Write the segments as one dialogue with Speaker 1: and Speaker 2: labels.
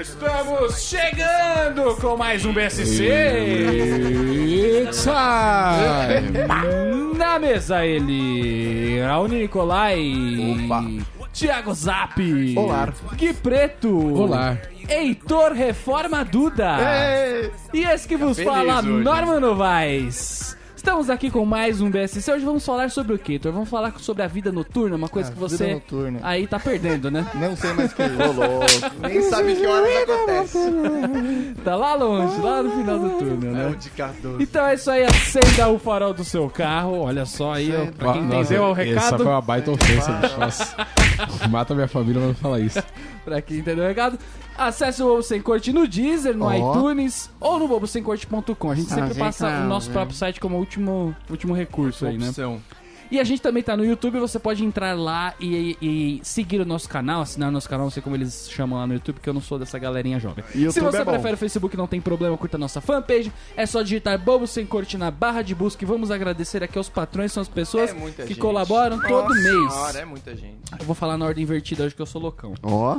Speaker 1: Estamos chegando com mais um BSC.
Speaker 2: It's time!
Speaker 1: Na mesa ele, Raoni Nicolai.
Speaker 3: Opa.
Speaker 1: Tiago Zap.
Speaker 3: Olá.
Speaker 1: Gui Preto.
Speaker 2: Olá.
Speaker 1: Heitor Reforma Duda. E esse que vos
Speaker 3: Tá feliz
Speaker 1: fala,
Speaker 3: hoje.
Speaker 1: Norman Novaes. Estamos aqui com mais um BSC. Hoje vamos falar sobre o quê, Heitor? Vamos falar sobre a vida noturna, uma coisa
Speaker 3: A
Speaker 1: que
Speaker 3: Ah, vida
Speaker 1: você
Speaker 3: noturna.
Speaker 1: aí tá perdendo, né?
Speaker 3: Não sei mais que rolou. Nem sabe que horas acontece.
Speaker 1: Tá lá longe, lá no final do túnel,
Speaker 3: É
Speaker 1: né?
Speaker 4: um
Speaker 3: o indicador.
Speaker 1: Então é isso aí, acenda o farol do seu carro. Olha só aí, ó, pra quem
Speaker 2: Nossa,
Speaker 1: entendeu o
Speaker 2: Essa
Speaker 1: recado.
Speaker 2: foi uma baita ofensa, bicho. Nossa. Mata minha família, mas não fala isso.
Speaker 5: Tá,
Speaker 1: Pra quem entendeu o recado. Acesse o Bobo Sem Corte no Deezer, no
Speaker 3: Ó.
Speaker 1: iTunes ou no bobosemcorte.com. A gente sempre
Speaker 3: gente,
Speaker 1: passa
Speaker 3: não,
Speaker 1: o nosso
Speaker 3: né?
Speaker 1: próprio site como último, último recurso aí, né?
Speaker 2: Opção.
Speaker 1: E a gente também tá no YouTube, você pode entrar lá e, e seguir o nosso canal, assinar o nosso canal, não sei como eles chamam lá no YouTube, porque eu não sou dessa galerinha jovem.
Speaker 3: YouTube
Speaker 1: Se você
Speaker 3: é bom.
Speaker 1: prefere o Facebook, não tem problema, curta a nossa fanpage. É só digitar Bobo Sem Corte na barra de busca e vamos agradecer aqui aos patrões, são as pessoas
Speaker 4: É muita
Speaker 1: que
Speaker 4: gente.
Speaker 1: colaboram todo
Speaker 4: Nossa
Speaker 1: mês.
Speaker 4: Senhora, é muita gente.
Speaker 1: Eu vou falar na ordem invertida hoje que eu sou loucão.
Speaker 3: Ó.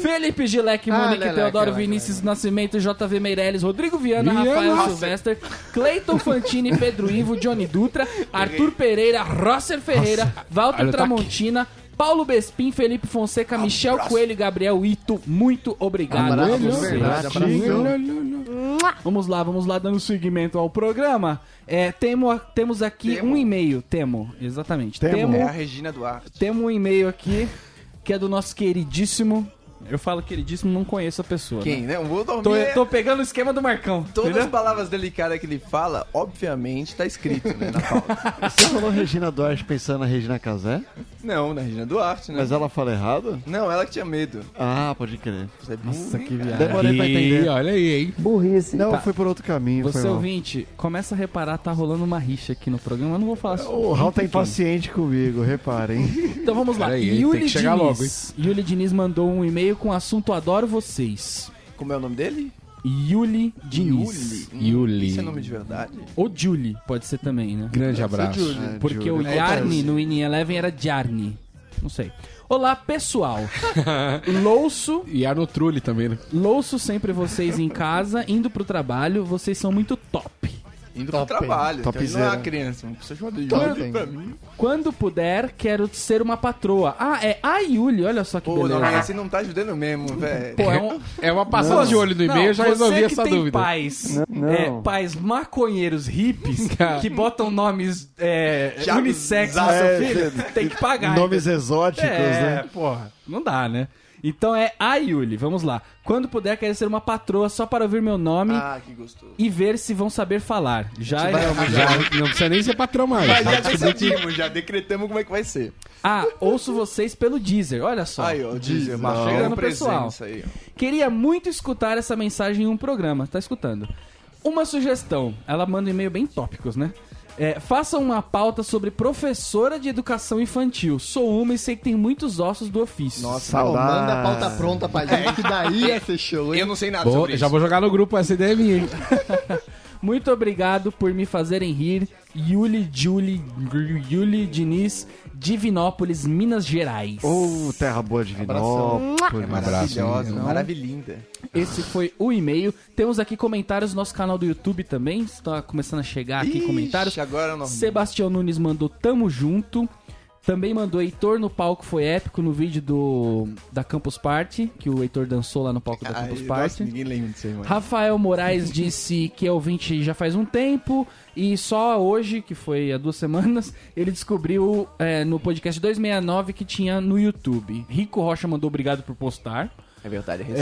Speaker 1: Felipe Gilek,
Speaker 4: Ah,
Speaker 1: Monique
Speaker 4: Leleque,
Speaker 1: Teodoro,
Speaker 4: Leleque,
Speaker 1: Vinícius Nascimento, JV Meirelles, Rodrigo Viana,
Speaker 2: Viana.
Speaker 1: Rafael
Speaker 2: Nossa.
Speaker 1: Silvestre, Cleiton Fantini, Pedro Ivo, Johnny Dutra, Arthur Pereira, Rosser Ferreira, Walter
Speaker 2: olha o ataque.
Speaker 1: Tramontina, Paulo Bespin, Felipe Fonseca, Michel Coelho e Gabriel Ito. Muito obrigado a
Speaker 3: Abraço,
Speaker 1: vocês.
Speaker 3: verdade.
Speaker 1: Vamos lá, vamos lá, dando seguimento ao programa. É, temo, temos aqui
Speaker 4: Temo.
Speaker 1: um e-mail. Temo, exatamente.
Speaker 3: Temo.
Speaker 4: É
Speaker 1: temo
Speaker 4: a Regina Duarte.
Speaker 1: temos um e-mail aqui que é do nosso queridíssimo. Eu falo queridíssimo, não conheço a pessoa. né?
Speaker 4: Quem, né? O Vou
Speaker 1: Tô, tô pegando o esquema do Marcão.
Speaker 4: Todas as
Speaker 1: entendeu?
Speaker 4: palavras delicadas que ele fala, obviamente, tá escrito, né, na pauta.
Speaker 6: Você falou Regina Duarte pensando na Regina Casé,
Speaker 4: Não, na Regina Duarte, né?
Speaker 6: mas ela fala errado?
Speaker 4: Não, ela que tinha medo.
Speaker 6: Ah, pode crer.
Speaker 4: Você é Nossa, que
Speaker 6: Demorei pra
Speaker 2: E
Speaker 6: entender.
Speaker 2: olha aí, hein?
Speaker 6: Não, foi por outro caminho.
Speaker 1: Você
Speaker 6: foi mal.
Speaker 1: ouvinte, começa a reparar, tá rolando uma rixa aqui no programa. Eu não vou falar sobre.
Speaker 6: O Raul tá impaciente comigo, reparem.
Speaker 1: Então vamos lá.
Speaker 2: Peraí, tem
Speaker 1: Yuli
Speaker 2: que chegar logo, hein?
Speaker 1: Diniz. Yuli Diniz mandou um e-mail com o assunto Adoro Vocês.
Speaker 4: Como é o nome dele?
Speaker 1: Yuli Diniz.
Speaker 4: Yuli. Hum,
Speaker 2: Yuli.
Speaker 4: Esse é nome de verdade?
Speaker 1: Ou Julie, pode ser também, né?
Speaker 2: Grande abraço.
Speaker 6: É,
Speaker 1: Porque
Speaker 6: Júlio.
Speaker 1: o
Speaker 4: É,
Speaker 1: Yarni
Speaker 4: parece.
Speaker 1: no In Eleven era Jarni. Não sei. Olá, pessoal. Louço
Speaker 2: E Arno Trulli também, né?
Speaker 1: Louço sempre vocês em casa, indo pro trabalho, vocês são muito top.
Speaker 4: Indo
Speaker 6: Top,
Speaker 4: pro trabalho. Então ele não é
Speaker 6: topzera.
Speaker 4: uma criança. Não precisa chamar de
Speaker 6: Top,
Speaker 4: Yuli
Speaker 6: hein?
Speaker 4: pra mim.
Speaker 1: Quando puder, quero ser uma patroa. Ah, é a Yuli, olha só que
Speaker 4: Pô,
Speaker 1: beleza.
Speaker 4: Norman, você não tá ajudando mesmo, velho.
Speaker 1: Pô, é um...
Speaker 2: É uma passada de olho no e-mail, eu já
Speaker 1: você
Speaker 2: resolvi
Speaker 1: que
Speaker 2: essa
Speaker 1: tem
Speaker 2: dúvida.
Speaker 1: Pais,
Speaker 6: Não,
Speaker 1: É,
Speaker 6: não.
Speaker 1: pais maconheiros hippies que botam nomes é,
Speaker 4: Já-
Speaker 1: unissex no
Speaker 4: É,
Speaker 1: seu filho, tem que pagar.
Speaker 6: Nomes exóticos,
Speaker 1: É,
Speaker 6: né?
Speaker 1: porra, não dá, né? Então é a Yuli, vamos lá. Quando puder, quero ser uma patroa só para ouvir meu nome
Speaker 4: Ah, que gostoso.
Speaker 1: e ver se vão saber falar. Já é
Speaker 2: Já não precisa nem ser patrão mais.
Speaker 4: Mas
Speaker 2: Tá
Speaker 4: já
Speaker 2: descobrindo que-
Speaker 4: decidimos, já decretamos como é que vai ser.
Speaker 1: Ah, ouço vocês pelo Deezer, olha só.
Speaker 4: Aí, ó, Dizem,
Speaker 6: Diz,
Speaker 4: mas
Speaker 6: não.
Speaker 4: chegando
Speaker 1: Pessoal.
Speaker 4: presença aí. ó.
Speaker 1: Queria muito escutar essa mensagem em um programa, tá escutando? Uma sugestão, ela manda um e-mail bem tópicos, né? É, faça uma pauta sobre professora de educação infantil. Sou uma e sei que tem muitos ossos do ofício.
Speaker 5: Pô,
Speaker 6: Saudade.
Speaker 5: manda a pauta pronta pra gente, que daí ia ser show, hein?
Speaker 4: É. Eu não sei nada
Speaker 2: Vou-
Speaker 4: sobre
Speaker 2: já
Speaker 4: isso.
Speaker 2: vou jogar no grupo, essa ideia é minha, hein?
Speaker 1: Muito obrigado por me fazerem rir. Yuli, Julie, Yuli Diniz, Divinópolis, Minas Gerais.
Speaker 4: Oh.
Speaker 6: Ô, terra boa de Vinópolis.
Speaker 2: Um abraço.
Speaker 4: Maravilhosa,
Speaker 2: hein?
Speaker 4: maravilhinda.
Speaker 1: Esse foi o e-mail. Temos aqui comentários no nosso canal do YouTube também. Está começando a chegar aqui
Speaker 4: Ixi,
Speaker 1: comentários.
Speaker 4: Agora não.
Speaker 1: Sebastião Nunes mandou Tamo Junto. Também mandou Heitor no palco, foi épico no vídeo do da Campus Party, que o Heitor dançou lá no palco da
Speaker 4: Ai,
Speaker 1: Campus
Speaker 4: nossa,
Speaker 1: Party.
Speaker 4: ninguém lembra disso aí, mano.
Speaker 1: Rafael Moraes disse que é ouvinte já faz um tempo e só hoje, que foi há duas semanas, ele descobriu é, no podcast 269 que tinha no YouTube. Rico Rocha mandou obrigado por postar.
Speaker 4: É verdade, é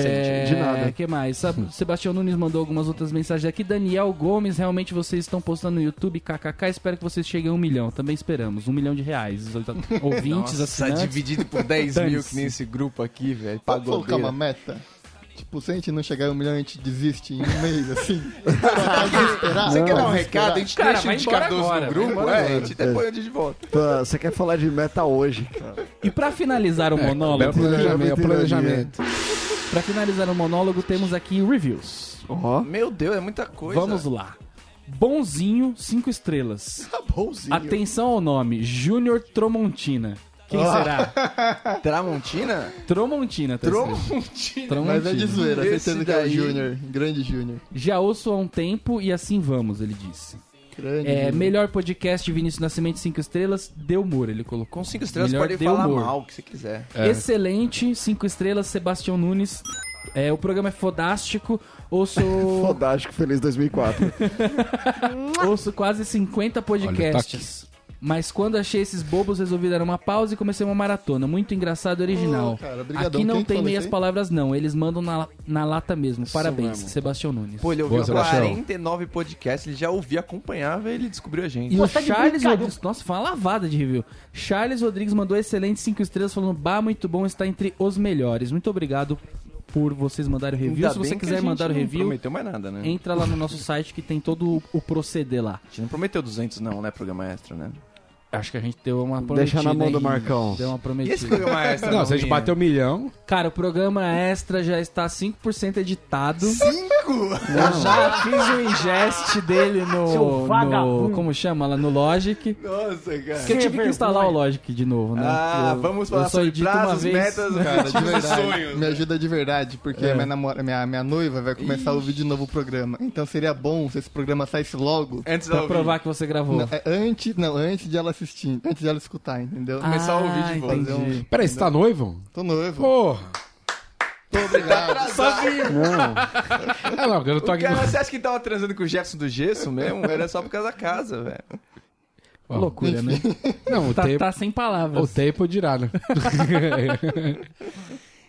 Speaker 1: É,
Speaker 6: de nada.
Speaker 1: que mais? Sab- Sebastião Nunes mandou algumas outras mensagens aqui. Daniel Gomes, realmente vocês estão postando no YouTube, kkk. Espero que vocês cheguem a um milhão. Também esperamos. Um milhão de reais. Os Ouvintes,
Speaker 4: Nossa,
Speaker 1: assinantes.
Speaker 4: Tá dividido por 10 mil
Speaker 1: Dane-se.
Speaker 4: que nem esse grupo aqui, velho.
Speaker 5: Vamos
Speaker 4: Pagou
Speaker 5: colocar uma meta? Tipo, se a gente não chegar a um milhão, a gente desiste em um mês, assim. Pra desesperar.
Speaker 4: Você quer dar um
Speaker 5: pra
Speaker 4: recado? A
Speaker 5: desesperar.
Speaker 4: gente
Speaker 1: Cara,
Speaker 4: deixa
Speaker 1: vai embora
Speaker 4: o indicador
Speaker 1: agora,
Speaker 4: no grupo,
Speaker 1: vai
Speaker 4: é, a gente até põe de volta.
Speaker 6: Tá, Você quer falar de meta hoje, cara?
Speaker 1: E pra finalizar o
Speaker 2: Belo
Speaker 1: monólogo,
Speaker 2: planejamento,
Speaker 6: Planejamento,
Speaker 2: planejamento.
Speaker 1: pra finalizar o monólogo, temos aqui reviews.
Speaker 6: Ó.
Speaker 4: Meu Deus, é muita coisa.
Speaker 1: Vamos lá. Bonzinho, 5 estrelas.
Speaker 5: Tá bonzinho.
Speaker 1: Atenção ao nome, Júnior Tromontina. Quem será?
Speaker 4: Tramontina?
Speaker 1: Tromontina. tá escrito.
Speaker 4: Tramontina.
Speaker 5: Mas
Speaker 1: Tromontina.
Speaker 5: é de zoeira,
Speaker 4: Esse
Speaker 5: aceitando que é o
Speaker 4: daí-
Speaker 5: Júnior. Grande Júnior.
Speaker 1: Já ouço há um tempo e assim vamos, ele disse.
Speaker 5: Grande
Speaker 1: É,
Speaker 5: Júnior.
Speaker 1: melhor podcast Vinícius Nascimento 5 estrelas, Deu Moro, ele colocou.
Speaker 4: Com cinco estrelas
Speaker 1: Melhor
Speaker 4: pode
Speaker 1: deu
Speaker 4: falar
Speaker 1: humor.
Speaker 4: mal o que você quiser.
Speaker 2: É.
Speaker 1: Excelente, 5 estrelas, Sebastião Nunes. É, o programa é fodástico, ouço,
Speaker 6: Fodástico Feliz 2004.
Speaker 1: ouço quase 50 podcasts. mas quando achei esses bobos, resolvi dar uma pausa e comecei uma maratona. Muito engraçado e original.
Speaker 5: Ô, cara, brigadão.
Speaker 1: Aqui não
Speaker 5: Quem que
Speaker 1: tem
Speaker 5: falou
Speaker 1: meias
Speaker 5: isso aí?
Speaker 1: palavras, não. Eles mandam na, na lata mesmo. Parabéns,
Speaker 5: mesmo.
Speaker 1: Sebastião Nunes.
Speaker 4: Pô, ele
Speaker 2: Boa,
Speaker 4: ouviu
Speaker 2: Sebastião.
Speaker 4: 49 podcasts, ele já ouvia, acompanhava e ele descobriu a gente.
Speaker 1: E
Speaker 7: Pô,
Speaker 1: o
Speaker 7: tá de
Speaker 1: Charles
Speaker 7: brincadeira.
Speaker 1: Rodrigues. Nossa, foi uma lavada de review. Charles Rodrigues mandou excelente 5 estrelas falando: Bah, muito bom, está entre os melhores. Muito obrigado por vocês mandarem o review.
Speaker 4: Ainda
Speaker 1: Se você
Speaker 4: bem que a
Speaker 1: quiser
Speaker 4: gente
Speaker 1: mandar o
Speaker 4: não
Speaker 1: review,
Speaker 4: prometeu mais nada, né?
Speaker 1: entra lá no nosso site que tem todo o- o proceder lá.
Speaker 4: A gente não prometeu 200 não, né? Programa extra, né?
Speaker 1: Acho que a gente deu uma prometida.
Speaker 6: Deixa na mão
Speaker 1: hein?
Speaker 6: do Marcão.
Speaker 1: Deu uma
Speaker 4: E esse
Speaker 1: prometida.
Speaker 4: programa extra?
Speaker 2: Não, se a gente
Speaker 4: vinha?
Speaker 2: bater o milhão,
Speaker 1: Cara, o programa extra já está 5% editado.
Speaker 4: Cinco?
Speaker 1: Eu já fiz o ingest dele
Speaker 7: Seu
Speaker 1: no,
Speaker 7: vagabundo.
Speaker 1: no. Como chama? Lá no Logic.
Speaker 4: Nossa, cara.
Speaker 1: Porque eu tive É. que
Speaker 7: vergonha.
Speaker 1: instalar
Speaker 5: é?
Speaker 1: o Logic de novo, né?
Speaker 4: Ah,
Speaker 1: Eu-
Speaker 4: vamos
Speaker 1: eu
Speaker 4: falar
Speaker 1: só
Speaker 4: sobre
Speaker 1: edito uma
Speaker 4: prazos,
Speaker 1: vez. É.
Speaker 4: metas,
Speaker 5: Cara, de
Speaker 4: objetivos e
Speaker 5: verdade.
Speaker 4: sonhos.
Speaker 5: Me ajuda de verdade, porque minha, namora, minha, minha noiva vai começar a ouvir de novo o programa. Então seria bom se esse programa saísse logo.
Speaker 4: Antes da
Speaker 1: Pra provar que você gravou.
Speaker 5: Não, é antes, não, antes de ela assistir, antes de ela escutar, entendeu?
Speaker 4: começar a ouvir de
Speaker 1: Ah,
Speaker 4: volta.
Speaker 1: entendi.
Speaker 5: Fazer um-
Speaker 2: peraí, você tá noivo?
Speaker 5: Tô noivo.
Speaker 2: Porra!
Speaker 5: Tô obrigado.
Speaker 2: É, não, eu não tô aqui.
Speaker 4: Cara, assim, você acha que tava transando com o Jefferson do Gesso mesmo? Era só por causa da casa, velho.
Speaker 2: Bom,
Speaker 1: Loucura, né?
Speaker 2: Não, o
Speaker 1: Tá,
Speaker 2: tempo,
Speaker 1: tá sem palavras.
Speaker 2: o tempo dirá, né?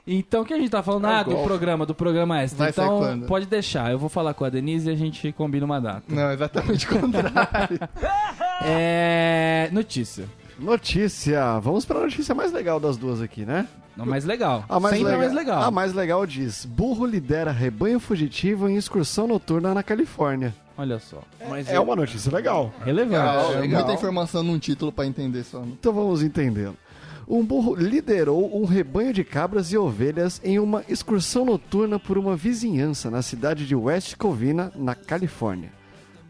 Speaker 1: Então, o que a gente tá falando? Ah, do programa, do programa extra.
Speaker 5: Vai sair
Speaker 1: então,
Speaker 5: quando?
Speaker 1: pode deixar. Eu vou falar com a Denise e a gente combina uma data.
Speaker 5: Não, exatamente o contrário.
Speaker 1: É... Notícia.
Speaker 6: Notícia. Vamos para a notícia mais legal das duas aqui, né?
Speaker 1: Não, mais legal.
Speaker 6: A mais
Speaker 1: Sempre
Speaker 6: legal,
Speaker 1: é mais legal.
Speaker 6: A mais legal diz: burro lidera rebanho fugitivo em excursão noturna na Califórnia.
Speaker 1: Olha só.
Speaker 4: Mas
Speaker 6: É uma notícia legal.
Speaker 1: Relevante.
Speaker 5: É
Speaker 4: legal.
Speaker 5: muita informação num título pra entender só. né?
Speaker 6: Então vamos entendê-lo. Um burro liderou um rebanho de cabras e ovelhas em uma excursão noturna por uma vizinhança na cidade de West Covina, na Califórnia.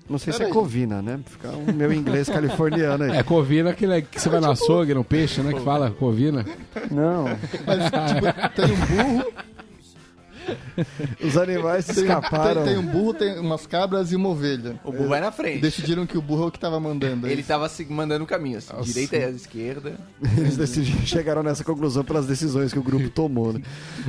Speaker 6: Não sei se é
Speaker 5: Peraí.
Speaker 6: Covina, né? Fica o meu inglês californiano aí.
Speaker 2: É, covina que, né, que você vai no
Speaker 6: Tipo-
Speaker 2: açougue, no peixe, né? Que fala, covina.
Speaker 6: Não.
Speaker 5: Tem um burro,
Speaker 6: Os animais se
Speaker 5: tem,
Speaker 6: escaparam.
Speaker 5: tem um burro, tem umas cabras e uma ovelha.
Speaker 4: O burro vai na frente.
Speaker 5: Decidiram que o burro é o que tava mandando.
Speaker 4: Ele tava se mandando o caminho, assim,
Speaker 2: Nossa.
Speaker 4: direita e esquerda.
Speaker 6: Eles decidiram, chegaram nessa conclusão pelas decisões que o grupo tomou. Né?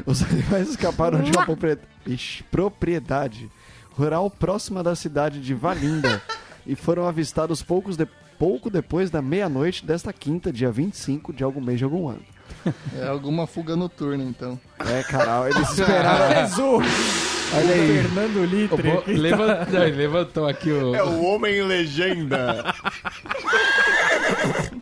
Speaker 6: Os animais escaparam de uma proprie- Ixi, propriedade rural próxima da cidade de Valinda e foram avistados poucos de- pouco depois da meia-noite desta quinta, dia 25 de algum mês de algum ano.
Speaker 5: É alguma fuga noturna, então.
Speaker 6: É, caralho, eles esperaram. Olha aí.
Speaker 1: Fernando
Speaker 2: O
Speaker 1: Litre.
Speaker 2: bo- levant- não, ele levantou Então aqui o.
Speaker 6: É,
Speaker 4: o homem legenda.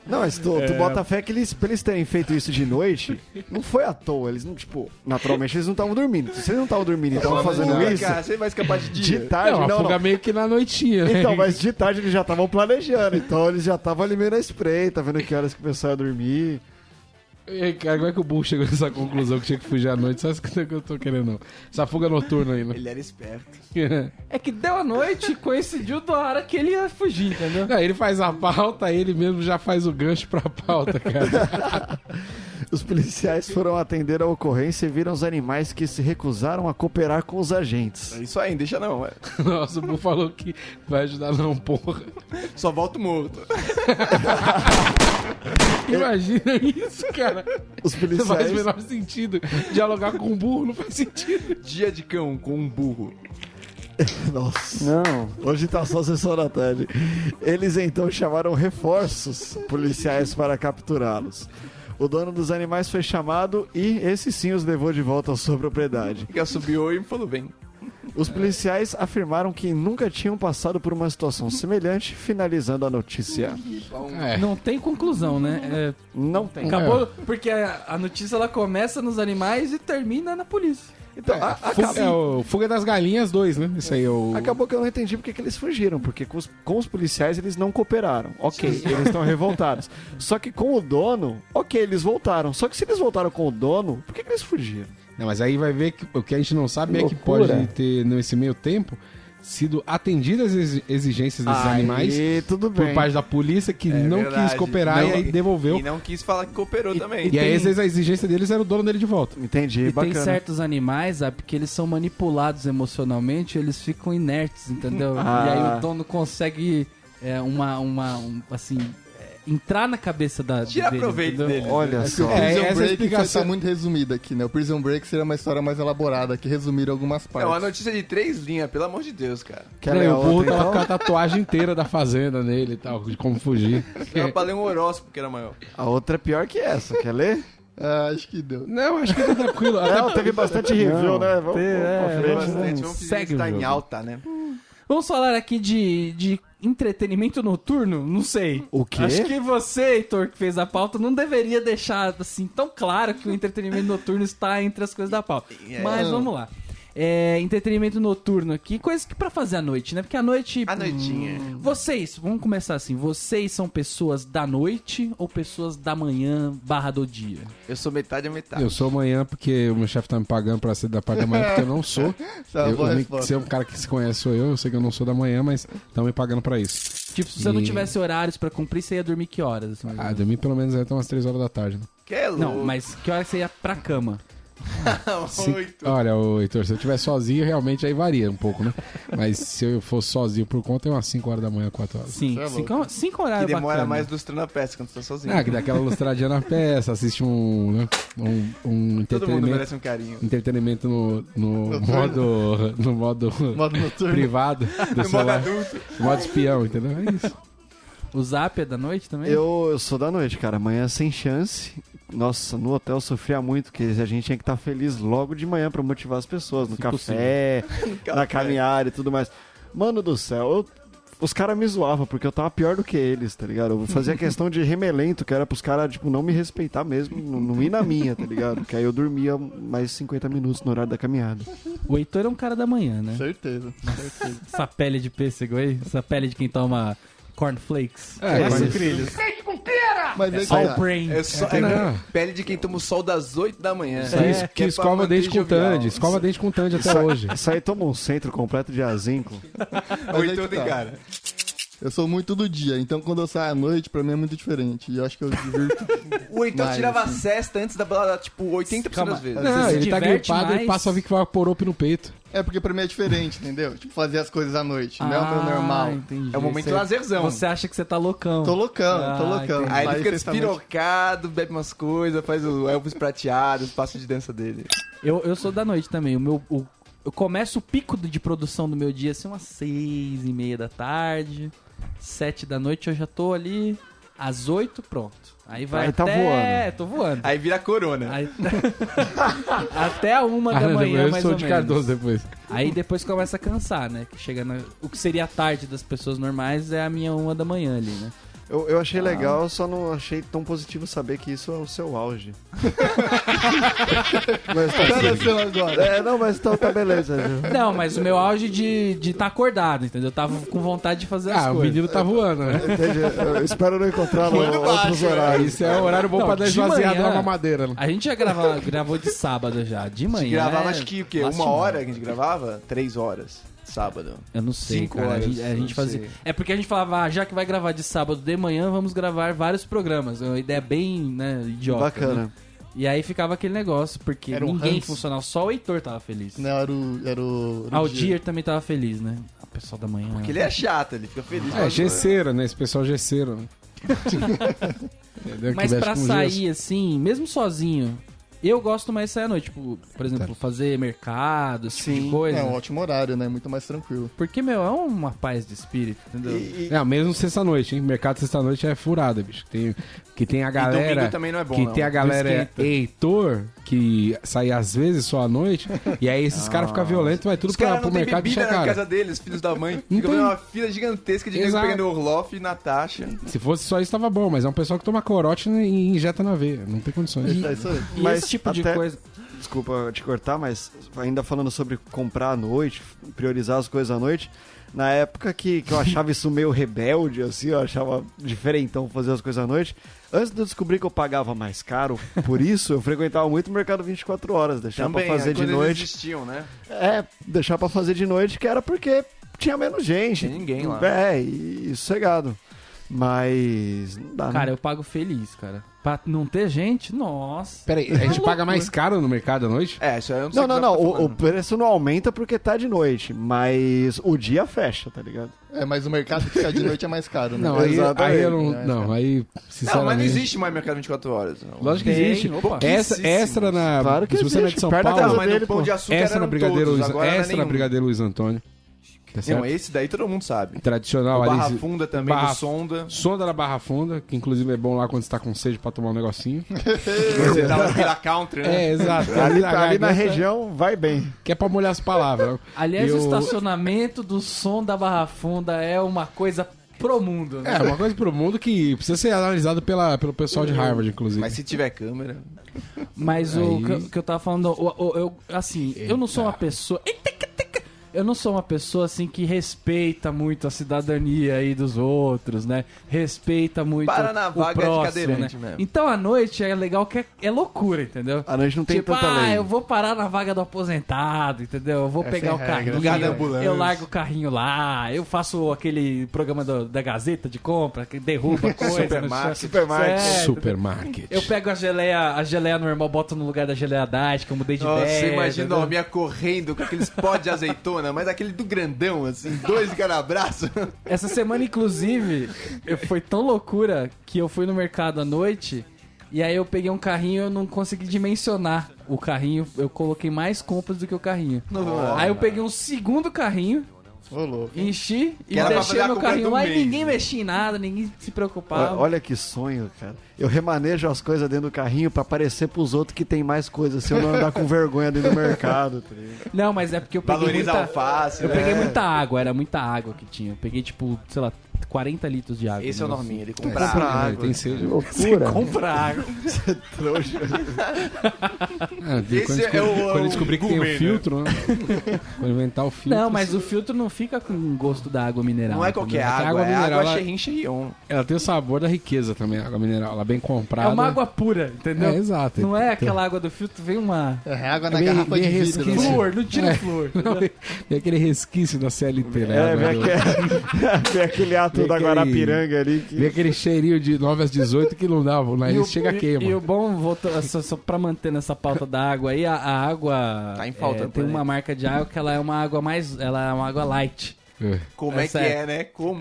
Speaker 6: Não, mas tu,
Speaker 2: É.
Speaker 6: tu bota fé que eles, pra eles terem feito isso de noite, não foi à toa. Eles não, tipo, naturalmente eles não estavam dormindo. Se eles não estavam dormindo e estavam fazendo isso,
Speaker 4: Cara, você vai escapar de
Speaker 6: de
Speaker 4: dia.
Speaker 6: tarde,
Speaker 2: Não,
Speaker 6: não,
Speaker 2: a
Speaker 6: não,
Speaker 2: fuga meio que na noitinha, né?
Speaker 6: Então, mas de tarde eles já estavam planejando, então eles já estavam ali meio na espreita, vendo que horas que o pessoal ia dormir.
Speaker 2: Ei, Cara, como é que o burro chegou nessa conclusão que tinha que fugir à noite? Só isso que eu tô querendo, não. Essa fuga noturna aí, né?
Speaker 4: Ele era esperto.
Speaker 1: É que deu a noite e coincidiu da hora que ele ia fugir, entendeu?
Speaker 2: Não, ele faz a pauta, aí ele mesmo já faz o gancho pra pauta, cara.
Speaker 6: Os policiais foram atender a ocorrência e viram os animais que se recusaram a cooperar com os agentes.
Speaker 4: Isso aí, deixa não. é.
Speaker 2: Nossa, o burro falou que vai ajudar não, porra.
Speaker 4: Só volta morto.
Speaker 2: Imagina isso, cara.
Speaker 6: Os
Speaker 2: Não faz o
Speaker 6: policiais,
Speaker 2: menor sentido. Dialogar com um burro não faz sentido.
Speaker 4: Dia de cão com um burro.
Speaker 6: nossa, hoje tá só sessão da tarde. Eles então chamaram reforços policiais para capturá-los. O dono dos animais foi chamado e esse sim os levou de volta à sua propriedade.
Speaker 4: Que assobiou e falou bem.
Speaker 6: Os policiais afirmaram que nunca tinham passado por uma situação semelhante, finalizando a notícia.
Speaker 2: É.
Speaker 1: Não tem conclusão, né? É,
Speaker 6: Não tem.
Speaker 1: acabou, porque a, a notícia ela começa nos animais e termina na polícia.
Speaker 6: Então, a-
Speaker 2: Fuga, é o Fuga das Galinhas 2, né? Isso aí é o.
Speaker 6: acabou que eu não entendi porque que eles fugiram, porque com os, com os policiais eles não cooperaram. Ok, eles estão revoltados. Só que com o dono, ok, eles voltaram. Só que se eles voltaram com o dono, por que, que eles fugiram?
Speaker 2: Não, mas aí vai ver que o que a gente não sabe
Speaker 6: Que
Speaker 2: é que
Speaker 6: loucura.
Speaker 2: pode ter nesse meio tempo sido atendidas as exigências desses
Speaker 6: Aí,
Speaker 2: animais
Speaker 6: tudo
Speaker 2: por
Speaker 6: bem.
Speaker 2: parte da polícia que
Speaker 4: É
Speaker 2: não
Speaker 4: verdade.
Speaker 2: quis cooperar
Speaker 4: Não-
Speaker 2: e aí devolveu.
Speaker 4: E não quis falar que cooperou também.
Speaker 2: E, aí, às vezes, a exigência deles era o dono dele de volta.
Speaker 6: Entendi,
Speaker 1: E
Speaker 6: bacana.
Speaker 1: tem certos animais, Zap, que eles são manipulados emocionalmente, eles ficam inertes, entendeu?
Speaker 6: Ah.
Speaker 1: E aí o dono consegue é, uma, uma um, assim, é, entrar na cabeça da
Speaker 4: Tira proveito
Speaker 1: entendeu?
Speaker 4: dele.
Speaker 6: Olha
Speaker 5: É que o
Speaker 6: só.
Speaker 2: É,
Speaker 5: Prison
Speaker 2: essa
Speaker 5: Break
Speaker 2: explicação-
Speaker 5: foi, tá muito resumida aqui, né? O Prison Break seria uma história mais elaborada, que resumiram algumas
Speaker 4: É
Speaker 5: partes.
Speaker 4: uma notícia de três linhas, pelo amor de Deus, cara.
Speaker 6: Quer
Speaker 2: Não,
Speaker 6: ler
Speaker 2: e
Speaker 6: a
Speaker 2: o burro
Speaker 6: outra,
Speaker 2: tava
Speaker 6: então?
Speaker 2: com a tatuagem inteira da fazenda nele e tal, de como fugir.
Speaker 4: Eu falei um horóscopo que era maior.
Speaker 6: A outra é pior que essa. Quer ler?
Speaker 5: Ah, acho que deu.
Speaker 2: Não, acho que tá tranquilo. Até
Speaker 6: Não, teve bastante review, né? Vamos, vamos pra frente.
Speaker 4: é, Bastante, vamos fingir
Speaker 1: segue
Speaker 4: que tá
Speaker 1: o
Speaker 4: em
Speaker 1: jogo.
Speaker 4: alta, né?
Speaker 1: Vamos falar aqui de, de entretenimento noturno? Não sei.
Speaker 6: O quê?
Speaker 1: Acho que você, Heitor, que fez a pauta, não deveria deixar assim tão claro que o entretenimento noturno está entre as coisas da pauta.
Speaker 4: É.
Speaker 1: Mas vamos lá. É, entretenimento noturno aqui, coisa que pra fazer à noite, né? Porque à noite. hum,
Speaker 4: A noitinha.
Speaker 1: Vocês, vamos começar assim. Vocês são pessoas da noite ou pessoas da manhã barra do dia?
Speaker 4: Eu sou metade a metade.
Speaker 2: Eu sou amanhã porque o meu chefe tá me pagando pra ser da parte da manhã, porque eu não sou.
Speaker 5: Tá,
Speaker 2: eu,
Speaker 5: boa
Speaker 2: eu,
Speaker 5: resposta.
Speaker 2: se é um cara que se conhece sou eu, eu sei que eu não sou da manhã, mas estão me pagando pra isso.
Speaker 1: Tipo, se você não
Speaker 2: E-
Speaker 1: tivesse horários pra cumprir, você ia dormir que horas? assim, mais ou
Speaker 2: Ah,
Speaker 1: menos?
Speaker 2: dormir pelo menos até umas 3 horas da tarde, né?
Speaker 4: Que é louco.
Speaker 1: não, mas que hora você ia pra cama?
Speaker 4: Muito.
Speaker 2: Olha, ô, Heitor, se eu estiver sozinho, realmente aí varia um pouco, né? Mas se eu fosse sozinho por conta, é umas 5 horas da manhã, 4 horas.
Speaker 1: Sim, cinco, cinco horários
Speaker 4: Que demora
Speaker 1: bacana.
Speaker 4: mais lustrando a peça quando você tá sozinho.
Speaker 2: é Ah, que dá aquela lustradinha na peça, assiste um, né, um, um
Speaker 4: Todo mundo
Speaker 2: entretenimento,
Speaker 4: merece um carinho.
Speaker 2: entretenimento no, no modo, no modo
Speaker 5: Modo noturno.
Speaker 2: privado do
Speaker 4: No modo
Speaker 2: celular,
Speaker 4: adulto.
Speaker 2: modo espião, entendeu? É isso.
Speaker 1: O zap é da noite também?
Speaker 6: Eu, eu sou da noite, cara. Amanhã é sem chance. Nossa, no hotel eu sofria muito, porque a gente tinha que estar feliz logo de manhã pra motivar as pessoas. No café, na caminhada e tudo mais. Mano do céu, eu- os caras me zoavam, porque eu tava pior do que eles, tá ligado? Eu fazia questão de remelento, que era pros caras, tipo, não me respeitar mesmo, não, não ir na minha, tá ligado? Que aí eu dormia mais 50 minutos no horário da caminhada.
Speaker 1: O Heitor é um cara da manhã, né?
Speaker 5: Certeza.
Speaker 1: Essa pele de pêssego aí, essa pele de quem toma cornflakes.
Speaker 2: É, mas-
Speaker 5: Mas é, que
Speaker 1: All
Speaker 5: tá.
Speaker 1: brain.
Speaker 4: É só
Speaker 2: É, não.
Speaker 4: é pele de quem toma o sol das 8 da
Speaker 2: Que,
Speaker 4: manhã.
Speaker 2: es- que
Speaker 4: é pra
Speaker 2: escova
Speaker 4: manter
Speaker 2: dente com
Speaker 4: jovial.
Speaker 2: Tandy. Escova dente com Tandy até hoje.
Speaker 6: Isso aí toma um centro completo de azinco.
Speaker 5: Mas é
Speaker 4: Oito
Speaker 5: que
Speaker 4: tem
Speaker 5: tá.
Speaker 4: cara.
Speaker 5: Eu sou muito do dia, então quando eu saio à noite, pra mim é muito diferente. E eu acho que eu divirto.
Speaker 4: O Heitor
Speaker 5: Mas,
Speaker 4: tirava a cesta antes da balada, tipo, 80%
Speaker 1: Calma.
Speaker 4: das vezes. é
Speaker 2: Não,
Speaker 1: se
Speaker 2: ele tá
Speaker 1: diverte
Speaker 2: gripado
Speaker 1: mais.
Speaker 2: e passa a Vicvaporop no peito.
Speaker 5: é porque pra mim é diferente, entendeu? Tipo, fazer as coisas à noite. não é o meu
Speaker 1: Ah,
Speaker 5: normal.
Speaker 1: entendi.
Speaker 4: É um momento
Speaker 1: Você-
Speaker 4: lazerzão.
Speaker 1: Você acha que você tá loucão.
Speaker 5: Tô loucão, tô
Speaker 1: Ah,
Speaker 5: loucão.
Speaker 2: é
Speaker 1: entendi.
Speaker 4: Aí ele
Speaker 5: Mas
Speaker 4: fica
Speaker 5: sexta-noite-
Speaker 4: despirocado, bebe umas coisas, faz o Elvis prateado, os passos de dança dele.
Speaker 1: Eu, eu sou da noite também. O meu, o- eu começo o pico de produção do meu dia assim umas seis e meia da tarde, sete da noite eu já tô ali, às oito pronto. Aí vai
Speaker 6: Aí tá
Speaker 1: até... Tô voando.
Speaker 4: Aí vira corona.
Speaker 1: Aí- até a uma
Speaker 2: Ah,
Speaker 1: da
Speaker 2: não,
Speaker 1: é manhã,
Speaker 2: eu
Speaker 1: mais
Speaker 2: sou
Speaker 1: ou
Speaker 2: de
Speaker 1: menos.
Speaker 2: Cardoso depois.
Speaker 1: Aí depois começa a cansar, né? Que chega na... O que seria a tarde das pessoas normais é a minha uma da manhã ali, né?
Speaker 6: Eu, eu achei legal, só não achei tão positivo saber que isso é o seu auge. mas tá,
Speaker 5: Apareceu agora.
Speaker 6: é, não, mas então tá beleza. viu?
Speaker 1: Não, mas o meu auge de estar de tá acordado, entendeu? Eu tava com vontade de fazer as
Speaker 2: Ah, o
Speaker 1: coisas.
Speaker 2: menino tá voando, né?
Speaker 6: Entendi. Eu espero não encontrar no, outros horários.
Speaker 2: Isso é o horário bom
Speaker 1: Não,
Speaker 2: pra dar
Speaker 1: de
Speaker 2: esvaziada
Speaker 1: manhã-
Speaker 2: na mamadeira. né?
Speaker 1: A gente já grava, gravou de sábado já, de
Speaker 4: A gente
Speaker 1: manhã.
Speaker 4: gravava,
Speaker 1: é
Speaker 4: acho que o quê? Uma
Speaker 1: lastimado.
Speaker 4: hora que a gente gravava? Três horas. Sábado.
Speaker 1: Eu não sei,
Speaker 4: Cinco
Speaker 1: cara. A
Speaker 4: horas,
Speaker 1: gente, a
Speaker 4: não
Speaker 1: gente fazia.
Speaker 4: sei.
Speaker 1: É porque a gente falava, ah, já que vai gravar de sábado de manhã, vamos gravar vários programas. É uma ideia bem, né, idiota. né?
Speaker 6: Bacana.
Speaker 1: E aí ficava aquele negócio, porque
Speaker 5: Era um
Speaker 1: ninguém
Speaker 5: ranço.
Speaker 1: funcionava, só o Heitor tava feliz.
Speaker 5: Não, era o. Era o, era o
Speaker 1: Ah, o
Speaker 5: dia.
Speaker 1: Dier também tava feliz, né? O pessoal da manhã.
Speaker 4: Porque ele é chato, ele fica feliz.
Speaker 2: É, gesseira, né? Esse pessoal gesseiro. né? Entendeu? Que
Speaker 1: Mas
Speaker 2: mexe
Speaker 1: pra
Speaker 2: com gesso.
Speaker 1: sair, assim, mesmo sozinho, eu gosto mais de sair à noite. Tipo, por exemplo, fazer mercado, esse tipo de coisa.
Speaker 5: É um ótimo horário, né? Muito mais tranquilo.
Speaker 1: Porque, meu, é uma paz de espírito, entendeu?
Speaker 2: É, mesmo sexta-noite, hein? Mercado sexta-noite é furada, bicho. Tem, que tem a
Speaker 4: E
Speaker 2: galera.
Speaker 4: domingo também não é bom,
Speaker 2: que
Speaker 4: não.
Speaker 2: tem a galera Heitor, que sai às vezes só à noite, e aí esses Ah. caras ficam violentos, vai tudo
Speaker 4: Os
Speaker 2: pra,
Speaker 4: caras
Speaker 2: pro
Speaker 4: não têm
Speaker 2: mercado e
Speaker 4: bebida na
Speaker 2: cara.
Speaker 4: casa deles, filhos da mãe. Fica
Speaker 2: tem.
Speaker 4: vendo uma fila gigantesca de nego
Speaker 2: Exato.
Speaker 4: pegando Orloff e Natasha.
Speaker 2: Se fosse só isso, tava bom, mas é um pessoal que toma corote e injeta na veia. Não tem condições.
Speaker 5: É isso aí.
Speaker 1: E
Speaker 6: Mas
Speaker 1: esse tipo de
Speaker 6: até-
Speaker 1: coisa.
Speaker 6: Desculpa te cortar, mas ainda falando sobre comprar à noite, priorizar as coisas à noite. Na época que, que eu achava isso meio rebelde, assim, eu achava diferentão fazer as coisas à noite. Antes de eu descobrir que eu pagava mais caro, por isso eu frequentava muito o mercado 24 horas, deixava pra fazer
Speaker 4: aí
Speaker 6: de
Speaker 4: é, quando
Speaker 6: noite.
Speaker 4: Eles existiam, né?
Speaker 6: É, deixar pra fazer de noite, que era porque tinha menos gente.
Speaker 4: Tinha ninguém lá.
Speaker 6: É, e, e sossegado. Mas não dá,
Speaker 1: Cara,
Speaker 6: né?
Speaker 1: eu pago feliz, cara. Pra não ter gente, nossa.
Speaker 2: Peraí, a gente paga mais caro no mercado à noite?
Speaker 4: É, isso aí eu não sei
Speaker 6: Não,
Speaker 4: o que
Speaker 6: não,
Speaker 4: tá
Speaker 6: não. O, o
Speaker 4: falando.
Speaker 6: preço não aumenta porque tá de noite, mas o dia fecha, tá ligado?
Speaker 5: É, mas o mercado que fica de noite é mais caro, né?
Speaker 2: Não, aí,
Speaker 6: Exatamente.
Speaker 2: aí eu não. Não, aí,
Speaker 4: Não, mas
Speaker 2: sinceramente.
Speaker 4: não existe mais mercado 24 horas. Não.
Speaker 2: Lógico que
Speaker 1: Tem,
Speaker 2: existe.
Speaker 1: opa.
Speaker 2: Extra, extra na.
Speaker 6: Claro que
Speaker 2: se você não é
Speaker 6: existe,
Speaker 2: de São
Speaker 6: perto da
Speaker 2: Paulo,
Speaker 6: casa
Speaker 4: Não, Tá, mas
Speaker 6: dele,
Speaker 4: no Pão
Speaker 6: pô.
Speaker 4: de Açúcar
Speaker 2: essa
Speaker 4: era
Speaker 2: na Brigadeiro,
Speaker 4: todos,
Speaker 2: Luiz,
Speaker 4: agora
Speaker 2: essa
Speaker 4: não é
Speaker 2: na
Speaker 4: nenhum.
Speaker 2: Brigadeiro Luiz Antônio. Tá certo?
Speaker 4: Não, esse daí todo mundo sabe.
Speaker 2: Tradicional
Speaker 4: O
Speaker 2: ali.
Speaker 4: Barra Funda também,
Speaker 2: Barra-
Speaker 4: do Sonda.
Speaker 2: Sonda na Barra Funda, que inclusive é bom lá quando você tá com sede pra tomar um negocinho.
Speaker 4: Você dá uma pira country, né?
Speaker 2: É, exato.
Speaker 6: Ali, ali na
Speaker 2: garganta,
Speaker 6: região vai bem.
Speaker 2: Que é pra molhar as palavras.
Speaker 1: Aliás,
Speaker 2: Eu-
Speaker 1: o estacionamento do som da Barra Funda é uma coisa pro mundo, né?
Speaker 2: É, uma coisa pro mundo que precisa ser analisado pela, pelo pessoal de Harvard, inclusive.
Speaker 4: Mas se tiver câmera...
Speaker 1: Mas o
Speaker 2: Aí-
Speaker 1: que, eu- que eu tava falando, o- o- eu, assim, eu não sou uma pessoa. Eita, eita, eita. Eu não sou uma pessoa assim que respeita muito a cidadania aí dos outros, né? Respeita muito
Speaker 4: Para na
Speaker 1: o
Speaker 4: vaga de
Speaker 1: próximo,
Speaker 4: cadeirante
Speaker 1: né?
Speaker 4: mesmo.
Speaker 1: Então a noite é legal que é, é loucura, entendeu?
Speaker 6: A noite não tem
Speaker 1: tipo,
Speaker 6: tanta
Speaker 1: ah,
Speaker 6: lei.
Speaker 1: eu vou parar na vaga do aposentado, entendeu? Eu vou pegar o carrinho,
Speaker 4: lugar da ambulância.
Speaker 1: eu largo o carrinho lá, eu faço aquele programa do- da Gazeta de compra, que derruba coisa. É,
Speaker 4: Supermarket.
Speaker 1: Supermarket.
Speaker 2: É,
Speaker 4: É,
Speaker 2: Supermarket.
Speaker 1: Eu pego a geleia, a geleia normal, boto no lugar da geleia diet, que eu mudei de
Speaker 4: Nossa,
Speaker 1: ideia.
Speaker 4: você imagina
Speaker 1: entendeu?
Speaker 4: uma minha correndo com aqueles pó de azeitona, mas aquele do grandão, assim, dois de cada braço.
Speaker 1: Essa semana, inclusive, eu- foi tão loucura que eu fui no mercado à noite e aí eu peguei um carrinho e eu não consegui dimensionar o carrinho. Eu coloquei mais compras do que o carrinho. Aí eu peguei um segundo carrinho,
Speaker 5: Ô, louco.
Speaker 1: enchi e
Speaker 4: Que era pra fazer
Speaker 1: deixei
Speaker 4: a
Speaker 1: meu
Speaker 4: compra
Speaker 1: carrinho
Speaker 4: do
Speaker 1: lá
Speaker 4: mês,
Speaker 1: e ninguém
Speaker 4: né?
Speaker 1: mexia em nada, ninguém se preocupava.
Speaker 6: Olha, olha que sonho, cara. Eu remanejo as coisas dentro do carrinho pra parecer pros outros que tem mais coisa, se eu não andar com vergonha dentro do mercado. tá ligado?
Speaker 1: Não, mas é porque eu peguei
Speaker 4: Valoriza a
Speaker 1: muita...
Speaker 4: alface.
Speaker 1: Eu
Speaker 4: né?
Speaker 1: peguei muita água, era muita água que tinha. Eu peguei, tipo, sei lá, 40 litros de água.
Speaker 4: Esse é o
Speaker 1: né?
Speaker 4: norminho, ele
Speaker 2: É,
Speaker 4: compra
Speaker 2: sempre,
Speaker 4: água.
Speaker 2: né? Tem sede.
Speaker 6: Loucura.
Speaker 1: Compra água.
Speaker 2: Ah, de-
Speaker 4: Esse
Speaker 2: quando,
Speaker 4: é
Speaker 2: descobri-
Speaker 4: o-
Speaker 2: quando
Speaker 4: o
Speaker 2: descobrir que tem
Speaker 4: gourmet,
Speaker 2: um
Speaker 4: né?
Speaker 2: filtro, né? quando inventar o filtro.
Speaker 1: Não, mas o filtro não fica com gosto da água mineral.
Speaker 4: Não é qualquer
Speaker 2: É que a
Speaker 4: água,
Speaker 2: água
Speaker 4: é
Speaker 2: mineral,
Speaker 4: água
Speaker 2: ela-
Speaker 4: Xerrin Xerrion.
Speaker 2: Ela tem o sabor da riqueza também, a água mineral. Ela é bem
Speaker 1: É
Speaker 2: comprada.
Speaker 1: uma água pura, entendeu?
Speaker 2: É, exato.
Speaker 1: Não é aquela água do filtro, vem uma.
Speaker 5: É água na
Speaker 2: Bem-
Speaker 5: garrafa
Speaker 2: bem
Speaker 5: de vidro.
Speaker 2: resquício.
Speaker 5: né?
Speaker 1: Flor, não
Speaker 2: É.
Speaker 1: tira o flúor.
Speaker 2: Tem aquele resquício da CLT, né?
Speaker 6: É,
Speaker 2: Água
Speaker 6: vem
Speaker 2: do-
Speaker 6: aquele, vem aquele ato
Speaker 2: Vem
Speaker 6: da
Speaker 2: aquele-
Speaker 6: Guarapiranga ali.
Speaker 2: Vem
Speaker 6: Que...
Speaker 2: aquele cheirinho de 9 às 18 que não dá, o
Speaker 1: E o-
Speaker 2: nariz chega a
Speaker 1: e-
Speaker 2: queima.
Speaker 1: E o bom, voltou, só, só pra manter nessa pauta da água aí, a, a água.
Speaker 4: Tá em falta
Speaker 1: é,
Speaker 4: no
Speaker 1: tem uma
Speaker 4: planeta.
Speaker 1: marca de água que ela é uma água mais. Ela é uma água light.
Speaker 2: É.
Speaker 4: Como é,
Speaker 1: Essa
Speaker 4: que
Speaker 1: é.
Speaker 4: é, né? Como,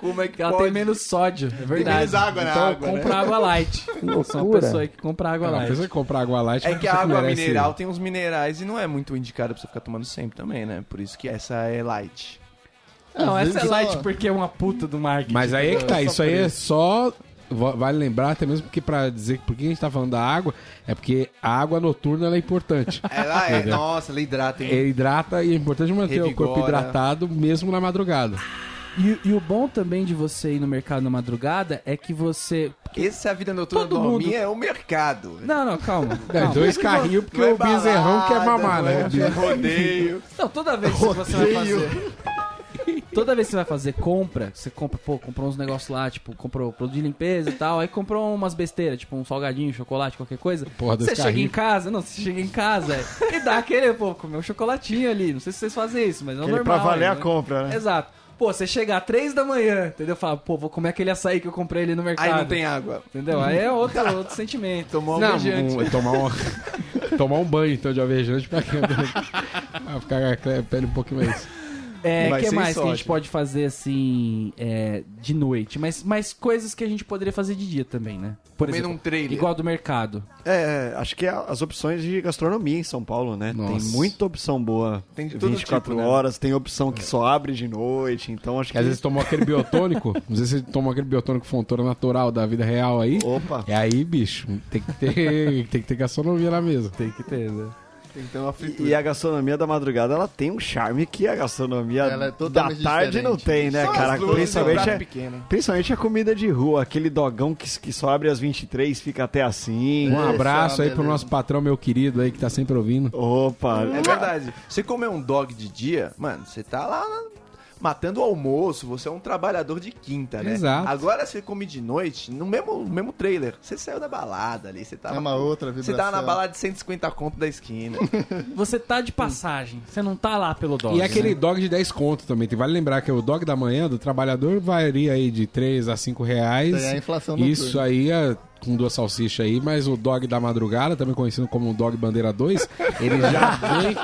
Speaker 4: como é que
Speaker 1: Que ela
Speaker 4: pode?
Speaker 1: tem menos sódio, é verdade.
Speaker 4: menos água na
Speaker 1: então
Speaker 4: água, né?
Speaker 1: compra água light. Eu Sou uma pessoa aí que compra água
Speaker 2: Não, a
Speaker 1: light.
Speaker 2: pessoa É que comprar água light...
Speaker 4: É que a
Speaker 2: não
Speaker 4: água
Speaker 2: merece-
Speaker 4: mineral tem uns minerais e não é muito indicada pra você ficar tomando sempre também, né? Por isso que essa é light.
Speaker 1: Não,
Speaker 5: Às
Speaker 1: essa é
Speaker 5: vezes
Speaker 1: light
Speaker 5: só-
Speaker 1: porque é uma puta do marketing.
Speaker 2: Mas aí é que tá,
Speaker 1: Só
Speaker 2: isso
Speaker 1: por
Speaker 2: aí é só. va- Vale lembrar, até mesmo porque pra dizer que por que a gente tá falando da água, é porque a água noturna ela é importante.
Speaker 4: Ela é, nossa, ela hidrata, hein?
Speaker 2: Ele hidrata e é importante manter o corpo
Speaker 4: Revigora.
Speaker 2: hidratado mesmo na madrugada.
Speaker 1: E, e o bom também de você ir no mercado na madrugada é que você.
Speaker 4: Essa é a vida noturna
Speaker 1: Todo
Speaker 4: do
Speaker 1: mundo-
Speaker 4: minha é o mercado.
Speaker 1: Não, não, calma.
Speaker 2: É,
Speaker 1: calma.
Speaker 2: dois carrinhos porque o bezerrão quer mamar, né?
Speaker 4: É rodeio.
Speaker 1: Não, toda vez que você vai fazer. Toda vez que você vai fazer compra, você compra, pô, comprou uns negócios lá, tipo, comprou produto de limpeza e tal, aí comprou umas besteiras, tipo um salgadinho, chocolate, qualquer coisa.
Speaker 2: Porra, dois
Speaker 1: você chega em
Speaker 2: carrinhos.
Speaker 1: casa, não, você chega em casa é, e dá aquele, pô, comer um chocolatinho ali. Não sei se vocês fazem isso, mas é o
Speaker 6: Aquele
Speaker 1: normal.
Speaker 6: pra valer
Speaker 1: aí,
Speaker 6: a
Speaker 1: né?
Speaker 6: compra, né?
Speaker 1: Exato. Pô, você chega às três da manhã, entendeu? Fala, pô, vou comer aquele açaí que eu comprei ali no mercado.
Speaker 4: Aí não tem água.
Speaker 1: Entendeu? Aí é outro, outro sentimento.
Speaker 4: Tomou
Speaker 2: Não,
Speaker 4: alvejante.
Speaker 2: um- tomar, um, tomar um banho então de alvejante pra, quem- pra ficar com a pele um pouquinho mais.
Speaker 1: É,
Speaker 4: Mas
Speaker 1: que
Speaker 4: sem
Speaker 1: mais que a gente
Speaker 4: sódio.
Speaker 1: pode fazer assim é, de noite? Mas, mas coisas que a gente poderia fazer de dia também, né? Por
Speaker 4: Comendo um trailer.
Speaker 1: igual do mercado.
Speaker 6: É, acho que a- as opções de gastronomia em São Paulo, né?
Speaker 2: Nossa.
Speaker 6: Tem muita opção boa.
Speaker 4: Tem de todo
Speaker 6: 24
Speaker 4: tipo, né?
Speaker 6: horas, tem opção que só abre de noite, então acho
Speaker 2: Que
Speaker 6: que.
Speaker 2: às vezes tomou aquele biotônico, às vezes você tomou aquele biotônico fontura natural da vida real aí.
Speaker 6: Opa!
Speaker 2: E aí, bicho, tem que ter, tem que ter gastronomia na mesa.
Speaker 1: Tem que ter, né?
Speaker 4: Tem que ter uma fritura.
Speaker 6: E a gastronomia da madrugada, ela tem um charme que a gastronomia
Speaker 5: Ela é
Speaker 6: da
Speaker 5: totalmente
Speaker 6: tarde não
Speaker 5: diferente.
Speaker 6: tem, né,
Speaker 4: Só as
Speaker 6: cara?
Speaker 4: luzes, um
Speaker 6: Principalmente,
Speaker 4: prato
Speaker 6: é-
Speaker 4: pequeno.
Speaker 6: principalmente a comida de rua, aquele dogão que, que só abre às 23, fica até assim.
Speaker 2: Um abraço
Speaker 1: é
Speaker 2: aí pro
Speaker 5: beleza.
Speaker 2: nosso patrão, meu querido aí, que tá sempre ouvindo.
Speaker 6: Opa!
Speaker 4: É verdade. Você comer um dog de dia, mano, você tá lá. na- matando o almoço, você é um trabalhador de quinta, né?
Speaker 2: Exato.
Speaker 4: Agora você come de noite, no mesmo, no mesmo trailer, você saiu da balada ali, você tava.
Speaker 5: É uma outra
Speaker 4: Você
Speaker 5: vibração.
Speaker 4: tava na balada de 150 conto da esquina.
Speaker 1: Você tá de passagem, você não tá lá pelo dólar.
Speaker 2: E aquele dog de 10 conto também. Tem- Vale lembrar que o dog da manhã do trabalhador varia aí de 3 a 5 reais.
Speaker 5: Tem É a
Speaker 1: Então,
Speaker 5: inflação
Speaker 2: Isso
Speaker 5: noturna.
Speaker 2: aí é com duas salsichas aí, mas o dog da madrugada, também conhecido como dog bandeira 2, ele já vem,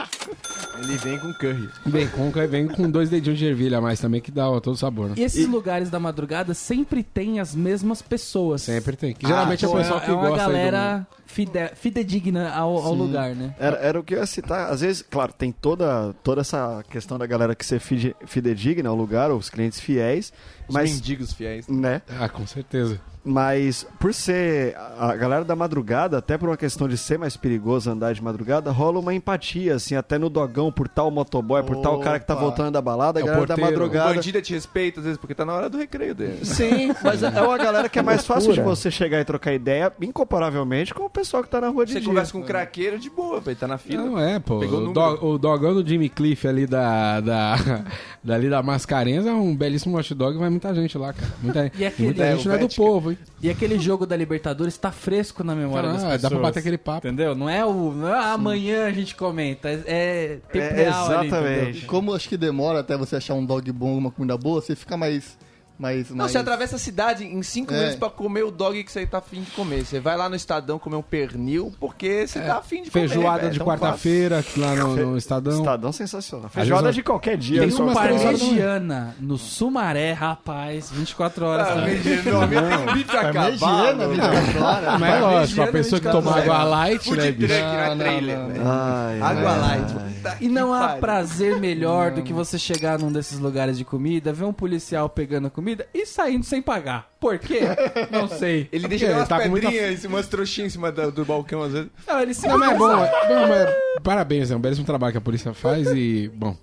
Speaker 4: Ele vem com curry.
Speaker 2: vem, com, vem com dois dedinhos de ervilha a mais também, que dá ó, todo o sabor, né?
Speaker 1: E esses lugares da madrugada sempre tem as mesmas pessoas.
Speaker 2: Sempre tem. Que geralmente é o
Speaker 1: Pô, é,
Speaker 2: pessoal que
Speaker 1: é uma
Speaker 2: gosta aí do-
Speaker 1: galera fide- fidedigna ao, ao lugar, né?
Speaker 6: Era, era o que eu ia citar. Às vezes, claro, tem toda, toda essa questão da galera que ser fide- fidedigna ao lugar, ou os clientes fiéis,
Speaker 4: Os
Speaker 6: mas,
Speaker 4: mendigos fiéis.
Speaker 6: né?
Speaker 2: Ah, com certeza.
Speaker 6: Mas por ser a a galera da madrugada, até por uma questão de ser mais perigoso andar de madrugada, rola uma empatia, assim, até no dogão por tal motoboy, por tal cara que tá
Speaker 5: Opa.
Speaker 6: voltando da balada,
Speaker 2: É
Speaker 6: a
Speaker 2: o
Speaker 6: galera da
Speaker 2: porteiro.
Speaker 4: O
Speaker 6: madrugada.
Speaker 4: bandida te respeita, às vezes, porque tá na hora do recreio dele.
Speaker 6: Sim, mas é uma galera que é mais fácil de você chegar e trocar ideia, incomparavelmente, com o pessoal que tá na rua de
Speaker 4: Você
Speaker 6: dia.
Speaker 4: conversa com
Speaker 5: né?
Speaker 4: o craqueiro de boa, velho. Tá na fila.
Speaker 2: Não é, pô.
Speaker 4: Pegou o
Speaker 2: O,
Speaker 4: número.
Speaker 2: do- o dogão do Jimmy Cliff ali da, da, dali da Mascarenhas é um belíssimo hot dog, vai muita gente lá, cara. Muita,
Speaker 1: E aquele-
Speaker 2: muita
Speaker 1: É,
Speaker 2: gente
Speaker 1: o
Speaker 2: não é do
Speaker 1: Vatican.
Speaker 2: povo, hein?
Speaker 1: E aquele jogo da Libertadores tá fresco na memória
Speaker 2: Ah,
Speaker 1: das pessoas.
Speaker 2: dá pra bater aquele papo.
Speaker 1: Entendeu? Não é o. Não é ah, amanhã a gente comenta. É, é tempo
Speaker 6: É,
Speaker 1: real ali, entendeu?
Speaker 6: exatamente.
Speaker 5: Como acho que demora até você achar um dog bom, uma comida boa, você fica mais. mais
Speaker 4: Não, você atravessa a cidade em 5
Speaker 5: É.
Speaker 4: minutos pra comer o dog que você tá afim de comer. Você vai lá no Estadão comer um pernil porque você tá afim de comer.
Speaker 2: Feijoada
Speaker 4: velho.
Speaker 2: de
Speaker 4: Então
Speaker 2: quarta-feira lá no, no Estadão.
Speaker 6: Estadão sensacional. Feijoada
Speaker 2: vezes-
Speaker 6: de qualquer dia.
Speaker 2: Tem
Speaker 6: é só
Speaker 2: umas
Speaker 6: faz.
Speaker 2: três horas da manhã.
Speaker 1: Parmegiana, no Sumaré, rapaz, 24 horas.
Speaker 4: faz. Ah,
Speaker 1: né?
Speaker 4: mediano, Não, a minha tem um bife a
Speaker 5: Higiena,
Speaker 4: cavalo.
Speaker 5: vida clara.
Speaker 2: Mas é lógico, a
Speaker 1: Parmegiana
Speaker 2: pessoa
Speaker 6: tá
Speaker 2: que
Speaker 1: de
Speaker 2: toma
Speaker 1: casal.
Speaker 2: água light,
Speaker 4: Food
Speaker 2: né,
Speaker 4: truck,
Speaker 2: bicho?
Speaker 4: não é
Speaker 5: Não,
Speaker 4: trailer,
Speaker 5: não, não.
Speaker 4: velho.
Speaker 6: Ai,
Speaker 4: Água tipo,
Speaker 6: ai.
Speaker 4: light. Puta
Speaker 1: E
Speaker 4: que
Speaker 1: não há
Speaker 4: pariu.
Speaker 1: prazer melhor do que você chegar num desses lugares de comida, ver um policial pegando a comida e saindo sem pagar. Por quê? Não sei.
Speaker 4: Ele deixa
Speaker 2: Ele
Speaker 4: umas
Speaker 2: tá com muita-
Speaker 4: pedrinhas, umas trouxinhas em cima do, do balcão, às vezes.
Speaker 1: Não, ele se
Speaker 2: Não, mas é bom. Não, mas parabéns, é um belíssimo trabalho que a polícia faz e, bom,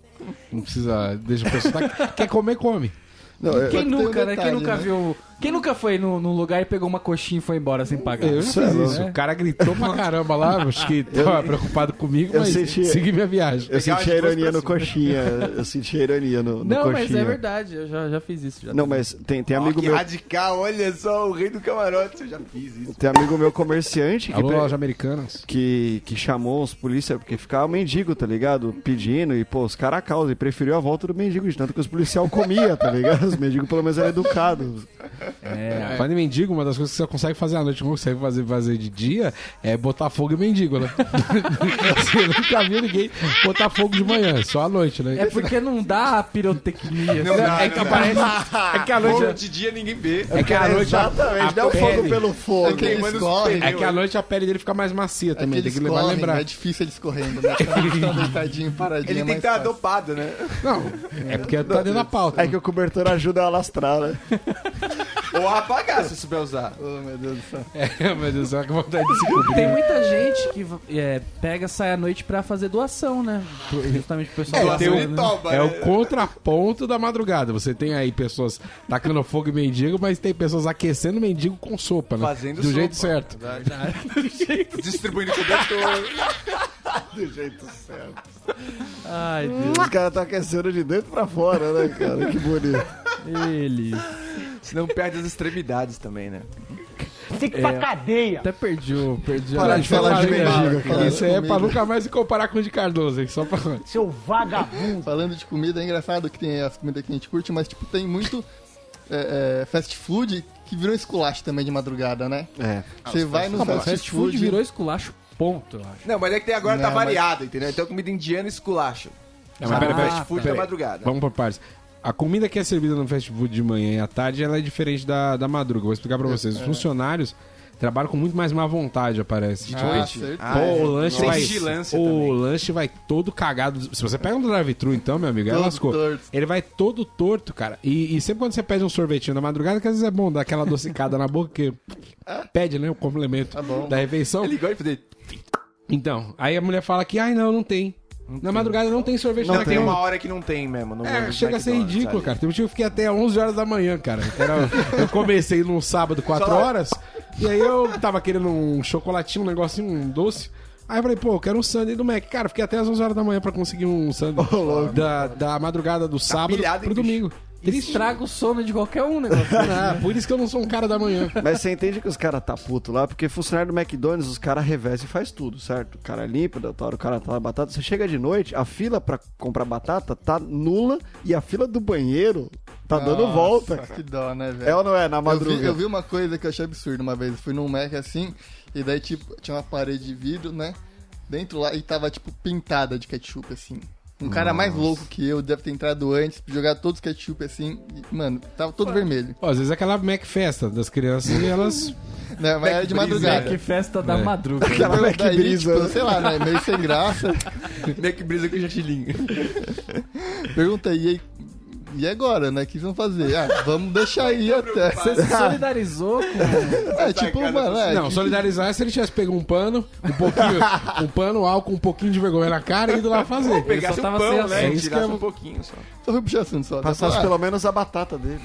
Speaker 2: não precisa. Deixa a pessoa. Tá, quer comer, come.
Speaker 6: Não, eu-
Speaker 1: Quem
Speaker 5: Só que tem um
Speaker 1: nunca, né? Quem
Speaker 5: detalhe,
Speaker 1: nunca
Speaker 5: né?
Speaker 1: viu. Quem nunca foi num num lugar e pegou uma coxinha e foi embora sem pagar?
Speaker 2: Eu
Speaker 6: Isso
Speaker 2: não
Speaker 6: é
Speaker 2: fiz
Speaker 6: louco.
Speaker 2: isso. O cara gritou pra caramba lá, acho que tava preocupado comigo,
Speaker 6: eu
Speaker 2: mas
Speaker 6: senti-
Speaker 2: segui minha viagem.
Speaker 6: Eu senti a
Speaker 4: de duas pra
Speaker 6: ironia no coxinha. Eu senti a ironia no, no
Speaker 1: Não,
Speaker 6: coxinha.
Speaker 1: mas é verdade, eu já, já fiz isso. Já
Speaker 6: Não, mas tem, tem
Speaker 4: Ó,
Speaker 6: amigo
Speaker 4: que
Speaker 6: meu.
Speaker 4: radical, olha só, o rei do camarote. Eu já fiz isso.
Speaker 6: Tem amigo meu comerciante que,
Speaker 2: Alô,
Speaker 6: pre-
Speaker 2: lojas americanas.
Speaker 6: que, que chamou os policiais, porque ficava mendigo, tá ligado? Pedindo, e pô, os caras a causa, e preferiu a volta do mendigo, de tanto que os policiais comiam, tá ligado? Os mendigos pelo menos eram educados.
Speaker 2: É. Falando em mendigo, uma das coisas que você consegue fazer à noite, não consegue fazer, fazer de dia, é botar fogo em mendigo, né? você nunca viu ninguém botar fogo de manhã, só à noite, né?
Speaker 1: É porque não dá a pirotecnia.
Speaker 4: Não,
Speaker 1: sabe?
Speaker 4: não,
Speaker 2: é
Speaker 4: não,
Speaker 2: que
Speaker 4: não.
Speaker 2: aparece. É que a noite.
Speaker 4: Bom, de dia ninguém vê.
Speaker 2: É um que a noite.
Speaker 6: Exatamente, não é o fogo pelo fogo.
Speaker 5: Aquele
Speaker 4: Queimando os
Speaker 5: escorre,
Speaker 4: pneus.
Speaker 2: É que a noite a pele dele fica mais macia também,
Speaker 5: aquele
Speaker 2: tem É que levar
Speaker 5: escorre,
Speaker 2: lembrar.
Speaker 5: né? É difícil ele escorrendo, né? Quando ele tá deitadinho, paradinho,
Speaker 4: Ele
Speaker 5: é
Speaker 4: tem que
Speaker 5: mais
Speaker 4: estar
Speaker 5: fácil.
Speaker 4: dopado, né?
Speaker 2: Não, é porque tá dentro da pauta.
Speaker 6: É que o cobertor ajuda a alastrar, né?
Speaker 4: Ou apagar, se souber usar.
Speaker 5: Oh, meu Deus do céu.
Speaker 2: É, meu Deus, do céu, que vontade de se cobrir.
Speaker 1: Tem muita gente que é, pega, sai à noite pra fazer doação, né? Pro- Justamente pro pessoal.
Speaker 2: É,
Speaker 1: doar
Speaker 2: tem
Speaker 1: sangue,
Speaker 2: um-
Speaker 1: né?
Speaker 4: toba,
Speaker 2: É
Speaker 4: né?
Speaker 2: o contraponto da madrugada. Você tem aí pessoas tacando fogo em mendigo, mas tem pessoas aquecendo mendigo com sopa, né?
Speaker 4: Fazendo
Speaker 2: Do jeito
Speaker 4: sopa.
Speaker 2: certo.
Speaker 4: Distribuindo cobertor.
Speaker 1: Ai,
Speaker 6: Os caras tá aquecendo de dentro pra fora, né, cara? Que bonito.
Speaker 1: Deus. Ele.
Speaker 4: Senão perde as extremidades também, né?
Speaker 7: Tem que ir pra cadeia.
Speaker 1: Até perdi o. Perdi
Speaker 2: Parar
Speaker 1: a...
Speaker 2: de falar de mendigo,
Speaker 5: cara.
Speaker 2: Isso aí é pra
Speaker 5: Comigo.
Speaker 2: nunca mais se comparar com o de Cardoso, hein? Só pra...
Speaker 7: Seu vagabundo.
Speaker 5: Falando de comida, é engraçado que tem as comidas que a gente curte, mas tipo, tem muito é, é, fast food que virou esculacho também de madrugada, né?
Speaker 6: É.
Speaker 5: Você vai no
Speaker 1: Não, mas
Speaker 5: fast,
Speaker 1: fast food virou esculacho, ponto, eu acho.
Speaker 4: Não, mas é que tem agora tá
Speaker 5: Não, mas-
Speaker 4: variado, entendeu? Então comida indiana e esculacho.
Speaker 2: Não,
Speaker 4: Sabe,
Speaker 1: pera, pera,
Speaker 4: fast food
Speaker 2: pera.
Speaker 4: da madrugada.
Speaker 2: Vamos por partes. A comida que é servida no fast food de manhã e à tarde, ela é diferente da, da madruga. Vou explicar pra vocês.
Speaker 4: É.
Speaker 2: Os funcionários trabalham com muito mais má vontade, aparece. De
Speaker 5: Ah,
Speaker 2: noite.
Speaker 5: certo.
Speaker 4: Ah,
Speaker 2: Pô,
Speaker 4: é.
Speaker 2: o lanche
Speaker 4: Sem
Speaker 2: vai.
Speaker 4: vigilância
Speaker 2: O
Speaker 4: também.
Speaker 2: lanche vai todo cagado. Se você pega um drive-thru, então, meu amigo, aí
Speaker 5: Todo
Speaker 2: lascou.
Speaker 5: torto.
Speaker 2: Ele vai todo torto, cara. E, e sempre quando você pede um sorvetinho na madrugada, que às vezes é bom dar aquela adocicada na boca, que pede, né? O complemento
Speaker 5: bom.
Speaker 2: da refeição.
Speaker 4: É? Tá Ele gosta de fazer.
Speaker 2: Então, aí a mulher fala que, ai, não, não tem. na madrugada não tem sorvete um
Speaker 4: Não,
Speaker 2: na
Speaker 4: tem
Speaker 2: cama.
Speaker 4: uma hora que não tem mesmo. No
Speaker 2: É,
Speaker 4: no
Speaker 2: chega a ser
Speaker 4: McDonald's,
Speaker 2: ridículo,
Speaker 4: sabe?
Speaker 2: cara. Tem um dia que eu fiquei até 11 horas da manhã, cara. Era- eu comecei num sábado, 4
Speaker 4: Só lá.
Speaker 2: horas, e aí eu tava querendo um chocolatinho, um negocinho, um doce. Aí eu falei, pô, eu quero um Sunday do Mac. Cara, fiquei até às 11 horas da manhã pra conseguir um Sunday. da, da madrugada do sábado
Speaker 4: Tá pilhado, hein,
Speaker 2: pro
Speaker 4: bicho?
Speaker 2: domingo. Triste.
Speaker 1: Estraga o sono de qualquer um, negócio.
Speaker 2: Ah, por isso que eu não sou um cara da manhã.
Speaker 6: Mas você entende que os caras tá puto lá, porque funcionário do McDonald's, os caras revezam e faz tudo, certo? O cara limpa, da hora o cara tá na batata. Você chega de noite, a fila pra comprar batata tá nula e a fila do banheiro tá dando
Speaker 5: Ah, Nossa,
Speaker 6: volta.
Speaker 5: Que
Speaker 6: cara.
Speaker 5: dó, né, velho?
Speaker 6: É ou não é? Na
Speaker 5: Eu
Speaker 6: madruga.
Speaker 5: vi, eu vi uma coisa que eu achei absurda uma vez. Eu fui num Mac assim, e daí, tipo, tinha uma parede de vidro, né? Dentro lá, e tava, tipo, pintada de ketchup, assim. Um cara mais louco que eu deve ter entrado antes, jogado todos os ketchup assim, e, mano, tava todo vermelho.
Speaker 2: Ó, às vezes é aquela Mac festa das crianças e elas.
Speaker 5: Né? Mas era de madrugada.
Speaker 1: que festa da
Speaker 2: É.
Speaker 1: madruga.
Speaker 6: Aquela
Speaker 5: Então,
Speaker 6: Mac
Speaker 5: daí,
Speaker 6: brisa.
Speaker 5: tipo, sei lá, né? Meio sem graça.
Speaker 4: Meio que brisa com o Jatilinho.
Speaker 5: Pergunta aí, e aí, e agora, né? O que vocês vão fazer? Ah, vamos deixar aí
Speaker 4: Tá.
Speaker 5: até.
Speaker 1: Você se solidarizou com.
Speaker 5: É tipo, mano, é,
Speaker 2: não, solidarizar é se ele tivesse pego um pano, um pouquinho, um pano, álcool, um pouquinho de vergonha na cara e ido lá fazer.
Speaker 4: Pegasse
Speaker 1: só
Speaker 4: o
Speaker 1: tava sem
Speaker 4: pão,
Speaker 1: ação.
Speaker 2: É
Speaker 4: né?
Speaker 2: isso que
Speaker 4: Tirasse
Speaker 2: eu-
Speaker 4: um pouquinho só.
Speaker 5: só fui puxar assunto só.
Speaker 6: Passasse
Speaker 5: Ah,
Speaker 6: pelo menos a batata dele.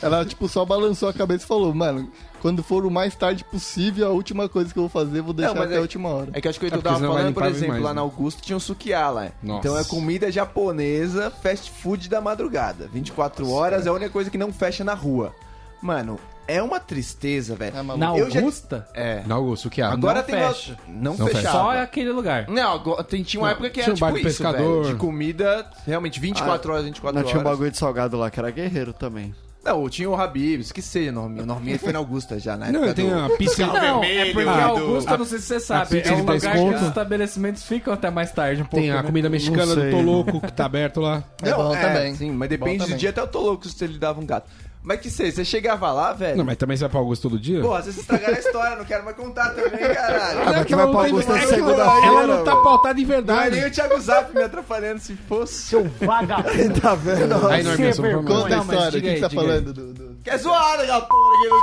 Speaker 5: Ela, tipo, só balançou a cabeça e falou, mano, quando for o mais tarde possível, a última coisa que eu vou fazer, eu vou deixar
Speaker 4: Não, mas
Speaker 5: até
Speaker 4: é-
Speaker 5: a última hora.
Speaker 4: É que acho que o Edu
Speaker 2: É porque
Speaker 4: tava
Speaker 2: senão vai
Speaker 4: falando, por
Speaker 2: limpar bem
Speaker 4: exemplo,
Speaker 2: mais,
Speaker 4: lá
Speaker 2: né?
Speaker 4: na Augusto tinha um sukiá lá.
Speaker 2: Nossa.
Speaker 4: Então é comida japonesa, fast food da madrugada. 24 horas é a única coisa que não fecha na rua. Mano, é uma tristeza, velho.
Speaker 5: É, maluco.
Speaker 1: Na
Speaker 4: Eu já-
Speaker 1: Augusta?
Speaker 4: É.
Speaker 2: Não, Augusto, o que há?
Speaker 4: Agora
Speaker 1: Não
Speaker 4: tem
Speaker 1: fecha.
Speaker 4: uma- Não,
Speaker 2: Não fecha.
Speaker 4: fechava.
Speaker 1: Só é aquele lugar.
Speaker 4: Não, agora, tem, tinha uma época que
Speaker 2: tinha
Speaker 4: era
Speaker 2: um
Speaker 4: tipo
Speaker 2: bar de
Speaker 4: isso,
Speaker 2: pescador.
Speaker 4: velho. De comida, realmente, 24 horas, 24
Speaker 6: Não
Speaker 4: horas.
Speaker 6: tinha um bagulho de salgado lá, que era guerreiro também.
Speaker 4: Não, tinha o Habibs, que seja, Norminha. O Norminha foi na Augusta já, na
Speaker 2: Não,
Speaker 4: época
Speaker 2: tem
Speaker 4: tá do-
Speaker 2: a pizza.
Speaker 1: Não, é porque a
Speaker 2: Ah,
Speaker 1: Augusta, não sei se você sabe,
Speaker 2: pizza
Speaker 1: é um
Speaker 2: de
Speaker 1: lugar
Speaker 2: desconto.
Speaker 1: que os estabelecimentos ficam até mais tarde um pouco.
Speaker 2: Tem a
Speaker 1: né?
Speaker 2: comida mexicana do
Speaker 6: sei.
Speaker 2: Toloco que tá aberto lá.
Speaker 5: É bom também. É
Speaker 4: Sim, mas
Speaker 5: Bom
Speaker 4: depende do
Speaker 5: também.
Speaker 4: dia, até eu tô louco se ele dava um gato. Mas que seja, você chegava lá, velho.
Speaker 2: Não, mas também você vai pra Augusto todo dia?
Speaker 4: Porra, vocês estragaram a história, não quero mais contar também, caralho.
Speaker 6: Como é que vai pra Augusta
Speaker 2: ela,
Speaker 6: segunda-feira?
Speaker 2: ela não tá
Speaker 6: velho?
Speaker 2: pautada em
Speaker 4: Não é nem
Speaker 2: verdade.
Speaker 4: o Thiago Zap me atrapalhando se fosse.
Speaker 7: Vagabundo.
Speaker 6: Tá vendo?
Speaker 2: Aí, Norminha, só vamos
Speaker 5: Conta
Speaker 2: lá.
Speaker 5: a
Speaker 1: Não, mas
Speaker 5: história, o
Speaker 1: diga
Speaker 5: que,
Speaker 1: aí,
Speaker 5: que tá
Speaker 1: diga
Speaker 5: falando do... do-
Speaker 4: Quer zoar, né, aquela porra aqui no...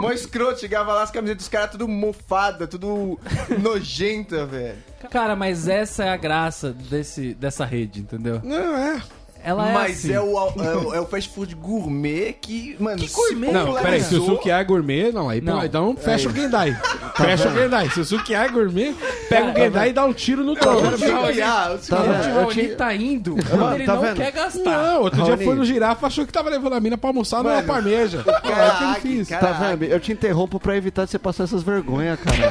Speaker 4: Mó escroto, chegava lá, as camisetas dos caras tudo mofada, tudo nojenta, velho.
Speaker 1: Cara, mas essa é a graça desse, dessa rede, entendeu?
Speaker 2: Não, é.
Speaker 1: Ela é
Speaker 4: Mas
Speaker 1: assim.
Speaker 4: é, o, é, o, é o fast food gourmet que, mano...
Speaker 1: Que gourmet?
Speaker 4: se
Speaker 1: Não,
Speaker 2: Não, peraí, se o
Speaker 4: popularizou.
Speaker 2: sukiá é gourmet, não, aí
Speaker 1: Não.
Speaker 2: pô, então fecha o Gendai. fecha o Gendai. Se o sukiá é gourmet, pega o Gendai e dá um tiro no
Speaker 4: Não,
Speaker 2: dono.
Speaker 4: o sukiá, Ah, o
Speaker 1: O
Speaker 4: sukiá.
Speaker 1: Raoni tá indo quando ele
Speaker 6: tá
Speaker 1: não
Speaker 6: vendo?
Speaker 1: quer gastar.
Speaker 2: Não, outro dia
Speaker 6: Raoni.
Speaker 2: foi no girafa, achou que tava levando a mina pra almoçar numa parmeja.
Speaker 4: Caraca,
Speaker 2: É o que ele fez.
Speaker 6: Tá
Speaker 4: caraca,
Speaker 6: vendo? Eu te interrompo pra evitar de você passar essas vergonhas, cara.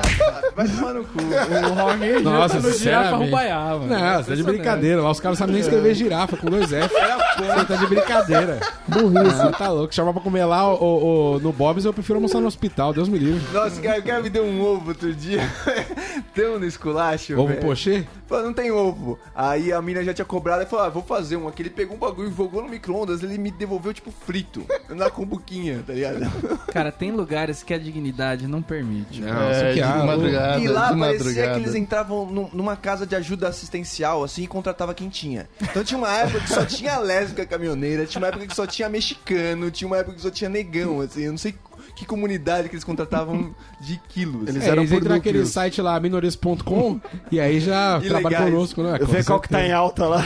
Speaker 4: Vai tomar no cu.
Speaker 1: O Raoni
Speaker 2: Nossa, é
Speaker 1: Nossa, tá no girafa
Speaker 2: sinceramente.
Speaker 1: rubaiava.
Speaker 2: Não, você tá de brincadeira. Lá os caras não sabem nem escrever girafa com dois F. Você tá de brincadeira. Burrice. Ah, tá louco. Chamar pra comer lá o- o- o- no Bob's, eu prefiro almoçar no hospital, Deus me livre.
Speaker 4: Nossa, cara, o cara me deu um ovo outro dia. Tem um no esculacho,
Speaker 2: Ovo
Speaker 4: velho.
Speaker 2: pochê?
Speaker 4: Falou, não tem ovo. Aí a mina já tinha cobrado e falou, ah, vou fazer um aqui. Ele pegou um bagulho e jogou no micro-ondas, ele me devolveu, tipo, frito. Na cumbuquinha, tá ligado?
Speaker 1: Cara, tem lugares que a dignidade não permite. né?
Speaker 2: Não,
Speaker 5: É, de
Speaker 2: sukiá.
Speaker 5: madrugada,
Speaker 4: E lá
Speaker 5: de
Speaker 4: parecia que
Speaker 5: madrugada.
Speaker 4: eles entravam num- numa casa de ajuda assistencial, assim, e contratava quem tinha. Então tinha uma época que só tinha lésbica caminhoneira, tinha uma época que só tinha mexicano, tinha uma época que só tinha negão, assim. Eu não sei que comunidade que eles contratavam de quilos.
Speaker 6: Eles
Speaker 2: É,
Speaker 6: eram
Speaker 2: eles
Speaker 6: por
Speaker 2: entram naquele
Speaker 6: núcleos.
Speaker 2: site lá, minorias.com, e aí já
Speaker 4: Ilegais.
Speaker 2: trabalha conosco, né?
Speaker 6: Eu vejo qual que tá em alta lá.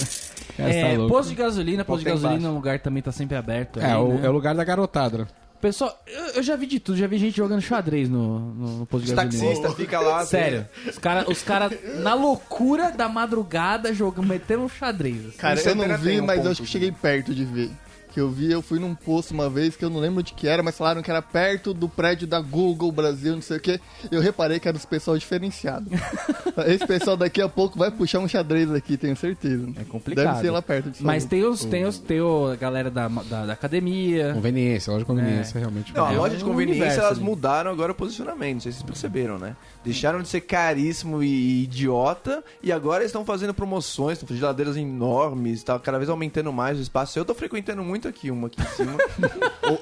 Speaker 2: Cara, você tá
Speaker 1: É,
Speaker 2: louco.
Speaker 1: posto de gasolina, posto de
Speaker 4: Bota
Speaker 1: gasolina
Speaker 4: embaixo.
Speaker 1: é um lugar que também tá sempre aberto.
Speaker 2: É,
Speaker 1: aí,
Speaker 2: o,
Speaker 1: né?
Speaker 2: é o lugar da garotada. né?
Speaker 1: Pessoal, eu, eu já vi de tudo, já vi gente jogando xadrez no, no, no posto de
Speaker 4: Os
Speaker 1: gasolina.
Speaker 4: taxistas ficam lá.
Speaker 1: Sério, os caras os cara, na loucura da madrugada jogando, metendo um xadrez.
Speaker 5: Cara, eu não
Speaker 4: Santana
Speaker 5: vi,
Speaker 4: tem um
Speaker 5: mas eu
Speaker 4: ponto
Speaker 5: acho que
Speaker 1: né?
Speaker 5: cheguei perto de ver. Que eu vi, eu fui num posto uma vez, que eu não lembro de que era, mas falaram que era perto do prédio da Google Brasil, não sei o quê. Eu reparei que era os pessoal diferenciado. Esse pessoal daqui a pouco vai puxar um xadrez aqui, tenho certeza.
Speaker 1: É complicado.
Speaker 5: Deve ser lá perto de
Speaker 1: Mas
Speaker 5: Saúde.
Speaker 1: tem os, tem os, tem o- a galera da, da, da academia.
Speaker 2: Conveniência, loja de conveniência, realmente.
Speaker 4: Não, a
Speaker 1: É
Speaker 4: loja de
Speaker 1: um
Speaker 4: conveniência,
Speaker 1: universo
Speaker 4: elas
Speaker 1: ali.
Speaker 4: mudaram agora o posicionamento, não sei se vocês perceberam, né? Deixaram de ser caríssimo e idiota, e agora estão fazendo promoções, estão fazendo geladeiras enormes, tá cada vez aumentando mais o espaço. Eu tô frequentando muito aqui, uma aqui em cima.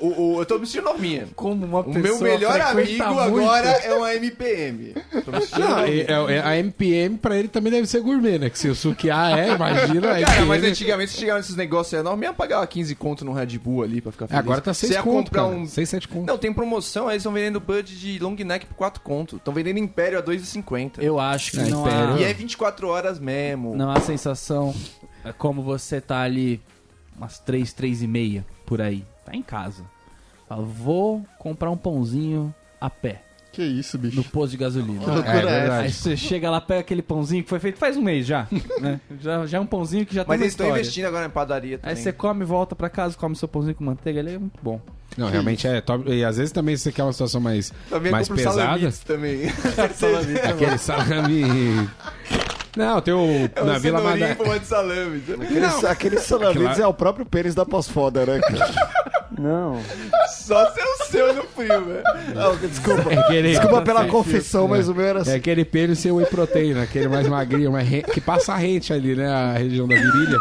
Speaker 4: o, o- o- eu tô me sentindo norminha.
Speaker 1: Como uma
Speaker 4: O meu melhor amigo
Speaker 1: frequenta muito.
Speaker 4: agora é uma MPM. Tô me sentindo
Speaker 2: Não,
Speaker 4: norminha.
Speaker 2: e- é- é- a MPM pra ele também deve ser gourmet, né? Que se o sukiá é, imagina. a
Speaker 4: Cara,
Speaker 2: MPM
Speaker 4: mas é antigamente você chegava nesses negócios enormes, ia pagar 15 conto num Red Bull ali pra ficar
Speaker 2: É,
Speaker 4: feliz.
Speaker 2: agora tá
Speaker 4: Você
Speaker 2: 6
Speaker 4: ia
Speaker 2: conto,
Speaker 4: comprar
Speaker 2: cara.
Speaker 4: um
Speaker 2: 6, 7 conto.
Speaker 4: Não, tem promoção, aí eles estão vendendo Bud de long neck por 4 conto. Estão vendendo Império a 2,50.
Speaker 1: Eu acho que
Speaker 2: É,
Speaker 1: não
Speaker 2: espero.
Speaker 1: há,
Speaker 4: E é 24 horas mesmo.
Speaker 1: não há sensação é como você tá ali umas três, três e meia por aí. Tá em casa. Fala, vou comprar um pãozinho a pé.
Speaker 5: Que isso, bicho.
Speaker 1: no posto de gasolina.
Speaker 5: Que loucura
Speaker 2: É
Speaker 5: é essa?
Speaker 2: verdade.
Speaker 1: Aí você chega lá, pega aquele pãozinho que foi feito faz um mês já. né? já, já é um pãozinho que já tem
Speaker 4: Mas
Speaker 1: uma
Speaker 4: eles estão
Speaker 1: história.
Speaker 4: investindo agora em padaria também.
Speaker 1: Aí você come, volta pra casa, come seu pãozinho com manteiga, ele é muito bom.
Speaker 2: Não, realmente é top. E às vezes também se você quer uma situação mais,
Speaker 4: Também
Speaker 2: mais
Speaker 4: é compra os
Speaker 2: pesada. é
Speaker 4: salamites também.
Speaker 1: né?
Speaker 2: Aquele salame. Não, tem o. na Vila
Speaker 4: É Cenourinha em
Speaker 2: Madalena.
Speaker 4: forma de salame.
Speaker 6: Aqueles, aqueles salamites
Speaker 2: Claro.
Speaker 6: é o próprio pênis da pós-foda, né? Não.
Speaker 4: Só se é o seu no frio, né? velho.
Speaker 6: Desculpa.
Speaker 2: É aquele,
Speaker 6: Desculpa pela confissão, mas o meu era
Speaker 2: é
Speaker 6: assim.
Speaker 2: aquele pelo sem whey proteína, aquele mais magrinho, mas re- que passa rente ali, né? A região da virilha.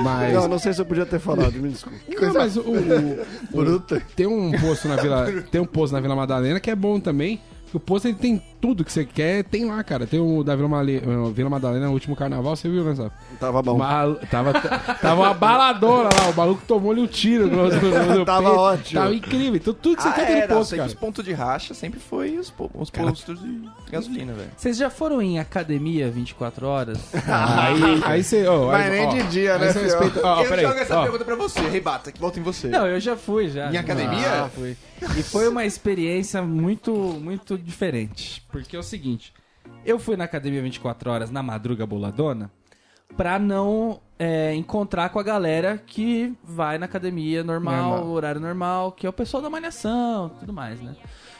Speaker 2: Mas.
Speaker 6: Não, não sei se eu podia ter falado, me desculpa.
Speaker 2: Não, mas o, o-
Speaker 5: Bruta.
Speaker 2: tem um posto na Vila, tem um posto na Vila Madalena que é bom também. que O posto ele tem tudo que você quer, tem lá, cara. Tem o da Vila, Male- Vila Madalena, o último carnaval, você viu, né, sabe?
Speaker 6: Tava bom.
Speaker 2: Malu- Tava, tava uma baladona lá, o maluco tomou-lhe um tiro no, no- no
Speaker 6: Tava
Speaker 2: peito.
Speaker 6: ótimo. assim
Speaker 2: Tava incrível. Então, tudo que você
Speaker 4: Ah,
Speaker 2: quer tem no
Speaker 4: era,
Speaker 2: posto,
Speaker 4: sempre
Speaker 2: cara.
Speaker 4: Os pontos de racha sempre foi os, po- os postos de gasolina, velho.
Speaker 1: Vocês já foram em academia 24 horas?
Speaker 2: Aí, aí você. ó,
Speaker 6: Mas
Speaker 2: aí-
Speaker 6: nem
Speaker 2: ó,
Speaker 6: de dia,
Speaker 2: aí
Speaker 6: né,
Speaker 2: você
Speaker 6: fio?
Speaker 2: respeita- ó,
Speaker 4: eu
Speaker 2: peraí,
Speaker 4: jogo essa
Speaker 2: ó.
Speaker 4: pergunta pra você, rebata, que volta em você.
Speaker 1: Não, eu já fui já.
Speaker 4: Em academia?
Speaker 1: Já fui. E foi uma experiência muito, muito diferente. Porque é o seguinte: eu fui na academia 24 horas na madruga boladona pra não é, encontrar com a galera que vai na academia normal,
Speaker 5: Normal.
Speaker 1: horário normal, que é o pessoal da malhação tudo mais, né?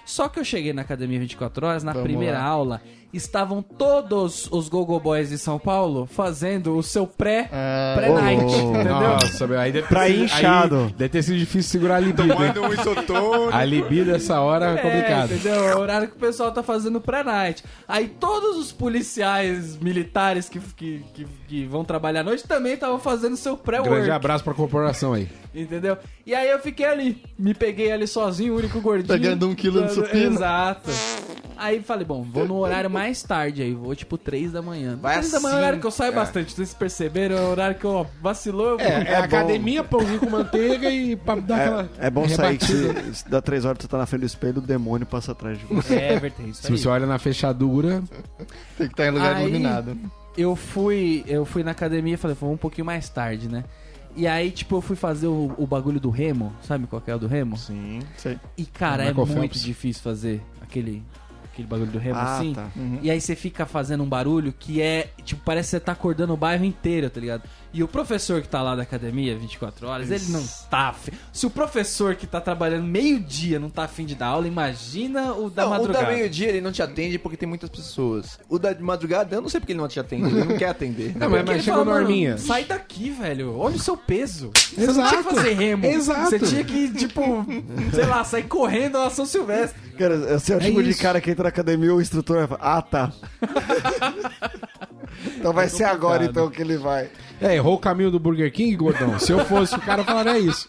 Speaker 1: Só que eu cheguei na academia 24 horas, na
Speaker 5: Vamos
Speaker 1: primeira
Speaker 5: lá.
Speaker 1: aula, estavam todos os Gogo Boys de São Paulo fazendo o seu pré,
Speaker 5: Ah,
Speaker 1: pré-night,
Speaker 6: ô, ô.
Speaker 1: entendeu?
Speaker 2: Nossa, meu, aí deve ter
Speaker 6: Pra
Speaker 2: sido-
Speaker 6: inchado.
Speaker 2: aí Deve ter sido difícil segurar a libido. hein?
Speaker 4: um isotônico.
Speaker 2: A libido essa hora é complicado.
Speaker 1: É, entendeu? É o horário que o pessoal tá fazendo pré-night. Aí todos os policiais militares que, que, que, que vão trabalhar à noite também estavam fazendo seu
Speaker 2: Grande
Speaker 1: pré-work,
Speaker 2: abraço pra corporação aí.
Speaker 1: entendeu? E aí eu fiquei ali, me peguei ali sozinho, único gordinho.
Speaker 5: Pegando um quilo de supino.
Speaker 1: Exato. Aí falei, bom, vou no horário mais tarde aí, vou tipo 3 da manhã.
Speaker 4: Vai
Speaker 1: 3 da manhã é o
Speaker 4: assim,
Speaker 1: horário que eu saio
Speaker 4: é.
Speaker 1: bastante, vocês perceberam, é o horário que eu vacilou, eu vou.
Speaker 2: É, academia, pãozinho com manteiga e pra dar aquela.
Speaker 6: É, é bom sair que se, se dá três horas que você tá na frente do espelho, o demônio passa atrás de você.
Speaker 1: É, Everton, isso
Speaker 2: Se
Speaker 1: aí.
Speaker 2: você olha na fechadura,
Speaker 5: Tem que estar em lugar
Speaker 1: Aí-
Speaker 5: iluminado.
Speaker 1: eu fui, eu fui na academia e falei, vamos um pouquinho mais tarde, né? E aí, tipo, eu fui fazer o, o bagulho do remo, sabe qual que é o do remo?
Speaker 4: Sim.
Speaker 1: E, cara,
Speaker 2: Ah,
Speaker 1: é
Speaker 2: Michael
Speaker 1: muito
Speaker 2: Phelps.
Speaker 1: difícil fazer aquele, aquele bagulho do
Speaker 2: É,
Speaker 1: remo
Speaker 6: Ah,
Speaker 1: assim.
Speaker 6: tá.
Speaker 1: E aí você fica fazendo um barulho que é, tipo, parece que você tá acordando o bairro inteiro, tá ligado? E o professor que tá lá da academia 24 horas, ele não tá afim. Se o professor que tá trabalhando meio-dia não tá afim de dar aula, imagina o da
Speaker 4: Não,
Speaker 1: madrugada.
Speaker 4: o da meio-dia ele não te atende porque tem muitas pessoas. O da madrugada eu não sei porque ele não te atende, ele não quer atender.
Speaker 2: Não, mas-
Speaker 1: Porque ele
Speaker 2: chegou
Speaker 1: fala, mano,
Speaker 2: norminha.
Speaker 1: Sai daqui, velho. Olha o seu peso. Você não
Speaker 2: Exato.
Speaker 1: tinha que fazer remo.
Speaker 2: Exato.
Speaker 1: Você tinha que, tipo, sei lá, sair correndo na São Silvestre.
Speaker 6: Cara, esse é o
Speaker 2: É
Speaker 6: tipo de
Speaker 2: isso.
Speaker 6: cara que entra na academia e o instrutor vai falar, ah, tá. então vai ser agora, então, que ele vai.
Speaker 2: é, errou o caminho do Burger King, gordão. Se eu fosse o cara, eu falaria "É isso.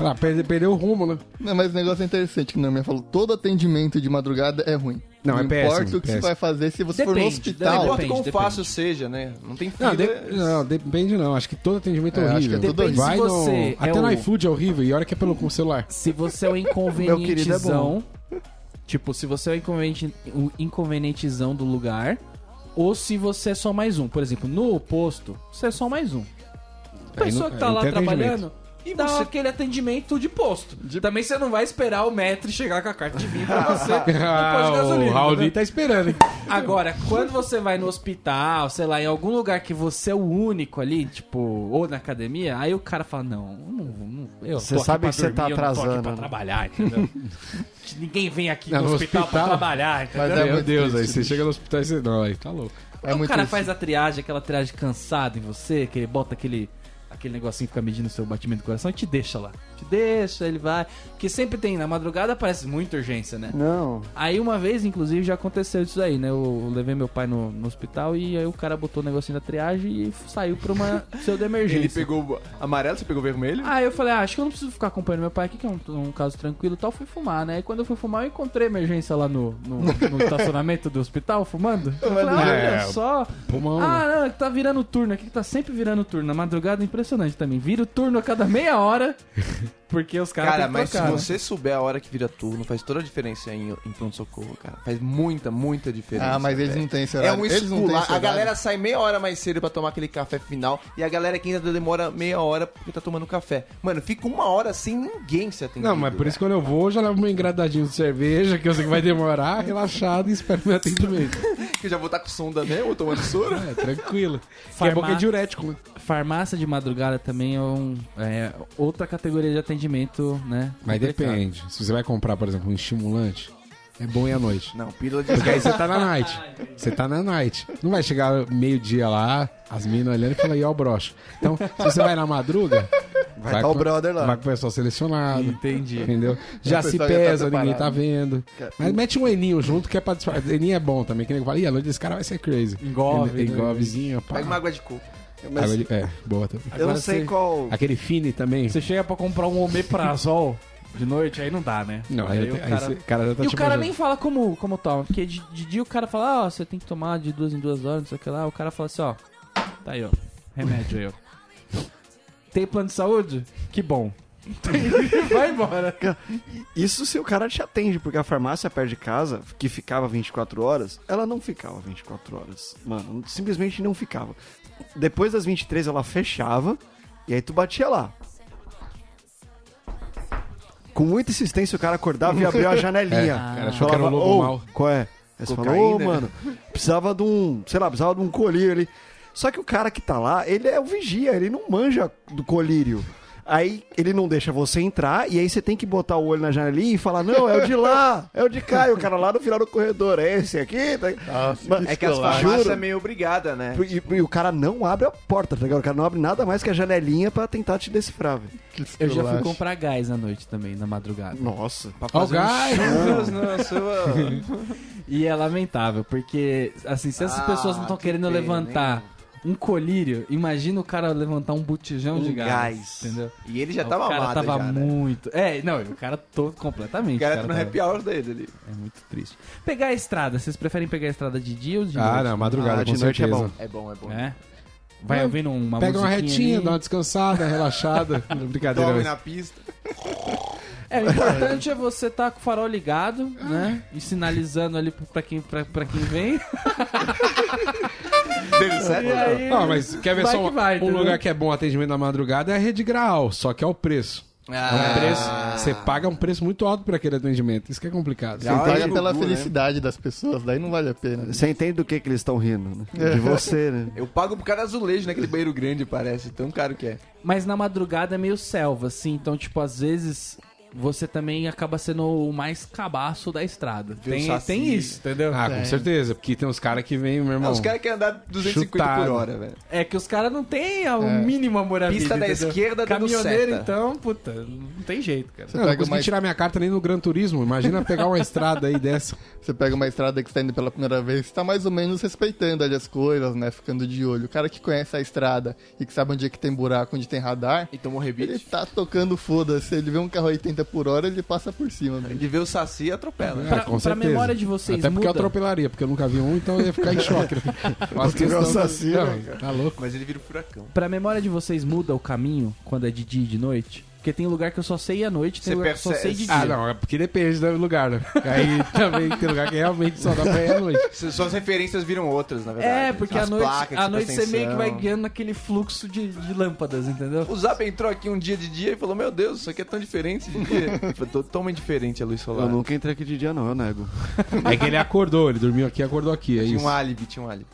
Speaker 2: Ah, perde- perdeu o rumo, né?
Speaker 5: Não, mas o negócio é interessante que o Norman falou. Todo atendimento de madrugada é ruim.
Speaker 2: Não, é
Speaker 5: importa
Speaker 2: péssimo,
Speaker 5: o que você
Speaker 2: péssimo.
Speaker 5: vai fazer se você for no
Speaker 1: Depende,
Speaker 5: hospital.
Speaker 1: depende.
Speaker 4: Não importa quão fácil seja, né? Não tem fila.
Speaker 2: Não, de- não, depende não. Acho que todo atendimento é,
Speaker 5: É, acho
Speaker 2: horrível.
Speaker 5: que é tudo Depende
Speaker 1: horrível.
Speaker 2: Vai
Speaker 1: se você
Speaker 2: no... Até
Speaker 1: é
Speaker 2: no
Speaker 1: o-
Speaker 2: iFood é horrível. E olha que é pelo com o celular.
Speaker 1: Se você é um
Speaker 6: querido é bom.
Speaker 1: inconvenientezão. tipo, se você é o inconveniente, o inconvenientezão do lugar. Ou se você é só mais um. Por exemplo, no oposto, você é só mais um. A
Speaker 2: Aí
Speaker 1: pessoa
Speaker 2: não-
Speaker 1: que tá
Speaker 2: aí
Speaker 1: lá
Speaker 2: não tem atendimento.
Speaker 1: trabalhando. E dá aquele atendimento de posto. Também você não vai esperar o metro chegar com a carta de vinho pra você. no posto de
Speaker 2: Ah, o
Speaker 1: gasolina, né?
Speaker 2: Raulzinho
Speaker 1: entendeu?
Speaker 2: tá esperando, hein?
Speaker 1: Agora, quando você vai no hospital, sei lá, em algum lugar que você é o único ali, tipo, ou na academia, aí o cara fala: Não, eu não, vou, não eu
Speaker 6: Você
Speaker 1: tô aqui
Speaker 6: sabe
Speaker 1: pra
Speaker 6: que você tá
Speaker 1: dormir, eu não tô aqui
Speaker 6: atrasando,
Speaker 1: pra
Speaker 6: né?"
Speaker 1: trabalhar, entendeu? Que Ninguém vem aqui
Speaker 2: Não,
Speaker 1: no
Speaker 2: no
Speaker 1: hospital, pra
Speaker 2: hospital.
Speaker 1: trabalhar, entendeu?
Speaker 5: Mas é
Speaker 2: Meu
Speaker 5: muito
Speaker 2: Deus, aí
Speaker 5: triste,
Speaker 2: você chega no hospital e você... Não, aí tá louco.
Speaker 5: É
Speaker 1: o
Speaker 5: muito
Speaker 1: cara
Speaker 5: isso.
Speaker 1: faz a triagem, aquela triagem cansada em você, que ele bota aquele. Aquele negocinho que fica medindo o seu batimento do coração e te deixa lá. Te deixa, ele vai. Porque sempre tem, na madrugada aparece muita urgência, né?
Speaker 6: Não.
Speaker 1: Aí uma vez, inclusive, já aconteceu isso aí, né? Eu levei meu pai no, no hospital e aí o cara botou o negocinho da triagem e saiu pra uma pseudo-emergência.
Speaker 4: Ele pegou amarelo, você pegou vermelho?
Speaker 1: Aí eu falei, ah, acho que eu não preciso ficar acompanhando meu pai aqui, que é um, um caso tranquilo e tal. Fui fumar, né? E quando eu fui fumar, eu encontrei a emergência lá no, no, no estacionamento do hospital, fumando. Eu falei, ah,
Speaker 2: É,
Speaker 1: olha só.
Speaker 4: um
Speaker 2: Pulmão. né?
Speaker 1: Ah, não, é que tá virando turno aqui, que tá sempre virando turno. Na madrugada, é impressionante também. Vira o turno a cada meia hora. Porque os caras.
Speaker 4: Cara,
Speaker 1: têm que
Speaker 4: mas
Speaker 1: trocar, né?
Speaker 4: se você souber a hora que vira turno, faz toda a diferença em, em pronto-socorro, cara. Faz muita, muita diferença.
Speaker 5: Ah, mas eles
Speaker 4: velho.
Speaker 5: não têm esse
Speaker 4: É
Speaker 5: horário.
Speaker 4: um
Speaker 5: eles não têm
Speaker 4: escular.
Speaker 5: esse
Speaker 4: A
Speaker 5: horário.
Speaker 4: galera sai meia hora mais cedo pra tomar aquele café final. E a galera que ainda demora meia hora porque tá tomando café. Mano, fica uma hora sem ninguém né? se atender.
Speaker 2: Não, mas por isso que quando eu vou, eu já levo meu engradadinho de cerveja, que eu sei que vai demorar, relaxado e espero meu atendimento.
Speaker 4: que eu já vou estar com sonda mesmo, tomando soro.
Speaker 2: É, tranquilo. Daqui a
Speaker 1: Farmá-
Speaker 2: pouco é diurético, né?
Speaker 1: Farmácia de madrugada também é, um- é outra categoria de atendimento, né?
Speaker 2: Mas
Speaker 1: complicado.
Speaker 2: depende. Se você vai comprar, por exemplo, um estimulante, é bom ir à noite.
Speaker 4: Não, pílula de
Speaker 2: Porque aí você tá na night. Você tá na night. Não vai chegar meio-dia lá, as minas olhando e falar, e ó, o broche. Então, se você vai na madruga. Vai,
Speaker 6: tá o
Speaker 2: com-
Speaker 6: brother lá.
Speaker 2: Vai com o pessoal selecionado.
Speaker 1: Entendi.
Speaker 2: Entendeu? Já
Speaker 5: O
Speaker 2: se
Speaker 5: pessoal já tá
Speaker 2: pesa, ninguém tá
Speaker 5: preparado.
Speaker 2: vendo. Mas mete um Eninho junto que é pra disfarçar. Eninho é bom também, que nem eu falo, ih, a noite desse cara vai ser crazy.
Speaker 1: Engove, né?
Speaker 2: Engovezinho, pá.
Speaker 4: Pega uma água de coco.
Speaker 6: Mas
Speaker 2: Água de- É, boa também.
Speaker 6: eu não
Speaker 1: Agora
Speaker 6: sei
Speaker 1: você-
Speaker 6: qual.
Speaker 2: Aquele Fini também.
Speaker 1: Você chega pra comprar um omeprazol de noite, aí não dá, né?
Speaker 2: Não, aí,
Speaker 1: o
Speaker 2: aí
Speaker 1: cara-
Speaker 2: esse cara já tá
Speaker 1: e o
Speaker 2: te
Speaker 1: cara
Speaker 2: imaginando.
Speaker 1: nem fala como, como toma, porque de, de dia o cara fala, ó, você tem que tomar de duas em duas horas, não sei o que lá. O cara fala assim, ó, tá aí, ó, remédio aí, ó. Tem plano de saúde? Que bom. Vai embora.
Speaker 6: Isso se o cara te atende, porque a farmácia perto de casa, que ficava 24 horas, ela não ficava 24 horas. Mano, simplesmente não ficava. Depois das 23 ela fechava e aí tu batia lá. Com muita insistência o cara acordava e abriu a
Speaker 2: É,
Speaker 6: janelinha.
Speaker 2: o cara achou que era o
Speaker 6: Falava,
Speaker 2: lobo
Speaker 6: "Ô,
Speaker 2: mal.
Speaker 6: Qual é? Aí você falou, ô,
Speaker 4: Cocaína.
Speaker 6: mano, precisava de um, sei lá, precisava de um colírio ali. Só que o cara que tá lá, ele é o vigia, ele não manja do colírio. Aí ele não deixa você entrar, e aí você tem que botar o olho na janelinha e falar, não, é o de lá, é o de cá, e o cara lá no final do corredor, é esse aqui. Tá... Mas-
Speaker 4: É que as farmácias é meio obrigada, né?
Speaker 6: E, e o cara não abre a porta, tá ligado? O cara não abre nada mais que a janelinha pra tentar te decifrar, velho.
Speaker 1: Eu já fui comprar gás à noite também, na madrugada.
Speaker 6: Nossa.
Speaker 2: Ó, o
Speaker 1: um
Speaker 2: gás!
Speaker 1: E é lamentável, porque, assim, se essas
Speaker 4: Ah,
Speaker 1: pessoas não estão
Speaker 4: que
Speaker 1: querendo
Speaker 4: pena,
Speaker 1: levantar um colírio, imagina o cara levantar um botijão de gás,
Speaker 6: gás.
Speaker 1: Entendeu? Ah,
Speaker 4: E ele já
Speaker 1: o
Speaker 4: tava
Speaker 1: cara
Speaker 4: amado,
Speaker 1: tava
Speaker 4: já, né?
Speaker 1: muito. É, não, o cara todo completamente.
Speaker 4: O cara tá no
Speaker 1: tava-
Speaker 4: happy hour dele ali.
Speaker 1: É muito triste. Pegar a estrada, vocês preferem pegar a estrada de dia ou de
Speaker 2: Ah,
Speaker 1: noite?
Speaker 2: não, madrugada,
Speaker 6: Ah,
Speaker 2: com
Speaker 6: de noite é
Speaker 2: certeza.
Speaker 6: bom.
Speaker 4: É bom, é bom.
Speaker 1: É? Vai
Speaker 2: Não,
Speaker 1: ouvindo uma
Speaker 2: Pega uma
Speaker 1: musiquinha
Speaker 2: retinha,
Speaker 1: ali.
Speaker 2: dá uma descansada, relaxada. Brincadeira. mas-
Speaker 4: Dorme na pista.
Speaker 1: É, o importante é você estar com o farol ligado, né? E sinalizando ali pra quem, pra, pra quem vem.
Speaker 4: Dele certo?
Speaker 1: E aí...
Speaker 2: Ah, mas quer ver
Speaker 1: Vai
Speaker 2: só
Speaker 1: que
Speaker 2: um,
Speaker 1: vai,
Speaker 2: um
Speaker 1: entendeu?
Speaker 2: lugar que é bom atendimento na madrugada é a Rede Graal, só que é o preço. É um preço, você paga um preço muito alto por aquele atendimento. Isso que é complicado.
Speaker 4: Já
Speaker 5: Paga
Speaker 4: olha o
Speaker 5: pela
Speaker 4: Gugu, né?
Speaker 5: felicidade das pessoas, daí não vale a pena.
Speaker 6: Você entende do que, que eles estão rindo, né? De você, né?
Speaker 4: Eu pago pro cara azulejo naquele banheiro grande, parece. Tão caro que é.
Speaker 1: Mas na madrugada é meio selva, assim. Então, tipo, às vezes você também acaba sendo o mais cabaço da estrada.
Speaker 4: Viu,
Speaker 1: Tem,
Speaker 4: Saci?
Speaker 1: tem isso, entendeu?
Speaker 2: Ah, com certeza, porque tem uns caras que vêm, meu
Speaker 4: Ah,
Speaker 2: irmão.
Speaker 4: os caras querem andar 250 por
Speaker 2: chutado.
Speaker 4: hora, velho.
Speaker 1: É que os caras não têm o mínimo amor à
Speaker 4: É. Pista
Speaker 1: vida,
Speaker 4: da
Speaker 1: entendeu?
Speaker 4: esquerda dando
Speaker 1: Caminhoneiro,
Speaker 4: seta.
Speaker 1: então, puta, não tem jeito, cara.
Speaker 2: Não, eu não
Speaker 5: Pega
Speaker 2: consegui
Speaker 5: uma-
Speaker 2: tirar minha carta nem no Gran Turismo. Imagina pegar uma estrada aí dessa.
Speaker 5: Você pega uma estrada que você tá indo pela primeira vez, você tá mais ou menos respeitando ali as coisas, né? Ficando de olho. O cara que conhece a estrada e que sabe onde é que tem buraco, onde tem radar,
Speaker 4: E
Speaker 1: um
Speaker 4: tomou
Speaker 5: ele
Speaker 4: rebite.
Speaker 5: tá tocando foda-se. Ele vê um carro 80 por hora, ele passa por cima. bicho.
Speaker 4: é De ver o Saci atropela. né?
Speaker 2: É,
Speaker 1: Pra-
Speaker 2: com
Speaker 1: pra
Speaker 2: certeza.
Speaker 1: memória de vocês,
Speaker 2: Até porque eu
Speaker 1: muda?
Speaker 2: atropelaria, porque eu nunca vi um, então eu ia ficar em choque. As questões-
Speaker 6: assassino,
Speaker 2: Não, Tá louco.
Speaker 4: Mas ele vira um furacão.
Speaker 1: Pra memória de vocês, muda o caminho quando é de dia e de noite? Porque tem lugar que eu só sei à noite, tem
Speaker 4: Você
Speaker 1: lugar que eu só sei
Speaker 4: percebe-
Speaker 1: de dia.
Speaker 2: Ah, não, é porque depende do lugar, né? Aí também tem lugar que realmente só dá pra ir à noite.
Speaker 4: S- Suas referências viram outras, na verdade.
Speaker 1: É, porque
Speaker 4: As
Speaker 1: à noite,
Speaker 4: placas,
Speaker 1: à noite você
Speaker 4: presta
Speaker 1: meio que vai
Speaker 4: atenção.
Speaker 1: guiando naquele fluxo de, de lâmpadas, entendeu?
Speaker 4: O Zap entrou aqui um dia de dia e falou: Meu Deus, isso aqui é tão diferente de dia. Foi totalmente diferente a luz solar.
Speaker 6: Eu nunca entrei aqui de dia, não, eu nego.
Speaker 2: É que ele acordou, ele dormiu aqui e acordou aqui, é
Speaker 4: Tinha
Speaker 2: isso.
Speaker 4: um álibi, tinha um álibi.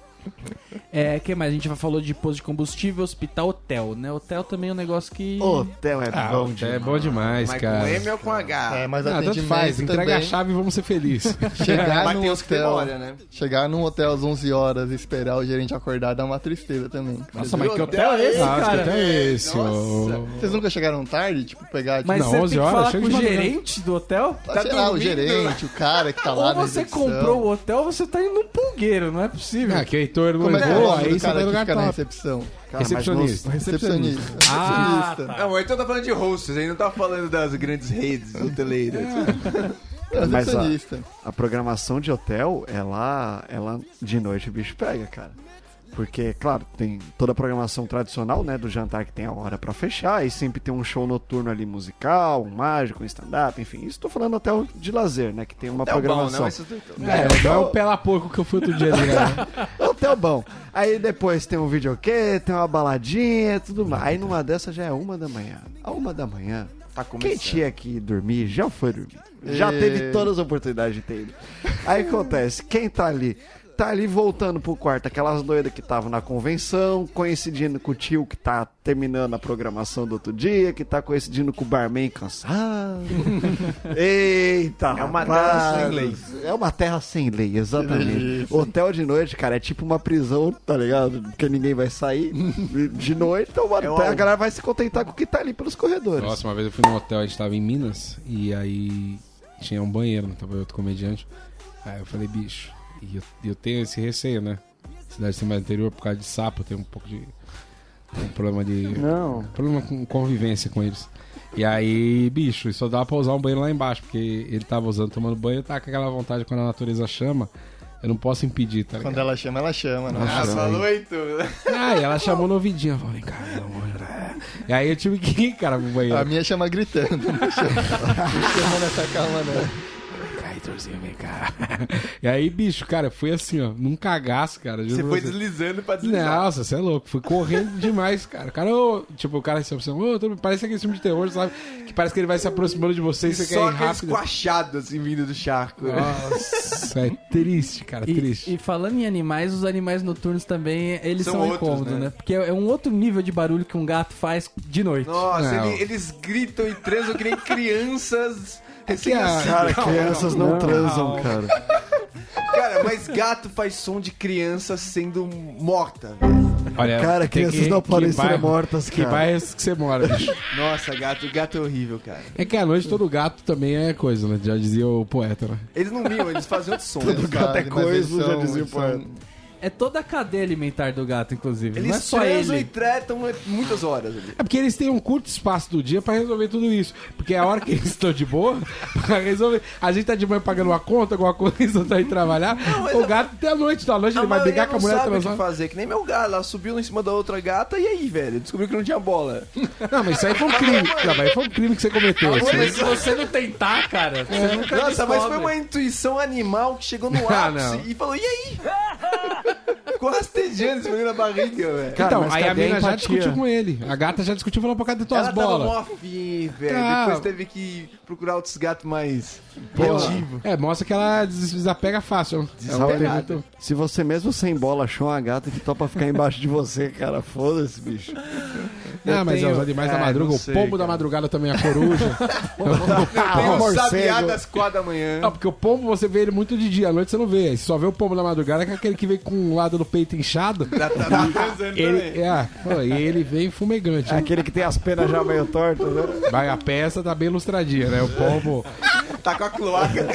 Speaker 1: É, que mais? A gente já falou de posto de combustível, hospital, hotel, né? Hotel também é um negócio que...
Speaker 6: Hotel é
Speaker 2: Ah,
Speaker 6: bom
Speaker 2: é bom demais,
Speaker 4: Mas com
Speaker 2: cara.
Speaker 4: M ou com H?
Speaker 5: É, mas
Speaker 2: Ah, tanto
Speaker 5: atendimento
Speaker 2: faz, entrega a
Speaker 5: também,
Speaker 2: chave e vamos ser felizes.
Speaker 5: Chegar
Speaker 4: Mas
Speaker 5: no
Speaker 4: tem os que
Speaker 5: hotel,
Speaker 4: demora, né?
Speaker 5: chegar num hotel às 11 horas e esperar o gerente acordar dá uma tristeza também.
Speaker 2: Nossa, mas que
Speaker 4: hotel é esse,
Speaker 2: Nossa,
Speaker 1: cara?
Speaker 2: que hotel é esse? ô?
Speaker 5: Vocês nunca chegaram tarde, tipo, pegar...
Speaker 1: Mas
Speaker 2: Não,
Speaker 1: você
Speaker 2: 11
Speaker 1: tem que
Speaker 2: horas,
Speaker 1: falar
Speaker 2: chega
Speaker 1: com o
Speaker 2: de madrugada.
Speaker 1: gerente do hotel?
Speaker 5: tipo, sei lá, o gerente, o cara que tá lá
Speaker 1: Ou
Speaker 5: na
Speaker 1: você
Speaker 5: recepção.
Speaker 1: comprou o hotel ou você tá indo num pulgueiro, não é possível.
Speaker 2: Ah, que o Heitor não
Speaker 5: Como é que é o
Speaker 2: levou,
Speaker 5: nome
Speaker 2: aí
Speaker 5: do
Speaker 2: você vai
Speaker 5: cara que
Speaker 2: lugar
Speaker 5: fica na
Speaker 2: top.
Speaker 5: recepção?
Speaker 2: Recepcionista.
Speaker 5: Recepcionista.
Speaker 1: Ah,
Speaker 5: Recepcionista.
Speaker 4: Não, o Heitor tá falando de hosts, ele não tá falando das grandes redes hoteleiras. é
Speaker 5: É,
Speaker 6: Mas, ó,
Speaker 5: recepcionista.
Speaker 6: A programação de hotel, ela, ela de noite o bicho pega, cara. Porque, claro, tem toda a programação tradicional, né, do jantar que tem a hora pra fechar, e sempre tem um show noturno ali musical, um mágico, um stand-up, enfim. Isso tô falando até o de lazer, né, que tem uma programação.
Speaker 2: É, não é o pela porco que eu fui outro dia, né?
Speaker 6: Hotel Então, bom. Aí depois tem um videokê, tem uma baladinha, tudo mais. Aí numa dessa já é uma da manhã. A uma da manhã.
Speaker 4: Tá
Speaker 6: Quem
Speaker 4: começando.
Speaker 6: tinha que ir dormir já foi dormir. Já teve todas as oportunidades de ter ido. Aí acontece, quem tá ali? Tá ali voltando pro quarto, aquelas doidas que estavam na convenção, coincidindo com o tio que tá terminando a programação do outro dia, que tá coincidindo com o barman cansado. Eita!
Speaker 4: É uma
Speaker 6: rapaz.
Speaker 4: terra sem lei.
Speaker 6: É uma terra sem lei, exatamente. Hotel de noite, cara, é tipo uma prisão, tá ligado? Porque ninguém vai sair de noite, então mano,
Speaker 4: É uma-
Speaker 6: a galera vai se contentar com o que tá ali pelos corredores.
Speaker 2: Nossa, uma vez eu fui num hotel, a gente tava em Minas, e aí tinha um banheiro, não tava outro comediante. Aí eu falei, bicho, e eu, eu tenho esse receio, né? Cidade ser mais interior, por causa de sapo, eu tenho um pouco de. Um problema de.
Speaker 6: Não.
Speaker 2: Problema com convivência com eles. E aí, bicho, só dava pra usar um banheiro lá embaixo, porque ele tava usando, tomando banho, tá com aquela vontade quando a natureza chama. Eu não posso impedir, tá ligado?
Speaker 5: Quando ela chama, ela chama, né?
Speaker 4: Ah, falou aí tudo.
Speaker 2: Ah, e ela chamou no ouvidinho. Eu falei, cara, pelo amor de Deus. E aí eu tive que ir, cara, pro banheiro.
Speaker 5: A minha chama gritando, não chama, não chama nessa calma, né? não.
Speaker 2: Cá, Heitorzinho, vem cá. E aí, bicho, cara, foi assim, ó, num cagaço, cara. juro
Speaker 4: Você
Speaker 2: pra
Speaker 4: foi deslizando pra deslizar.
Speaker 2: Nossa, você é louco. Fui correndo demais, cara. O cara, ô, tipo, o cara se aproxima. ô, tudo bem, parece aquele filme de terror, sabe? Que parece que ele vai se aproximando de você e você
Speaker 4: Só
Speaker 2: quer ir
Speaker 4: aquele
Speaker 2: é rápido.
Speaker 4: esquachado assim vindo do charco.
Speaker 2: Nossa, é triste, cara, triste.
Speaker 1: E, e falando em animais, os animais noturnos também, eles
Speaker 4: São
Speaker 1: são,
Speaker 4: outros,
Speaker 1: incômodos,
Speaker 4: né?
Speaker 1: né? Porque é é um outro nível de barulho que um gato faz de noite.
Speaker 4: Nossa,
Speaker 2: Não. é
Speaker 4: ele- eles gritam e transam que nem crianças. recém
Speaker 2: a-
Speaker 6: Cara, crianças não, transam, cara.
Speaker 4: Cara, mas gato faz som de criança sendo morta.
Speaker 2: Olha,
Speaker 6: Cara,
Speaker 2: tem
Speaker 6: crianças não podem ser mortas,
Speaker 2: Que
Speaker 6: cara.
Speaker 2: bairros que você mora, bicho.
Speaker 4: Nossa, gato, gato é horrível, cara.
Speaker 2: É que à noite todo gato também é coisa, né? Já dizia o poeta, né?
Speaker 4: Eles não miam, eles fazem outro som.
Speaker 5: Todo
Speaker 6: gato é coisa, já dizia o poeta.
Speaker 2: Então,
Speaker 1: É toda a cadeia alimentar do gato, inclusive.
Speaker 4: Eles
Speaker 1: não é só
Speaker 4: transam
Speaker 1: ele.
Speaker 4: e tretam é muitas horas ali.
Speaker 2: É porque eles têm um curto espaço do dia pra resolver tudo isso. Porque a hora que eles estão de boa, pra resolver. A gente tá de manhã pagando uma conta, alguma coisa, eles não estão indo trabalhar.
Speaker 4: mas
Speaker 2: o
Speaker 4: a-
Speaker 2: gato até a noite, da noite, ele vai
Speaker 4: maioria
Speaker 2: brigar com a
Speaker 4: não
Speaker 2: mulher
Speaker 4: sabe o que
Speaker 2: transar.
Speaker 4: fazer, que nem meu galo. Ela subiu em cima da outra gata e aí, velho? Descobriu que não tinha bola.
Speaker 2: Não, mas isso aí foi um crime. Não, mas foi um crime que você cometeu. Isso aí.
Speaker 1: Mas É. se você não tentar, cara, você nunca
Speaker 4: Nossa, mas foi
Speaker 1: descobre.
Speaker 4: uma intuição animal que chegou no
Speaker 2: Ah,
Speaker 4: ápice
Speaker 2: não.
Speaker 4: e falou, e aí? Ficou rastejando, esfregando a barriga, velho.
Speaker 6: Cara,
Speaker 2: Então,
Speaker 6: mas
Speaker 2: aí a
Speaker 6: cadê a
Speaker 2: mina já
Speaker 6: empatia?
Speaker 2: discutiu com ele. A gata já discutiu falou pra cadê tuas
Speaker 4: Ela tava
Speaker 2: bolas?
Speaker 4: mó afim, velho.
Speaker 2: Tá.
Speaker 4: Depois teve que procurar outros gatos mais
Speaker 2: Porra.
Speaker 4: criativos.
Speaker 2: É, mostra que ela des- desapega fácil. É uma
Speaker 6: Desapegada.
Speaker 2: pergunta-
Speaker 6: Se você mesmo sem bola achou uma gata que topa ficar embaixo de você, cara, foda-se, bicho.
Speaker 2: Não, mas
Speaker 6: tenho-
Speaker 2: é os animais
Speaker 4: É,
Speaker 2: da madruga,
Speaker 4: não
Speaker 2: o
Speaker 4: sei,
Speaker 2: pombo
Speaker 4: cara.
Speaker 2: da madrugada também, é a coruja.
Speaker 4: Tem
Speaker 6: Ah,
Speaker 4: um sabiá
Speaker 6: morcego.
Speaker 4: das quatro da manhã.
Speaker 2: Não, porque o pombo você vê ele muito de dia, à noite você não vê. Você só vê o pombo na madrugada, que é aquele que vem com o lado do peito inchado.
Speaker 4: Tá, tá, tá transando também.
Speaker 2: Ele, é, pô, e ele vem fumegante.
Speaker 6: É aquele que tem as penas já meio tortas, né?
Speaker 2: Vai, a peça tá bem ilustradinha, né? O pombo.
Speaker 4: Tá com a cloaca de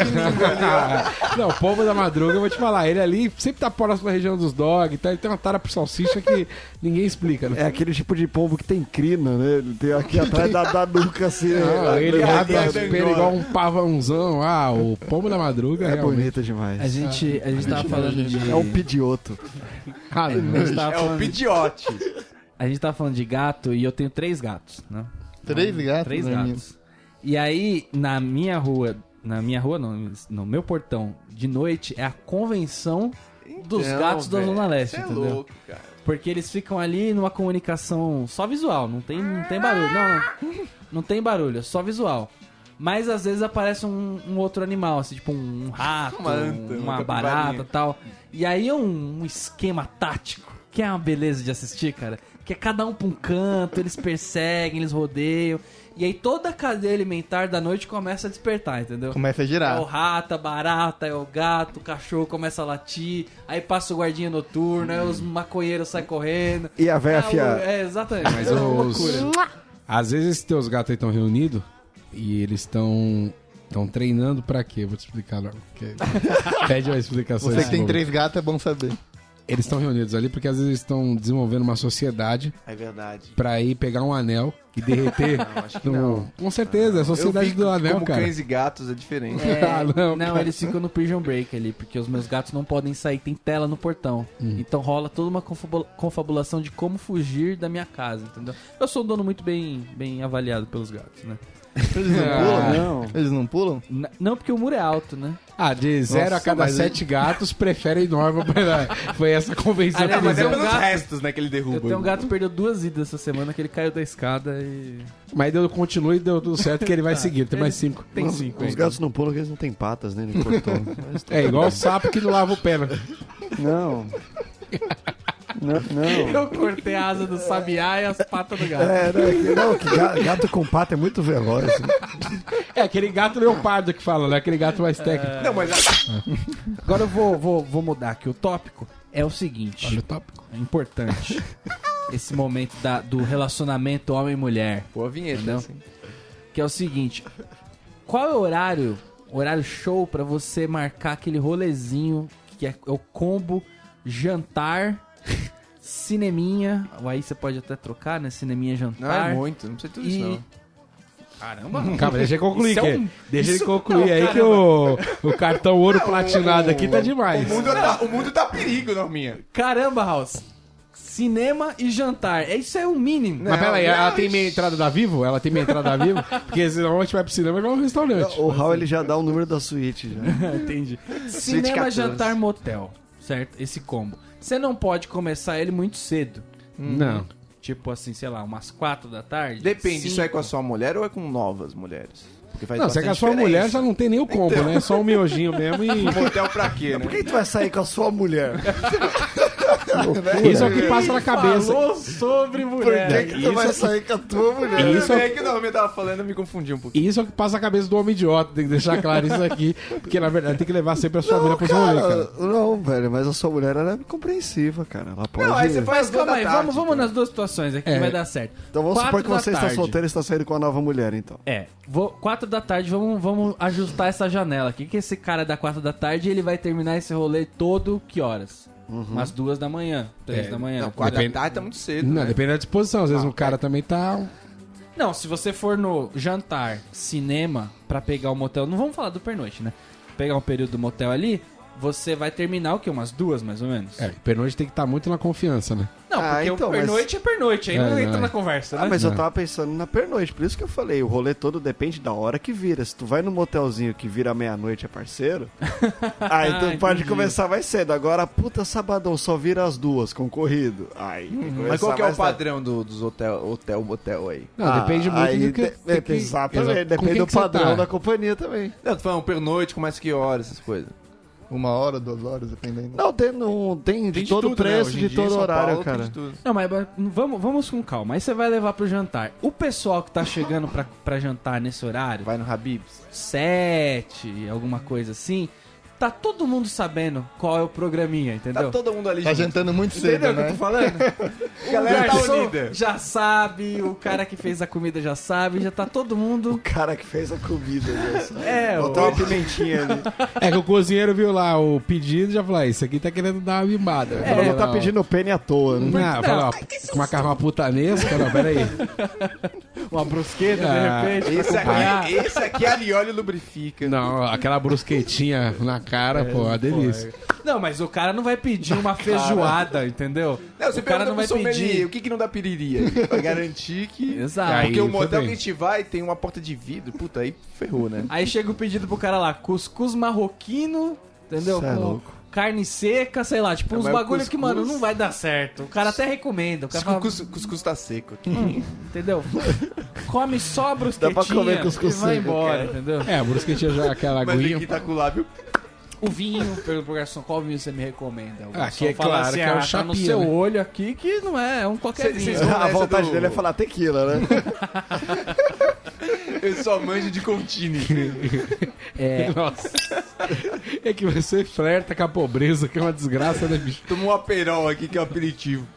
Speaker 2: não, o pombo da madruga, eu vou te falar, ele ali sempre tá próximo da região dos dog, e tal, ele tem uma tara por salsicha que ninguém explica, né?
Speaker 6: É aquele tipo de pombo que tem crina, né? Ele tem aqui atrás da, da nuca, assim.
Speaker 2: Não,
Speaker 6: né?
Speaker 2: Ah, ele
Speaker 6: é,
Speaker 2: abre as
Speaker 4: Daniel.
Speaker 2: pernas igual um pavãozão. Ah, o pombo da madruga
Speaker 6: é
Speaker 2: realmente.
Speaker 6: bonito demais.
Speaker 1: A gente, a gente tava falando de...
Speaker 6: É um pidioto.
Speaker 2: Ah,
Speaker 1: a
Speaker 2: não.
Speaker 1: gente tava
Speaker 4: É o
Speaker 1: falando-
Speaker 4: pidiote.
Speaker 1: a gente tava falando de gato e eu tenho três gatos, né?
Speaker 5: Três gatos.
Speaker 1: Três
Speaker 5: né, menino?
Speaker 1: gatos. E aí, na minha rua, na minha rua não, no meu portão, de noite, é a convenção dos
Speaker 4: Então,
Speaker 1: gatos da
Speaker 4: velho,
Speaker 1: Zona Leste,
Speaker 4: Você é
Speaker 1: entendeu?
Speaker 4: louco, cara.
Speaker 1: Porque eles ficam ali numa comunicação só visual, não tem, não tem barulho. Não, não, não tem barulho, é só visual. Mas às vezes aparece um, um outro animal, assim, tipo um rato,
Speaker 4: Uma anta,
Speaker 1: um-
Speaker 4: uma
Speaker 1: uma
Speaker 4: capivarinha.
Speaker 1: barata e tal. E aí é um, um esquema tático, que é uma beleza de assistir, cara. Que é cada um pra um canto, eles perseguem, eles rodeiam. E aí toda a cadeia alimentar da noite começa a despertar, entendeu?
Speaker 5: Começa
Speaker 1: É
Speaker 5: a
Speaker 1: o
Speaker 5: girar.
Speaker 1: rato, a barata, é o gato, o cachorro começa a latir, aí passa o guardinha noturno, aí os maconheiros saem correndo.
Speaker 6: E a véia
Speaker 1: É,
Speaker 6: fiada.
Speaker 1: é, exatamente.
Speaker 2: Mas
Speaker 1: É uma
Speaker 2: os-
Speaker 1: loucura.
Speaker 2: Às vezes esses teus gatos aí estão reunidos e eles estão estão treinando pra quê? Eu Vou te explicar agora. porque Pede uma explicação.
Speaker 5: Você
Speaker 2: esse
Speaker 5: que tem
Speaker 2: momento.
Speaker 5: três gatos, é bom saber.
Speaker 2: Eles estão reunidos ali porque às vezes eles estão desenvolvendo uma sociedade
Speaker 4: É verdade.
Speaker 2: pra ir pegar um anel e derreter.
Speaker 4: acho que
Speaker 2: no-
Speaker 4: não.
Speaker 2: Com certeza, é a sociedade
Speaker 4: fico
Speaker 2: do anel,
Speaker 4: como
Speaker 2: cara.
Speaker 4: cães e gatos é diferente.
Speaker 2: Ah, não,
Speaker 1: Não,
Speaker 2: cara.
Speaker 1: eles ficam no prison break ali, porque os meus gatos não podem sair, tem tela no portão.
Speaker 2: Uhum.
Speaker 1: Então rola toda uma confabu- confabulação de como fugir da minha casa, entendeu? Eu sou um dono muito bem, bem avaliado pelos gatos, né?
Speaker 5: Eles não
Speaker 6: É.
Speaker 2: Ah.
Speaker 5: pulam?
Speaker 6: Não.
Speaker 5: Eles não pulam?
Speaker 1: N- não porque o muro é alto, né?
Speaker 2: Ah, de zero a cada sete gatos preferem nova. Foi essa convenção
Speaker 1: Aliás,
Speaker 2: que
Speaker 1: mas
Speaker 2: eles
Speaker 1: é
Speaker 2: eram.
Speaker 1: um gato.
Speaker 4: restos, né, que ele derruba.
Speaker 1: Eu tenho um gato que perdeu duas idas essa semana, que ele caiu da escada e.
Speaker 2: Mas deu, continua e deu tudo certo que ele vai seguir. Tem mais cinco.
Speaker 1: Tem cinco.
Speaker 6: Os
Speaker 1: ainda.
Speaker 6: gatos não pulam porque eles não têm patas, né? Ele cortou. Mas
Speaker 2: É igual o sapo que não lava o pé. né?
Speaker 6: Não. Não, não.
Speaker 1: Eu cortei a asa do sabiá e as patas do gato.
Speaker 6: É, não, não, que ga- gato com pata é muito veloz.
Speaker 2: É aquele gato leopardo que fala, né? Aquele gato mais técnico.
Speaker 4: Não, mas a-
Speaker 1: Agora eu vou, vou, vou mudar aqui. O tópico é o seguinte.
Speaker 2: Olha o tópico.
Speaker 1: É importante. Esse momento da- do relacionamento homem e mulher.
Speaker 4: Boa vinheta,
Speaker 1: Entendeu?
Speaker 4: assim.
Speaker 1: Que é o seguinte. Qual é o horário, horário show pra você marcar aquele rolezinho que é, é o combo jantar, cineminha. ou Aí você pode até trocar, né? Cineminha,
Speaker 4: Não, é
Speaker 1: jantar.
Speaker 4: muito. Não precisa de tudo
Speaker 1: E-
Speaker 4: isso, não.
Speaker 2: Calma, deixa ele concluir.
Speaker 1: Isso é
Speaker 2: que-
Speaker 1: um-
Speaker 2: Deixa ele
Speaker 1: isso-
Speaker 2: concluir aí que o, o cartão ouro platinado aqui tá demais.
Speaker 4: mundo tá, o mundo tá perigo, Norminha.
Speaker 1: Caramba, House. Cinema e jantar. É, Isso é o mínimo.
Speaker 2: Mas peraí, ela tem meia entrada da Vivo? Ela tem meia entrada da Vivo? Porque senão a gente vai pro cinema e vai um restaurante.
Speaker 6: O Raul ele já dá o número da suíte. Já.
Speaker 1: Entendi.
Speaker 4: Suíte
Speaker 1: Cinema,
Speaker 4: 14.
Speaker 1: jantar, motel. Certo? Esse combo. Você não pode começar ele muito cedo.
Speaker 2: Não.
Speaker 1: Tipo assim, sei lá, umas quatro da tarde.
Speaker 4: Depende, isso é
Speaker 1: Cinco.
Speaker 4: com a sua mulher ou é com novas mulheres? Porque faz
Speaker 2: Não, se é que a sua mulher já não tem nem o combo, né? Só um miojinho mesmo e.
Speaker 4: Motel pra quê, né?
Speaker 6: Por que tu vai sair com a sua mulher?
Speaker 2: Isso é o que passa na cabeça.
Speaker 1: Falou sobre
Speaker 5: Por
Speaker 1: mulher.
Speaker 5: que, que tu vai sair com a tua mulher?
Speaker 2: E isso,
Speaker 4: é que o Norminha tava falando, eu me confundi um pouquinho.
Speaker 2: e isso é o que passa na cabeça do homem idiota, tem que deixar claro isso aqui. Porque na verdade tem que levar sempre a sua mulher
Speaker 6: Não,
Speaker 2: pro seu rolê,
Speaker 6: cara,
Speaker 2: cara.
Speaker 6: não, velho, mas a sua mulher ela é compreensiva, cara. Ela pode.
Speaker 4: Não, aí você faz
Speaker 1: Mas calma aí,
Speaker 4: tarde, então.
Speaker 1: vamos, vamos nas duas situações aqui
Speaker 2: É.
Speaker 1: que vai dar certo.
Speaker 6: Então vamos
Speaker 1: Quatro
Speaker 6: supor que
Speaker 1: da
Speaker 6: você está
Speaker 1: tarde.
Speaker 6: solteiro e está saindo com a nova mulher, então.
Speaker 1: É, vou, quatro da tarde, vamos, vamos ajustar essa janela aqui. Que esse cara da quatro da tarde, ele vai terminar esse rolê todo que horas? Umas duas da manhã, três
Speaker 2: É,
Speaker 1: da manhã.
Speaker 4: Uhum. Não, quatro da
Speaker 2: Depende-
Speaker 4: tarde tá muito cedo.
Speaker 2: Não,
Speaker 4: né?
Speaker 2: depende da disposição. Às vezes o cara também tá.
Speaker 1: Não, se você for no jantar, cinema, pra pegar o motel, não vamos falar do pernoite, né? Pegar um período do motel ali, você vai terminar o quê? Umas duas, mais ou menos?
Speaker 2: É, pernoite tem que estar muito na confiança, né?
Speaker 1: Não,
Speaker 6: Ah,
Speaker 1: porque
Speaker 6: então,
Speaker 1: o
Speaker 6: mas-
Speaker 1: pernoite é pernoite, aí
Speaker 2: É,
Speaker 1: não
Speaker 2: não,
Speaker 1: entra
Speaker 2: é.
Speaker 1: na conversa,
Speaker 6: Ah,
Speaker 1: né?
Speaker 6: mas eu tava pensando na pernoite, por isso que eu falei, o rolê todo depende da hora que vira. Se tu vai no motelzinho que vira meia-noite, é parceiro, aí tu
Speaker 1: Ah,
Speaker 6: pode
Speaker 1: entendi.
Speaker 6: começar mais cedo. Agora, puta, sabadão, só vira as duas, concorrido. Aí,
Speaker 1: Uhum.
Speaker 6: tem começar
Speaker 4: Mas qual que é o
Speaker 6: mais tarde.
Speaker 4: padrão do- dos hotel, hotel, motel aí?
Speaker 2: Não,
Speaker 6: Ah,
Speaker 2: depende muito
Speaker 6: aí
Speaker 2: do que.
Speaker 6: de-
Speaker 2: do
Speaker 6: é,
Speaker 2: que-
Speaker 6: Exatamente,
Speaker 2: Exato. Com
Speaker 6: depende
Speaker 2: quem
Speaker 6: do
Speaker 2: que você
Speaker 6: padrão
Speaker 2: tá?
Speaker 6: da companhia também.
Speaker 4: Não, tu falando pernoite, começa que horas, essas coisas.
Speaker 5: Uma hora, duas horas, dependendo.
Speaker 6: Não, tem, não, tem de
Speaker 4: Tem
Speaker 6: todo
Speaker 4: tudo, né?
Speaker 6: preço,
Speaker 4: Hoje em
Speaker 6: de
Speaker 4: dia, em
Speaker 6: todo
Speaker 4: São
Speaker 6: horário,
Speaker 4: Paulo tem
Speaker 6: cara.
Speaker 4: de tudo.
Speaker 1: Não, mas mas vamos, vamos com calma. Aí você vai levar pro jantar. O pessoal que tá chegando pra, pra jantar nesse horário,
Speaker 4: Vai no Habib's.
Speaker 1: sete, alguma coisa assim, tá todo mundo sabendo qual é o programinha, entendeu?
Speaker 4: Tá todo mundo ali
Speaker 5: Tá
Speaker 4: junto.
Speaker 5: jantando muito cedo,
Speaker 1: Entendeu o que eu
Speaker 5: né?
Speaker 1: tô falando?
Speaker 4: A galera tá
Speaker 1: garçom
Speaker 4: unida.
Speaker 1: já sabe, o cara que fez a comida já sabe, já tá todo mundo.
Speaker 6: cara que fez a comida, né?
Speaker 1: É,
Speaker 6: Botou uma pimentinha ali.
Speaker 2: É que o cozinheiro viu lá o pedido e já falou: ah, isso aqui tá querendo dar uma mimada.
Speaker 6: Ela não tá pedindo pene à toa, né?
Speaker 2: Ah, fala, ó, com uma carma putanesca, não, peraí.
Speaker 1: uma brusqueta
Speaker 6: É.
Speaker 2: Ah,
Speaker 1: de repente.
Speaker 4: Esse
Speaker 1: pra acompanhar.
Speaker 4: aqui, esse aqui é alioli lubrifica.
Speaker 2: Não, aquela brusquetinha na
Speaker 6: É,
Speaker 2: cara, pô, uma delícia.
Speaker 1: Não, mas o cara não vai pedir uma feijoada, entendeu?
Speaker 4: Não, você
Speaker 1: o cara não
Speaker 4: pergunta pro
Speaker 1: vai
Speaker 4: sommelier,
Speaker 1: pedir.
Speaker 4: o que que não dá piriria? Pra garantir que...
Speaker 1: Exato.
Speaker 4: Porque
Speaker 2: Aí,
Speaker 4: o motel
Speaker 2: foi
Speaker 4: que a
Speaker 2: bem.
Speaker 4: gente vai tem uma porta de vidro, puta, aí ferrou, né?
Speaker 1: Aí chega o pedido pro cara lá, cuscuz marroquino, entendeu?
Speaker 6: Cê é
Speaker 1: Com
Speaker 6: louco.
Speaker 1: carne seca, sei lá, tipo
Speaker 4: É,
Speaker 1: uns
Speaker 4: mas o
Speaker 1: bagulho que,
Speaker 4: cuscuz-
Speaker 1: mano, não vai dar certo. O cara até recomenda, o cara fala,
Speaker 4: Cuscuz, cuscuz tá seco aqui.
Speaker 1: entendeu? Come só a brusquetinha
Speaker 6: pra comer cuscuz
Speaker 1: e vai
Speaker 6: seco,
Speaker 1: embora, entendeu?
Speaker 2: É, a brusquetinha já aquela
Speaker 4: Mas
Speaker 2: aguinha.
Speaker 4: aqui tá com o lábio.
Speaker 1: O vinho, pelo pro garçom, qual vinho você me recomenda? O
Speaker 2: Ah,
Speaker 1: garçom
Speaker 2: que é claro que é o
Speaker 1: ah, tá no
Speaker 2: chapinha,
Speaker 1: seu
Speaker 2: né?"
Speaker 1: olho aqui que não é, é um qualquer
Speaker 4: Cê-
Speaker 1: vinho.
Speaker 4: cês- Essa
Speaker 6: A vontade
Speaker 4: do-
Speaker 6: dele é falar tequila, né?
Speaker 4: Eu só manjo de contine.
Speaker 1: É,
Speaker 2: Nossa. É que você flerta com a pobreza, que é uma desgraça, né, bicho?
Speaker 4: Tomou um aperol aqui que é um aperitivo.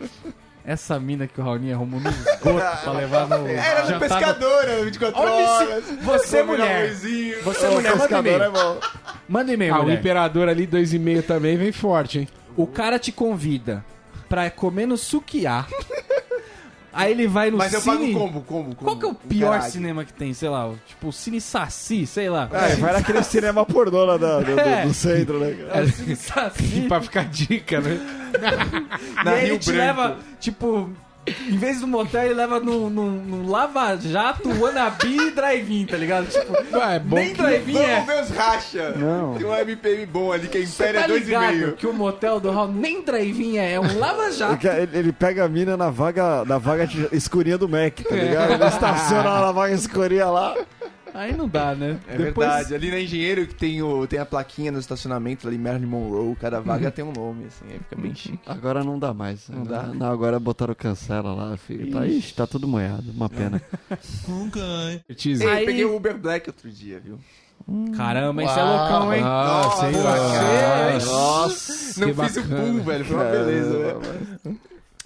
Speaker 1: essa mina que o Raulinho arrumou no esgoto pra levar tá no.
Speaker 4: Era do
Speaker 1: jantar do-
Speaker 4: pescador, era 24
Speaker 1: Olha esse-
Speaker 4: horas.
Speaker 1: Você,
Speaker 4: Comeu
Speaker 1: mulher.
Speaker 4: arrozinho. é
Speaker 1: Você, mulher, manda e-mail.
Speaker 6: bom.
Speaker 1: Manda e-mail,
Speaker 6: É,
Speaker 2: Ah, o
Speaker 1: mulher.
Speaker 2: imperador ali, dois e meio também, vem forte, hein?
Speaker 1: O cara te convida pra comer no sukiá. aí ele vai no
Speaker 4: Mas eu pago
Speaker 1: cine...
Speaker 4: combo, combo, combo.
Speaker 1: Qual que é o pior
Speaker 4: Caralho.
Speaker 1: cinema que tem? Sei lá, o- tipo, o Cine Saci, sei lá.
Speaker 4: É,
Speaker 6: Ah, vai naquele cinema pornô lá da- do, do-
Speaker 1: É.
Speaker 6: do centro, né? cara?
Speaker 1: É o Cine Saci.
Speaker 2: pra ficar dica, né?
Speaker 1: e aí
Speaker 4: Rio
Speaker 1: ele te
Speaker 4: Branco.
Speaker 1: leva, tipo, em vez do motel, ele leva num, num, num lava-jato, wannabe e drive-in, tá ligado? Tipo,
Speaker 2: Ah, é bom
Speaker 1: nem
Speaker 2: que...
Speaker 1: drive-in
Speaker 4: Vamos
Speaker 1: é.
Speaker 4: ver os racha.
Speaker 6: Não.
Speaker 4: Tem um MPM bom ali que é
Speaker 1: Você
Speaker 4: Império
Speaker 1: tá
Speaker 4: é 2,5.
Speaker 1: ligado que o motel do Raul nem drive-in é, é um lava-jato.
Speaker 6: Ele, ele pega a mina na vaga, na vaga de- escurinha do Mac, tá ligado? Ele estaciona lá na vaga escurinha lá.
Speaker 1: Aí não dá, né?
Speaker 4: É verdade, ali na Engenheiro que tem, o, tem a plaquinha no estacionamento ali, Marilyn Monroe, cada
Speaker 1: Uhum.
Speaker 4: vaga tem um nome, assim, aí fica bem chique.
Speaker 6: Agora não dá mais. Não
Speaker 4: dá?
Speaker 6: Não, agora botaram cancela lá, filho. Tá, ixi, tá tudo moiado. Uma pena.
Speaker 2: Expertise.
Speaker 4: Ei,
Speaker 1: Aí-
Speaker 4: peguei o Uber Black outro dia, viu?
Speaker 1: Caramba, isso é loucão, hein?
Speaker 2: Ah, sei lá.
Speaker 1: Nossa.
Speaker 2: Nossa,
Speaker 4: Não
Speaker 2: que
Speaker 4: fiz o
Speaker 2: bacana.
Speaker 4: pool, velho, foi uma beleza, né? velho.
Speaker 6: né?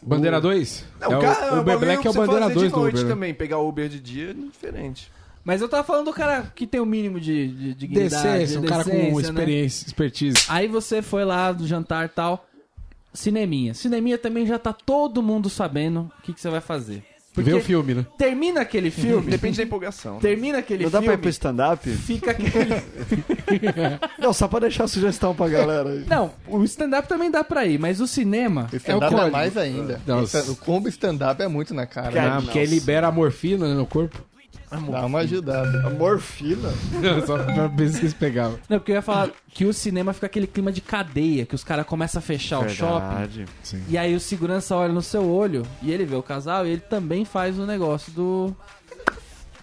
Speaker 2: Bandeira 2?
Speaker 4: Não, cara, um
Speaker 2: o Uber
Speaker 4: bagulho
Speaker 2: Black é o
Speaker 4: pra você
Speaker 2: Bandeira
Speaker 4: fazer
Speaker 2: 2
Speaker 4: de
Speaker 2: do
Speaker 4: noite
Speaker 2: Uber. né?
Speaker 4: também, pegar o Uber de dia é diferente.
Speaker 1: Mas eu tava falando do cara que tem o mínimo de, de dignidade.
Speaker 2: Decência, um cara
Speaker 1: decência,
Speaker 2: com
Speaker 1: né?
Speaker 2: experiência, expertise.
Speaker 1: Aí você foi lá do jantar e tal. Cineminha. Cineminha também já tá todo mundo sabendo o que, que você vai fazer.
Speaker 2: Vê o filme, né?
Speaker 1: Termina aquele filme.
Speaker 4: Depende da empolgação. né?
Speaker 1: termina aquele
Speaker 6: Não dá pra
Speaker 1: filme.
Speaker 6: ir pro stand-up?
Speaker 1: Fica aquele.
Speaker 6: Não, só pra deixar a sugestão pra galera. aí.
Speaker 1: Não, o stand-up também dá pra ir, mas o cinema.
Speaker 5: O stand-up é,
Speaker 2: código.
Speaker 5: mais ainda.
Speaker 2: Não,
Speaker 5: Esse- O combo stand-up é muito na cara.
Speaker 6: Cara,
Speaker 5: né?
Speaker 2: Ah, porque aí libera a morfina né, no corpo.
Speaker 5: Dá uma ajudada.
Speaker 6: Morfina?
Speaker 2: Só pra ver se vocês pegavam.
Speaker 1: Não, porque eu ia falar que o cinema fica aquele clima de cadeia, que os caras começam a fechar o shopping.
Speaker 6: Verdade.
Speaker 1: E aí o segurança olha no seu olho e ele vê o casal e ele também faz o negócio do.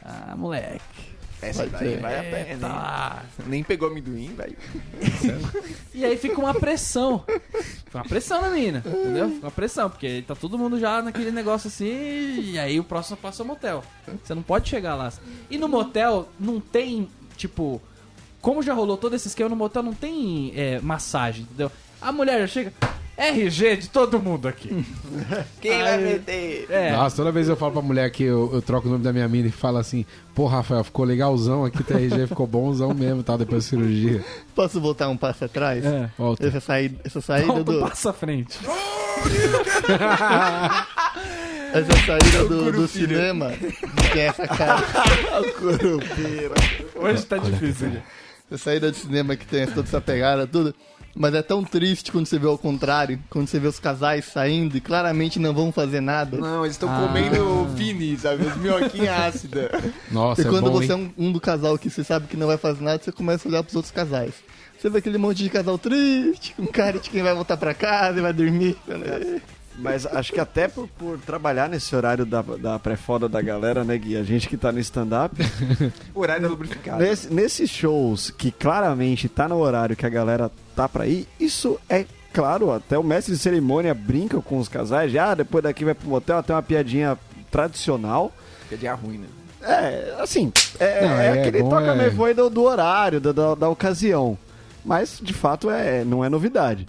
Speaker 1: Ah, moleque.
Speaker 4: Essa daí vai a pena, hein?
Speaker 1: Tá.
Speaker 4: Nem pegou amendoim, velho.
Speaker 1: E aí fica uma pressão. Fica uma pressão na mina, entendeu? Fica uma pressão, porque tá todo mundo já naquele negócio assim, e aí o próximo passo é o motel. Você não pode chegar lá. E no motel não tem, tipo, como já rolou todo esse esquema, no motel não tem é, massagem, entendeu? A mulher já chega. RG de todo mundo aqui.
Speaker 4: Quem vai meter?
Speaker 1: É.
Speaker 2: Nossa, toda vez eu falo pra mulher que eu, eu troco o nome da minha mina e fala assim: Pô, Rafael, ficou legalzão aqui, TRG ficou bonzão mesmo, tá? Depois da cirurgia.
Speaker 5: Posso voltar um passo atrás?
Speaker 1: É.
Speaker 2: Volta.
Speaker 5: Essa saída, essa saída
Speaker 1: Volta, um
Speaker 5: do.
Speaker 1: passa à frente.
Speaker 5: Essa saída do, do cinema. Que é essa cara.
Speaker 1: Hoje tá difícil.
Speaker 5: Essa saída de cinema que tem toda essa pegada, tudo. Mas é tão triste quando você vê ao contrário, quando você vê os casais saindo e claramente não vão fazer nada.
Speaker 4: Não, eles estão
Speaker 6: Ah.
Speaker 4: comendo fini, sabe? Os minhoquinha ácida.
Speaker 2: Nossa,
Speaker 5: E
Speaker 2: é
Speaker 5: quando
Speaker 2: bom,
Speaker 5: você
Speaker 2: hein?
Speaker 5: é um, um do casal que você sabe que não vai fazer nada, você começa a olhar pros outros casais. Você vê aquele monte de casal triste, com cara de quem vai voltar pra casa e vai dormir. tá
Speaker 6: Mas acho que até por, por trabalhar nesse horário da, da pré-foda da galera, né, Gui? A gente que tá no stand-up.
Speaker 4: Horário é lubrificado.
Speaker 6: Nesse- nesses shows que claramente tá no horário que a galera tá pra ir, isso é claro, até o mestre de cerimônia brinca com os casais, já ah, depois daqui vai pro motel, até uma piadinha tradicional.
Speaker 4: Que é dia ruim, né?
Speaker 6: É, assim, é,
Speaker 2: Não,
Speaker 6: é,
Speaker 2: é
Speaker 6: aquele
Speaker 2: bom,
Speaker 6: toca
Speaker 2: é.
Speaker 6: meio voe do, do horário, da, da, da ocasião. Mas, de fato, é, não é novidade.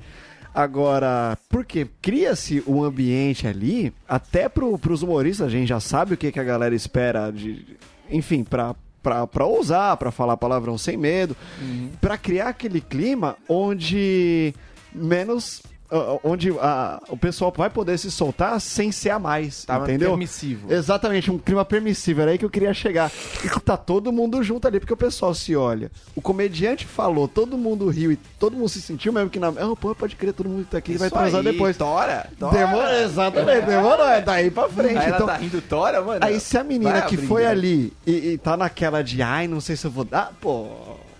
Speaker 6: Agora, porque cria-se um ambiente ali, até pro, pros humoristas, a gente já sabe o que, que a galera espera de. Enfim, pra, pra, pra ousar, pra falar palavrão sem medo,
Speaker 2: Uhum.
Speaker 6: pra criar aquele clima onde menos. ah, Onde a- o pessoal vai poder se soltar sem ser a mais,
Speaker 2: Tá
Speaker 4: Tava
Speaker 6: entendeu?
Speaker 4: permissivo.
Speaker 6: Exatamente, um clima permissivo, era aí que eu queria chegar. E que tá todo mundo junto ali, porque o pessoal se olha. O comediante falou, todo mundo riu e todo mundo se sentiu mesmo que na. Ah, pô, pode crer, todo mundo tá aqui, vai
Speaker 4: Isso
Speaker 6: transar
Speaker 4: aí,
Speaker 6: depois.
Speaker 4: Tora, tora.
Speaker 6: Demorou, exatamente, demorou, é daí pra frente.
Speaker 4: Aí ela
Speaker 6: então,
Speaker 4: tá rindo tora, mano.
Speaker 6: aí se a menina
Speaker 4: Vai
Speaker 6: que
Speaker 4: abrir,
Speaker 6: foi
Speaker 4: né?
Speaker 6: ali e, e tá naquela de, ai, não sei se eu vou dar, pô,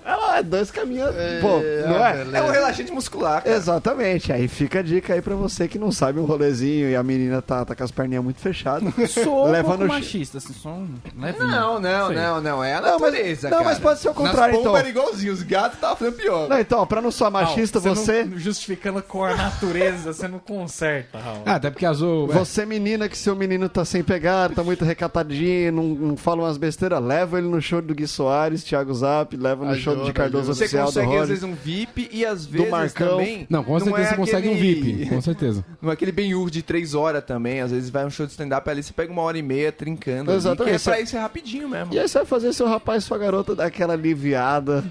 Speaker 6: ela é dois caminhos, pô, não é?
Speaker 4: É um relaxante muscular, cara.
Speaker 6: Exatamente, aí fica a dica aí pra você que não sabe um rolezinho e a menina tá, tá com as perninhas muito fechadas.
Speaker 1: Sou um
Speaker 6: Leva
Speaker 1: pouco
Speaker 6: no chi-
Speaker 1: machista, assim, só um levinho.
Speaker 4: Não, não,
Speaker 1: Sei.
Speaker 4: não, não. É a
Speaker 6: Não, mas-
Speaker 4: natureza,
Speaker 6: não,
Speaker 4: cara.
Speaker 6: mas pode ser o contrário,
Speaker 4: Nas pompas
Speaker 6: então.
Speaker 4: era igualzinho. Os gatos estavam fazendo pior.
Speaker 6: Não, então, pra não soar machista,
Speaker 1: Raul,
Speaker 6: você.
Speaker 1: não- justificando com a natureza, você não conserta, Raul.
Speaker 2: Ah, até porque azul. ué,
Speaker 6: Você, menina, que seu menino tá sem pegar, tá muito recatadinho, não, não fala umas besteiras, leva ele no show do Gui Soares, Thiago Zap, leva no show de
Speaker 5: Ajuda,
Speaker 6: Cardoso
Speaker 4: Você
Speaker 6: Oficial do
Speaker 4: consegue, às
Speaker 6: Roger.
Speaker 4: vezes, um VIP e, às vezes,
Speaker 6: Marcão.
Speaker 4: também...
Speaker 2: Não, com certeza
Speaker 4: é
Speaker 2: você consegue um
Speaker 4: aquele-
Speaker 2: VIP. Com certeza.
Speaker 4: Não é aquele bem ur de três horas também. Às vezes vai um show de stand-up ali, você pega uma hora e meia trincando. ali,
Speaker 6: Exatamente.
Speaker 4: que é pra isso é rapidinho mesmo.
Speaker 6: E aí você vai fazer seu rapaz e sua garota dar aquela aliviada.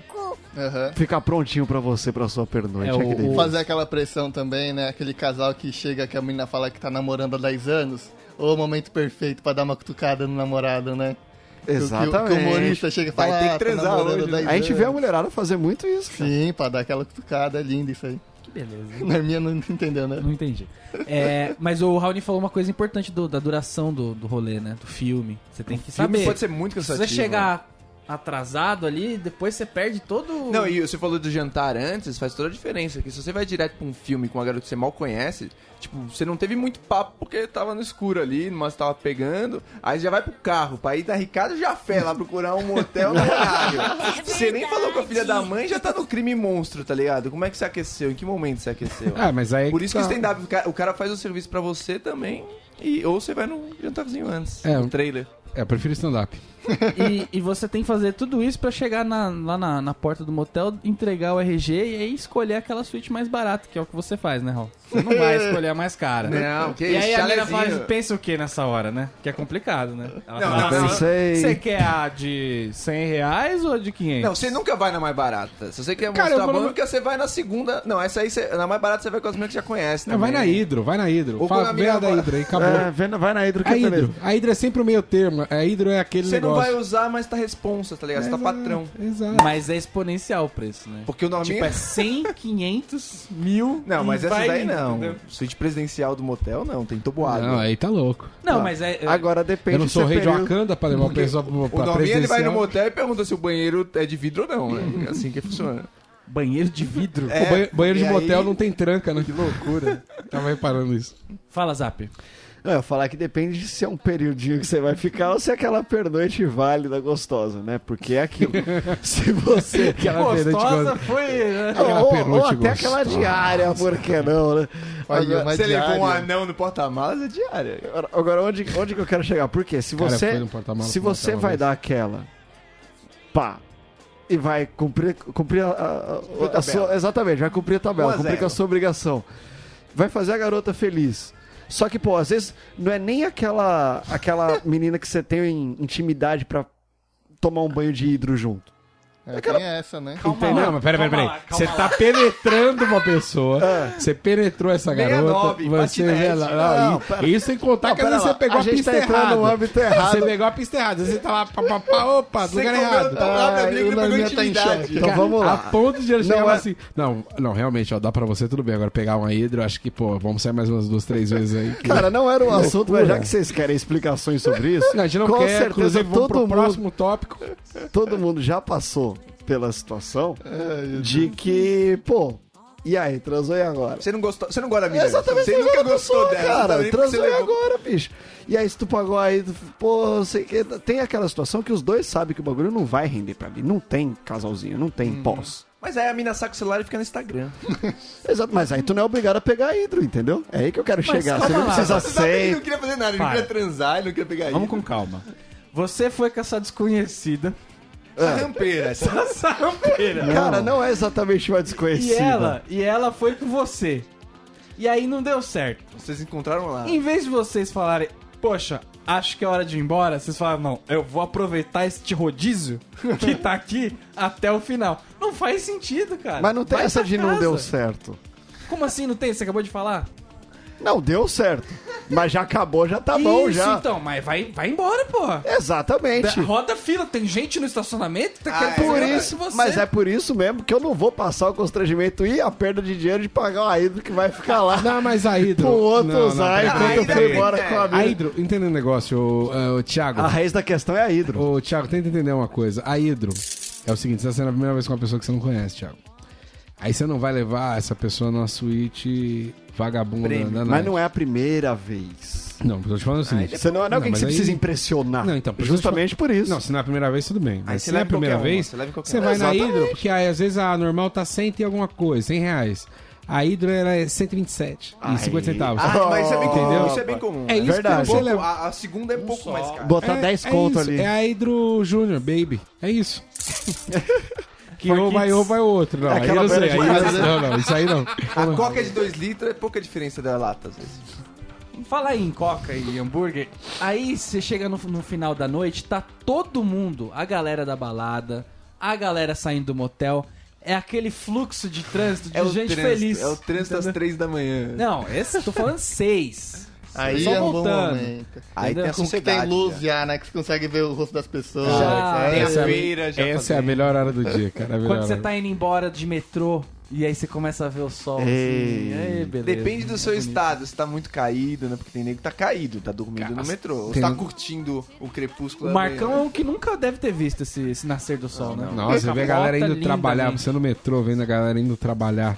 Speaker 5: Aham.
Speaker 6: Ficar prontinho pra você, pra sua pernoite.
Speaker 1: É,
Speaker 6: Olha que
Speaker 1: o-
Speaker 6: delícia.
Speaker 5: Fazer aquela pressão também, né? Aquele casal que chega que a menina fala que tá namorando há 10 anos. Ou o momento perfeito pra dar uma cutucada no namorado, né? Que o- Que, o- que o
Speaker 6: Exatamente.
Speaker 5: humorista chega e
Speaker 4: Vai
Speaker 5: fala,
Speaker 4: ter que
Speaker 5: ah, tá
Speaker 4: transar
Speaker 5: namorando
Speaker 4: hoje,
Speaker 5: há
Speaker 4: né?
Speaker 5: 10
Speaker 6: A gente vê a
Speaker 5: anos.
Speaker 6: mulherada fazer muito isso, cara.
Speaker 5: Sim, pra dar aquela cutucada, é lindo isso aí.
Speaker 1: Que beleza.
Speaker 5: Na minha não entendeu, né?
Speaker 1: Não entendi. É, mas o Raoni falou uma coisa importante do- da duração do, do rolê, né? Do filme. Você tem que saber.
Speaker 4: Pode ser muito
Speaker 1: Se
Speaker 4: cansativo. né?
Speaker 1: você chegar atrasado ali, depois você perde todo. o-
Speaker 4: Não, e você falou do jantar antes, faz toda a diferença. Que se você vai direto pra um filme com uma garota que você mal conhece, tipo, você não teve muito papo porque tava no escuro ali, mas tava pegando. Aí já vai pro carro, pra ir da Ricardo Jafé lá procurar um motel no horário. você nem falou com a filha da mãe, já tá no crime monstro, tá ligado? Como é que você aqueceu? Em que momento você aqueceu?
Speaker 2: Ah, mas aí.
Speaker 4: Por isso que
Speaker 2: tá.
Speaker 4: o stand-up, o cara- o cara faz o serviço pra você também. E, ou você vai no jantarzinho antes,
Speaker 2: É.
Speaker 4: no trailer.
Speaker 2: É, eu prefiro stand-up.
Speaker 1: E, e você tem que fazer tudo isso pra chegar na- lá na, na porta do motel, entregar o RG e aí escolher aquela suíte mais barata, que é o que você faz, né, Raul? Você não vai escolher a mais cara.
Speaker 4: Não, Né? que
Speaker 1: E aí a menina
Speaker 4: chalezinho.
Speaker 1: fala, pensa o que nessa hora, né? Que é complicado, né? Ela
Speaker 4: Não,
Speaker 1: fala,
Speaker 4: não, não.
Speaker 6: Pensei.
Speaker 1: Você quer a de 100 reais ou a de 500?
Speaker 4: Não, você nunca vai na mais barata. Se você quer
Speaker 2: Cara, eu
Speaker 4: mostrar a
Speaker 2: vou numa-
Speaker 4: banca, você vai na segunda. Não, essa aí, você- na mais barata, você vai com as meninas que já conhece, né?
Speaker 2: Não, vai na Hidro, vai na Hidro.
Speaker 4: Ou
Speaker 2: Fala,
Speaker 4: quando a
Speaker 2: vem a
Speaker 4: mina
Speaker 2: da
Speaker 4: fala-
Speaker 2: Hidro aí, acabou.
Speaker 6: É, vendo- vai na Hidro que
Speaker 2: a,
Speaker 6: é
Speaker 2: Hidro,
Speaker 6: beleza.
Speaker 2: a Hidro é sempre o meio termo. A Hidro é aquele
Speaker 4: Você não
Speaker 2: negócio.
Speaker 4: vai usar, mas tá responsa, tá ligado? Você tá patrão.
Speaker 2: Exato.
Speaker 1: Mas é exponencial o preço, né?
Speaker 4: Porque o nome
Speaker 1: Tipo, é 100, 500, mil.
Speaker 4: Não, mas
Speaker 1: e
Speaker 4: essa
Speaker 1: vai
Speaker 4: daí
Speaker 1: indo,
Speaker 4: não.
Speaker 1: entendeu?
Speaker 4: Suíte presidencial do motel, não. Tem toboada.
Speaker 2: Não, aí tá louco.
Speaker 1: Não, mas é. é-
Speaker 6: Agora depende
Speaker 2: eu não sou
Speaker 6: se é
Speaker 2: rei de
Speaker 6: período-
Speaker 2: Wakanda pra levar o pessoal pra,
Speaker 4: O
Speaker 2: pra
Speaker 4: nome é, ele vai no
Speaker 2: presidencial.
Speaker 4: motel e pergunta se o banheiro é de vidro ou não, né? É assim que funciona. É,
Speaker 1: Banheiro de vidro.
Speaker 2: O banhe- banheiro de
Speaker 4: e aí-
Speaker 2: motel não tem tranca, né? Que loucura. Tava reparando isso.
Speaker 1: Fala, Zap.
Speaker 6: Não, eu ia falar que depende de se é um periodinho que você vai ficar ou se é aquela pernoite válida, gostosa, né? Porque é aquilo. se você.
Speaker 2: Aquela gostosa.
Speaker 1: foi.
Speaker 2: Aquela
Speaker 6: ou, ou
Speaker 2: pernoite
Speaker 6: até aquela
Speaker 2: gostosa.
Speaker 6: diária, por que não, né?
Speaker 5: Olha, é
Speaker 2: é
Speaker 5: uma
Speaker 4: Você levou um
Speaker 5: diária.
Speaker 4: anão no porta-malas, é diária.
Speaker 6: Agora, agora onde, onde que eu quero chegar? Porque se
Speaker 2: Cara,
Speaker 6: você,
Speaker 2: foi no porta-malas
Speaker 6: se
Speaker 2: com uma
Speaker 6: você
Speaker 2: tela
Speaker 6: vai
Speaker 2: dessa.
Speaker 6: dar aquela pá e vai cumprir, cumprir a, a- a- a
Speaker 4: tabela.
Speaker 6: sua- exatamente, vai cumprir a
Speaker 4: Um
Speaker 6: tabela,
Speaker 4: a
Speaker 6: cumprir
Speaker 4: zero.
Speaker 6: com a sua obrigação. Vai fazer a garota feliz. Só que, pô, às vezes não é nem aquela aquela menina que você tem em- intimidade pra tomar um banho de hidro junto.
Speaker 5: É, tem essa, né?
Speaker 2: Entendeu? Não, mas peraí, peraí, peraí. Você tá penetrando uma pessoa.
Speaker 6: Ah.
Speaker 2: Você penetrou essa garota.
Speaker 4: 69,
Speaker 2: você
Speaker 4: patinete.
Speaker 2: vê lá- lá.
Speaker 6: Não,
Speaker 2: e-
Speaker 6: pera.
Speaker 2: isso sem contar que às vezes
Speaker 6: Pera
Speaker 2: você
Speaker 6: lá,
Speaker 2: pegou a,
Speaker 6: a gente
Speaker 2: pista
Speaker 6: tá entrando
Speaker 2: errada.
Speaker 6: no âmbito errado.
Speaker 2: Você pegou a pista errada. Você tá lá, pá, pá, pá, opa, lugar errado.
Speaker 6: tá
Speaker 4: lado
Speaker 5: Ai,
Speaker 4: amigo,
Speaker 5: o
Speaker 4: ele pegou
Speaker 5: Norminha tá em
Speaker 4: intimidade.
Speaker 5: choque.
Speaker 6: Então vamos
Speaker 2: A
Speaker 6: lá.
Speaker 2: ponto de ele chegar
Speaker 6: Não
Speaker 2: lá
Speaker 6: é-
Speaker 2: assim. Não, não, realmente, ó, dá pra você, tudo bem. Agora pegar uma hidro, acho que, pô, vamos sair mais umas duas, três vezes aí. que-
Speaker 6: Cara, não era um assunto, mas
Speaker 2: Loucura.
Speaker 6: já que vocês querem explicações sobre isso,
Speaker 2: Não, a gente não
Speaker 6: com
Speaker 2: quer,
Speaker 6: certeza
Speaker 2: inclusive, vamos
Speaker 6: todo
Speaker 2: pro
Speaker 6: mundo
Speaker 2: próximo tópico.
Speaker 6: todo mundo já passou pela situação
Speaker 4: É,
Speaker 6: de que, pô, e aí, transou e agora?
Speaker 4: Você não gostou, você não gosta da mina.
Speaker 6: Exatamente
Speaker 4: Você
Speaker 6: igual
Speaker 4: nunca
Speaker 6: a pessoa,
Speaker 4: gostou dela. sabe?
Speaker 6: cara.
Speaker 4: Nem
Speaker 6: Transou
Speaker 4: porque
Speaker 6: e
Speaker 4: você levou-
Speaker 6: agora, bicho. E aí, se tu pagou aí, tu- pô, sei que. Tem aquela situação que os dois sabem que o bagulho não vai render pra mim. Não tem casalzinho, não tem
Speaker 4: Hum.
Speaker 6: pós.
Speaker 4: Mas aí a mina saca o celular e fica no Instagram.
Speaker 6: Exato, mas aí tu não é obrigado a pegar hidro, entendeu? É aí que eu quero chegar. Você
Speaker 1: calma
Speaker 6: não
Speaker 1: lá,
Speaker 6: precisa
Speaker 4: Você sabe que ele
Speaker 6: ser.
Speaker 4: não queria fazer nada, ele não
Speaker 1: Para.
Speaker 4: queria transar, ele não queria pegar
Speaker 1: Vamos com calma. Você foi com essa desconhecida,
Speaker 6: Ah.
Speaker 4: Essa rampeira, essa
Speaker 1: essa rampeira.
Speaker 6: Cara, não é exatamente uma
Speaker 1: E
Speaker 6: desconhecida.
Speaker 1: ela, e ela foi com você. E aí não deu certo.
Speaker 4: Vocês encontraram lá.
Speaker 6: Ah.
Speaker 1: Em vez de vocês falarem, poxa, acho que é hora de ir embora, vocês falam, não, eu vou aproveitar este rodízio que tá aqui até o final. Não faz sentido, cara.
Speaker 6: Mas não tem
Speaker 1: Vai
Speaker 6: essa
Speaker 1: pra
Speaker 6: de não
Speaker 1: casa.
Speaker 6: deu certo.
Speaker 1: Como assim não tem? Você acabou de falar?
Speaker 6: Não, deu certo. Mas já acabou, já tá bom,
Speaker 1: Isso,
Speaker 6: já.
Speaker 1: então, mas vai, vai embora, porra.
Speaker 6: Exatamente.
Speaker 1: Roda a fila, tem gente no estacionamento, tá
Speaker 4: Ah,
Speaker 1: querendo
Speaker 6: Por
Speaker 1: fazer
Speaker 6: isso,
Speaker 1: você.
Speaker 6: mas é por isso mesmo que eu não vou passar o constrangimento e a perda de dinheiro de pagar o Aidro que vai ficar lá
Speaker 2: Não, mas a hidro.
Speaker 6: pro outro
Speaker 2: não, não,
Speaker 6: usar
Speaker 2: peraí, peraí,
Speaker 6: enquanto eu
Speaker 4: Aidro
Speaker 6: fui
Speaker 4: é
Speaker 6: embora
Speaker 4: bem-
Speaker 6: com a
Speaker 2: A
Speaker 6: minha.
Speaker 2: Hidro, entendendo o negócio, ô, ô, ô, Thiago.
Speaker 6: A raiz da questão é a Hidro.
Speaker 2: Ô, Thiago, tenta entender uma coisa. A Hidro é o seguinte: você tá sendo a primeira vez com uma pessoa que você não conhece, Thiago. Aí você não vai levar essa pessoa numa suíte vagabunda. Da
Speaker 6: Mas não é a primeira vez.
Speaker 2: Não, eu tô te falando o seguinte.
Speaker 6: Você não, não é alguém que
Speaker 2: mas
Speaker 6: você
Speaker 2: aí-
Speaker 6: precisa impressionar.
Speaker 2: Não, então, por isso
Speaker 6: Justamente por isso.
Speaker 2: Não, se não é a primeira vez, tudo bem. Mas
Speaker 4: você
Speaker 2: se não é a
Speaker 4: leva
Speaker 2: primeira
Speaker 4: qualquer uma,
Speaker 2: vez,
Speaker 4: você leva qualquer
Speaker 2: você
Speaker 4: uma.
Speaker 2: vai na Hidro, porque aí, às vezes a normal tá 100 e alguma coisa, 100 reais. A Hidro era 127 e 50 centavos.
Speaker 4: Ah, mas isso é bem
Speaker 6: Oh,
Speaker 4: comum.
Speaker 2: Entendeu?
Speaker 4: Isso é bem comum.
Speaker 2: é isso
Speaker 6: verdade.
Speaker 2: que você
Speaker 4: Pouco-
Speaker 2: leva.
Speaker 4: a, a segunda é um pouco mais cara.
Speaker 6: Botar
Speaker 2: é,
Speaker 6: 10
Speaker 2: é
Speaker 6: então tá conto
Speaker 2: isso,
Speaker 6: ali.
Speaker 2: É a Hidro Júnior, baby. É isso. que
Speaker 1: For
Speaker 2: ou vai
Speaker 1: kids.
Speaker 2: ou vai outro. Não, aí eu
Speaker 6: Aquela
Speaker 2: não sei.
Speaker 6: beira
Speaker 2: Aí
Speaker 6: de
Speaker 2: eu- não, não, isso aí não.
Speaker 4: A coca de 2 litros é pouca diferença da lata, às vezes.
Speaker 1: Fala aí em coca e hambúrguer. Aí você chega no, no final da noite, tá todo mundo, a galera da balada, a galera saindo do motel, é aquele fluxo de trânsito de
Speaker 4: É o
Speaker 1: gente
Speaker 4: trânsito,
Speaker 1: feliz.
Speaker 4: É o trânsito às
Speaker 1: entendeu?
Speaker 4: três da manhã.
Speaker 1: Não, esse tô falando seis.
Speaker 5: Aí
Speaker 1: Só
Speaker 5: é um bom
Speaker 1: voltando.
Speaker 5: momento.
Speaker 4: Aí tem a
Speaker 5: Com que tem
Speaker 4: sociedade.
Speaker 5: luz
Speaker 4: já.
Speaker 5: já, né? Que você consegue ver o rosto das
Speaker 4: Ah,
Speaker 5: pessoas.
Speaker 1: Já,
Speaker 5: né?
Speaker 4: Tem
Speaker 2: Essa é
Speaker 4: a
Speaker 2: a-
Speaker 4: feira,
Speaker 2: Essa
Speaker 4: já
Speaker 2: é a
Speaker 4: fazendo.
Speaker 2: melhor hora do dia, cara. é a melhor
Speaker 1: Quando você
Speaker 2: hora.
Speaker 1: tá indo embora de metrô e aí você começa a ver o sol. assim,
Speaker 6: Ei.
Speaker 1: aí beleza. É
Speaker 4: Depende do seu
Speaker 1: Bonito.
Speaker 4: estado, se tá muito caído, né? Porque tem nego que tá caído, tá dormindo no metrô. Ou
Speaker 2: tem-
Speaker 4: tá curtindo o crepúsculo.
Speaker 1: O
Speaker 4: da
Speaker 1: Marcão é
Speaker 4: manhã.
Speaker 1: um que nunca deve ter visto esse, esse nascer do sol, né?
Speaker 2: Nossa, você vê a galera
Speaker 1: Capota
Speaker 2: indo
Speaker 1: linda, né?
Speaker 2: trabalhar,
Speaker 1: gente.
Speaker 2: você no metrô, vendo a galera indo trabalhar.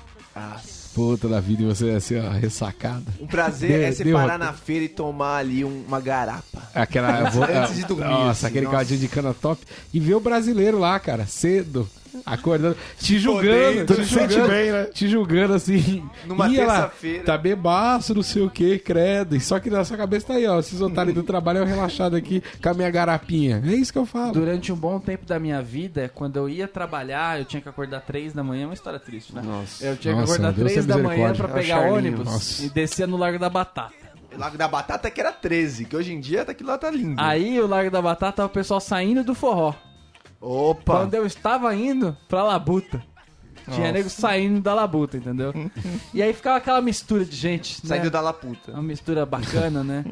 Speaker 2: Puta da vida, e você assim, ó, ressacada.
Speaker 4: Um prazer
Speaker 2: Deu-
Speaker 4: é você
Speaker 2: deu
Speaker 4: parar
Speaker 2: outra.
Speaker 4: na feira e tomar ali um- uma garapa.
Speaker 2: Aquela. vo-
Speaker 4: Antes de dormir,
Speaker 2: Nossa,
Speaker 4: assim,
Speaker 2: aquele
Speaker 4: nossa.
Speaker 2: caldinho de cana top. E ver o brasileiro lá, cara, cedo, acordando, te julgando,
Speaker 4: Podendo,
Speaker 2: te
Speaker 6: se sente
Speaker 2: julgando,
Speaker 6: bem, né?
Speaker 2: te julgando assim.
Speaker 4: Numa
Speaker 2: Ih, olha lá,
Speaker 4: terça-feira.
Speaker 2: Tá bebaço, não sei o que, credo. E só que na sua cabeça tá aí, ó, esses otários do trabalho, eu relaxado aqui com a minha garapinha. É isso que eu falo.
Speaker 1: Durante um bom tempo da minha vida, quando eu ia trabalhar, eu tinha que acordar três da manhã, é uma história triste, né?
Speaker 6: Nossa.
Speaker 1: Eu tinha
Speaker 2: Nossa,
Speaker 1: que acordar
Speaker 2: Deus
Speaker 1: três
Speaker 2: tenha
Speaker 1: da manhã
Speaker 2: misericórdia.
Speaker 1: pra
Speaker 6: É o
Speaker 1: pegar
Speaker 6: Charlinho,
Speaker 1: ônibus
Speaker 2: nossa.
Speaker 1: e descer no Largo da Batata.
Speaker 4: O Lago da Batata que era 13, que hoje em dia tá aquilo lá tá lindo.
Speaker 1: Aí o Largo da Batata tava o pessoal saindo do forró.
Speaker 6: Opa!
Speaker 1: Quando eu estava indo pra Labuta. Tinha nego saindo da Labuta, entendeu? e aí ficava aquela mistura de gente.
Speaker 4: Saindo
Speaker 1: né?
Speaker 4: da Laputa.
Speaker 1: Uma mistura bacana, né?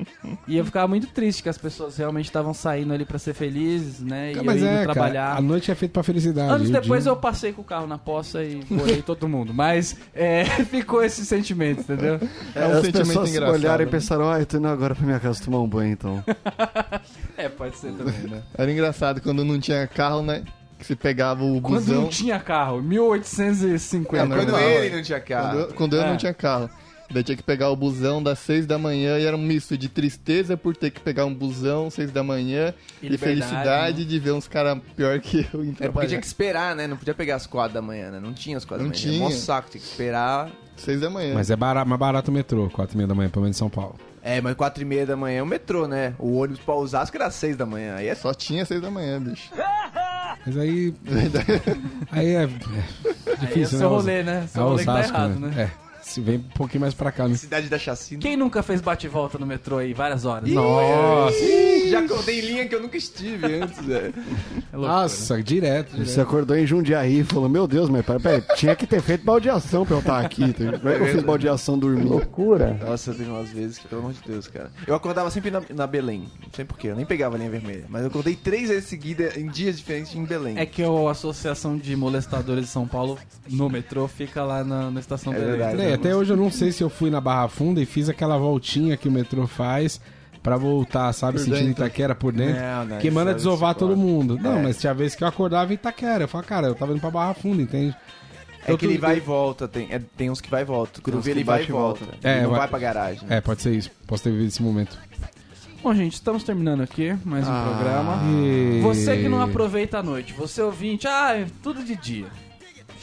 Speaker 1: E eu ficava muito triste que as pessoas realmente estavam saindo ali pra ser felizes, né?
Speaker 2: Cara,
Speaker 1: e
Speaker 2: mas
Speaker 1: eu indo
Speaker 2: é,
Speaker 1: trabalhar.
Speaker 2: cara, a um- noite é feita pra felicidade.
Speaker 1: Anos
Speaker 2: e o
Speaker 1: depois
Speaker 2: dia-
Speaker 1: eu passei com o carro na poça e bolei todo mundo. Mas é, ficou esse sentimento, entendeu?
Speaker 5: É um
Speaker 6: As
Speaker 5: sentimento
Speaker 6: pessoas
Speaker 5: engraçado.
Speaker 2: né?
Speaker 6: olharam e pensaram, ah, eu tô indo agora pra minha casa tomar um banho, então.
Speaker 1: É, pode ser também, né?
Speaker 5: Era engraçado quando não tinha carro, né? Que se pegava o
Speaker 1: Quando
Speaker 5: busão.
Speaker 1: não tinha carro, 1850.
Speaker 5: É,
Speaker 1: né?
Speaker 4: Quando
Speaker 5: normal,
Speaker 4: ele
Speaker 5: é.
Speaker 4: não tinha
Speaker 5: Quando
Speaker 4: carro.
Speaker 5: eu, quando eu
Speaker 1: É.
Speaker 5: não tinha carro. Daí tinha que pegar o busão das seis da manhã e era um misto de tristeza por ter que pegar um busão seis da manhã
Speaker 1: E
Speaker 5: e,
Speaker 1: liberdade,
Speaker 5: felicidade de ver uns caras pior que eu indo
Speaker 4: É porque
Speaker 5: trabalhar.
Speaker 4: tinha que esperar, né? Não podia pegar as quatro da manhã, né? Não tinha as quatro
Speaker 5: Não
Speaker 4: da manhã. Era mó
Speaker 5: tinha.
Speaker 4: saco, tinha que esperar.
Speaker 5: Seis da manhã.
Speaker 2: Mas é bara- mais barato o metrô, 4 e meia da manhã, pelo menos em São Paulo.
Speaker 4: É, mas quatro e meia da manhã é o metrô, né? O ônibus pra Osasco era seis da manhã. Aí é
Speaker 5: Só tinha seis da manhã, bicho.
Speaker 2: Mas aí. aí é. é
Speaker 1: Aí é
Speaker 2: difícil, né?
Speaker 1: seu rolê, né?
Speaker 2: É
Speaker 1: Seu rolê que tá
Speaker 2: Osasco,
Speaker 1: errado, né?
Speaker 2: É. Se vem um pouquinho mais pra cá, né?
Speaker 4: cidade da chacina.
Speaker 1: Quem nunca fez bate-volta no metrô aí várias horas?
Speaker 2: Nossa!
Speaker 4: Já acordei em linha que eu nunca estive antes, velho.
Speaker 1: né?
Speaker 2: Nossa, direto. direto.
Speaker 6: Você acordou em Jundiaí e falou, meu Deus, mas peraí, peraí, tinha que ter feito baldeação pra eu estar aqui. tá ligado? Como é que eu fiz baldeação dormindo?
Speaker 4: Nossa, teve umas vezes que, pelo amor de Deus, cara. Eu acordava sempre na, na Belém. Não sei porquê, eu nem pegava a linha vermelha. Mas eu acordei três vezes seguidas em dias diferentes em Belém.
Speaker 1: É que a Associação de Molestadores de São Paulo no metrô fica lá na, na estação
Speaker 4: É
Speaker 1: Belém.
Speaker 4: verdade.
Speaker 2: André, até hoje eu não sei se eu fui na Barra Funda e fiz aquela voltinha que o metrô faz pra voltar, sabe?
Speaker 5: Por
Speaker 2: sentindo
Speaker 5: dentro.
Speaker 2: Itaquera por dentro.
Speaker 4: Não, não,
Speaker 2: que
Speaker 4: isso
Speaker 2: manda
Speaker 4: é
Speaker 2: desovar
Speaker 4: isso, claro.
Speaker 2: todo mundo. Não,
Speaker 4: É.
Speaker 2: mas tinha vez que eu acordava em Itaquera. Eu falava, cara, eu tava indo pra Barra Funda, entende?
Speaker 4: É que ele vai e volta, tem, é, tem uns que vai e volta. Quando vê, ele vai e volta.
Speaker 2: É,
Speaker 4: ele não
Speaker 2: vai-
Speaker 4: vai pra garagem. né?
Speaker 2: É, pode ser isso. Posso ter vivido esse momento.
Speaker 1: Bom, gente, estamos terminando aqui mais um programa.
Speaker 2: E-
Speaker 1: Você que não aproveita a noite, você ouvinte, ah, é tudo de dia.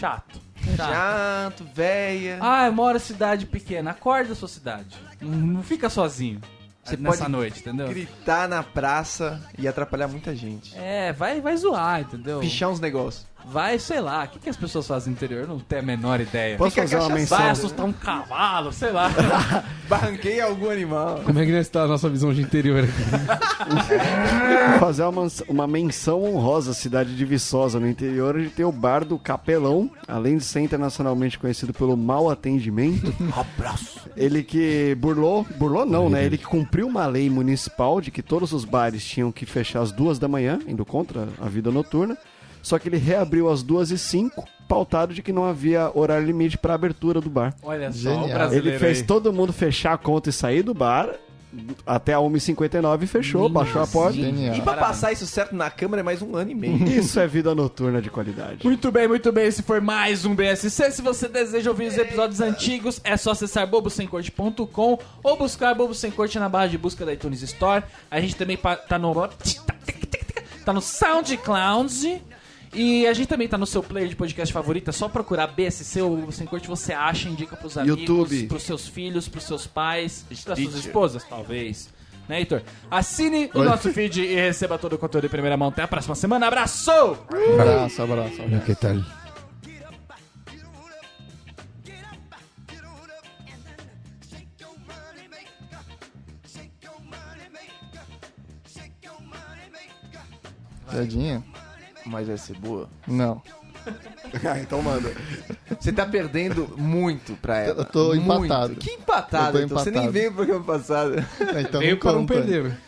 Speaker 1: Chato. Chato.
Speaker 4: Chato, véia.
Speaker 1: É. Ah, eu moro em cidade pequena. Acorda a sua cidade. Não, não fica sozinho
Speaker 4: Você
Speaker 1: nessa
Speaker 4: pode
Speaker 1: noite, entendeu?
Speaker 4: Gritar na praça e atrapalhar muita gente.
Speaker 1: É, vai, vai zoar, entendeu?
Speaker 4: Pichar uns negócios.
Speaker 1: Vai, sei lá, o que, que as pessoas fazem no interior? Eu não tenho a menor ideia.
Speaker 6: Posso
Speaker 4: Fica
Speaker 6: fazer uma
Speaker 4: cachaçado.
Speaker 1: Vai
Speaker 6: menção?
Speaker 1: assustar um cavalo, sei lá.
Speaker 4: Barranquei algum animal.
Speaker 2: Como é que está a nossa visão de interior aqui?
Speaker 6: Fazer uma, mans- uma menção honrosa à cidade de Viçosa, no interior, onde tem o bar do Capelão, além de ser internacionalmente conhecido pelo mau atendimento. Abraço. Ele que burlou, burlou não, né? Ele que cumpriu uma lei municipal de que todos os bares tinham que fechar às duas da manhã, indo contra a vida noturna. Só que ele reabriu às duas e cinco, pautado de que não havia horário limite para abertura do bar.
Speaker 1: Olha só,
Speaker 5: Genial.
Speaker 1: o brasileiro
Speaker 6: Ele fez
Speaker 1: aí.
Speaker 6: todo mundo fechar a conta e sair do bar. Até a 1h59 e fechou, baixou a porta.
Speaker 4: E
Speaker 5: Genial.
Speaker 4: pra passar isso certo na câmera é mais um ano e meio.
Speaker 6: Isso é vida noturna de qualidade.
Speaker 1: Muito bem, muito bem. Esse foi mais um BSC. Se você deseja ouvir os episódios antigos, é só acessar bobosemcorte.com ou buscar Bobo Sem Corte na barra de busca da iTunes Store. A gente também pa- tá no. Tá no SoundCloud. E a gente também tá no seu player de podcast favorito. É só procurar BSC ou Bobo Sem Corte. Você acha, indica pros amigos,
Speaker 6: YouTube.
Speaker 1: pros seus filhos, pros seus pais, pras suas
Speaker 4: Stitcher.
Speaker 1: esposas, talvez. Né, Heitor? Assine o nosso feed e receba todo o conteúdo em primeira mão. Até a próxima semana. Abraço!
Speaker 5: Abraço, abraço. abraço.
Speaker 2: Que tal?
Speaker 5: Tadinha?
Speaker 4: Mas vai ser boa.
Speaker 5: Não.
Speaker 6: Ah, então manda.
Speaker 4: Você tá perdendo muito pra ela.
Speaker 5: Eu tô
Speaker 4: Muito.
Speaker 5: empatado.
Speaker 4: Que empatado,
Speaker 5: Eu tô
Speaker 4: então? Você nem
Speaker 5: empatado.
Speaker 4: veio pro programa passado.
Speaker 5: É, então
Speaker 2: Veio pra não
Speaker 5: conta.
Speaker 2: perder, né?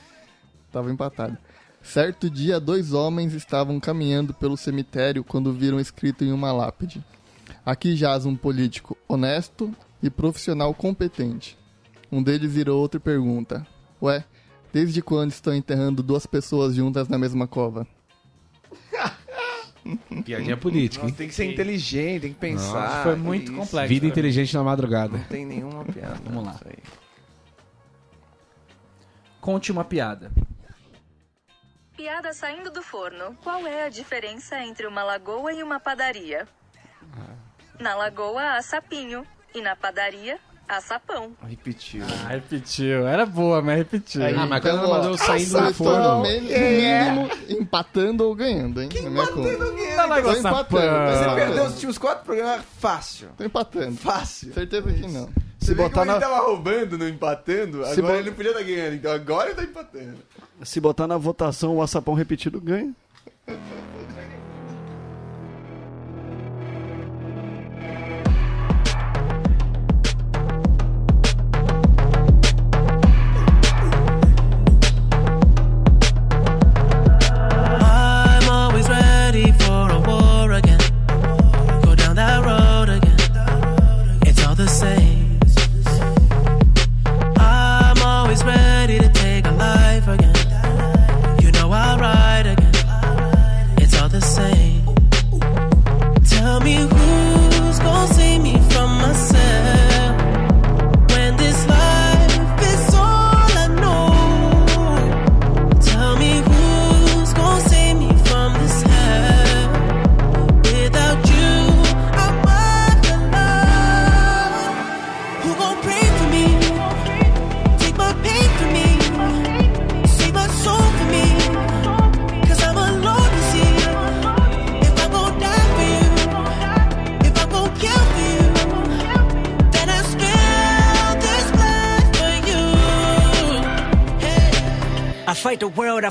Speaker 5: Tava empatado. Certo dia, dois homens estavam caminhando pelo cemitério quando viram escrito em uma lápide: Aqui jaz um político honesto e profissional competente. Um deles vira outro e pergunta: Ué, desde quando estão enterrando duas pessoas juntas na mesma cova?
Speaker 2: né? Piadinha política, hein?
Speaker 4: Tem que ser inteligente, tem que pensar.
Speaker 1: Nossa, foi muito
Speaker 4: que
Speaker 1: complexo.
Speaker 2: Vida
Speaker 1: né?
Speaker 2: inteligente na madrugada.
Speaker 4: Não tem nenhuma piada.
Speaker 1: Vamos lá.
Speaker 4: Isso aí.
Speaker 1: Conte uma piada.
Speaker 8: Piada saindo do forno. Qual é a diferença entre uma lagoa e uma padaria? Na lagoa há sapinho e na padaria há sapão.
Speaker 4: Repetiu.
Speaker 1: Ah, repetiu. Era boa, mas repetiu.
Speaker 5: Aí,
Speaker 2: Ah, mas quando ela mandou eu sair do
Speaker 5: eu tô
Speaker 2: forno-
Speaker 5: Então, no mínimo,
Speaker 4: é?
Speaker 5: no mínimo, empatando ou ganhando, hein? na minha conta. Ah.
Speaker 1: Tá lá
Speaker 5: Tô
Speaker 1: igual
Speaker 5: empatando.
Speaker 1: sapão.
Speaker 5: Você
Speaker 4: Você perdeu os últimos quatro programas fácil.
Speaker 5: Tô empatando.
Speaker 4: Fácil.
Speaker 5: Certeza que não.
Speaker 6: Se
Speaker 4: vê
Speaker 6: botar
Speaker 4: como
Speaker 6: na-
Speaker 4: ele tava roubando, não empatando,
Speaker 6: Se
Speaker 4: agora
Speaker 6: bo-
Speaker 4: ele não podia estar ganhando, então agora ele tá empatando.
Speaker 6: Se botar na votação o açapão repetido ganha.
Speaker 9: I'm always ready for a war again. Go down that road again. It's all the same. I'm always ready to take a life again. You know I'll ride again. It's all the same. Tell me who's gonna save me from myself when this life is all I know. Tell me who's gonna save me from this hell? Without you, I'm not alone. Who gonna pray for me? Take my pain for me. Save my soul for me. 'Cause I'm alone to see. If I gon' die for you, if I gon' kill for you, then I spill this blood for you. Hey.
Speaker 10: I fight the world, I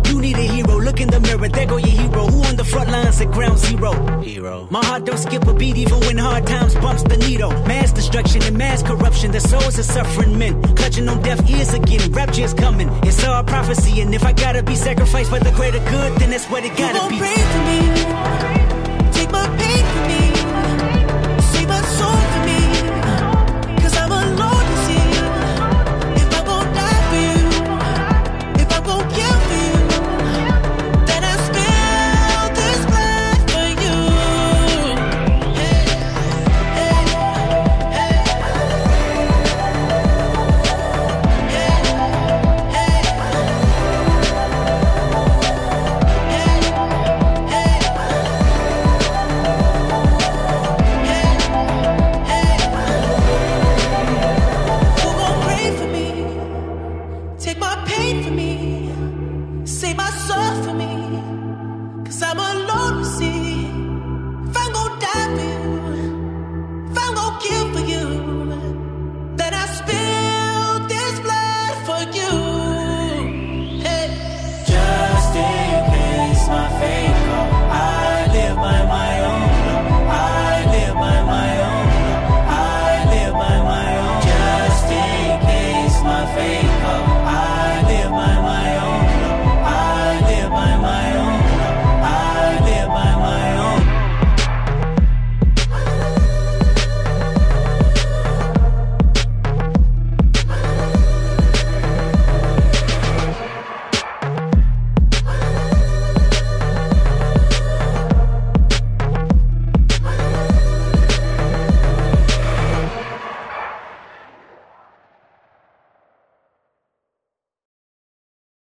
Speaker 10: You need a hero. Look in the mirror, there go your hero. Who on the front lines at ground zero? Hero. My heart don't skip a beat even when hard times bumps the needle. Mass destruction and mass corruption. The souls of suffering men clutching on deaf ears again. Rapture's coming. It's all prophecy, and if I gotta be sacrificed for the greater good, then that's what it
Speaker 9: You
Speaker 10: gotta
Speaker 9: gon'
Speaker 10: be.
Speaker 9: pray for me.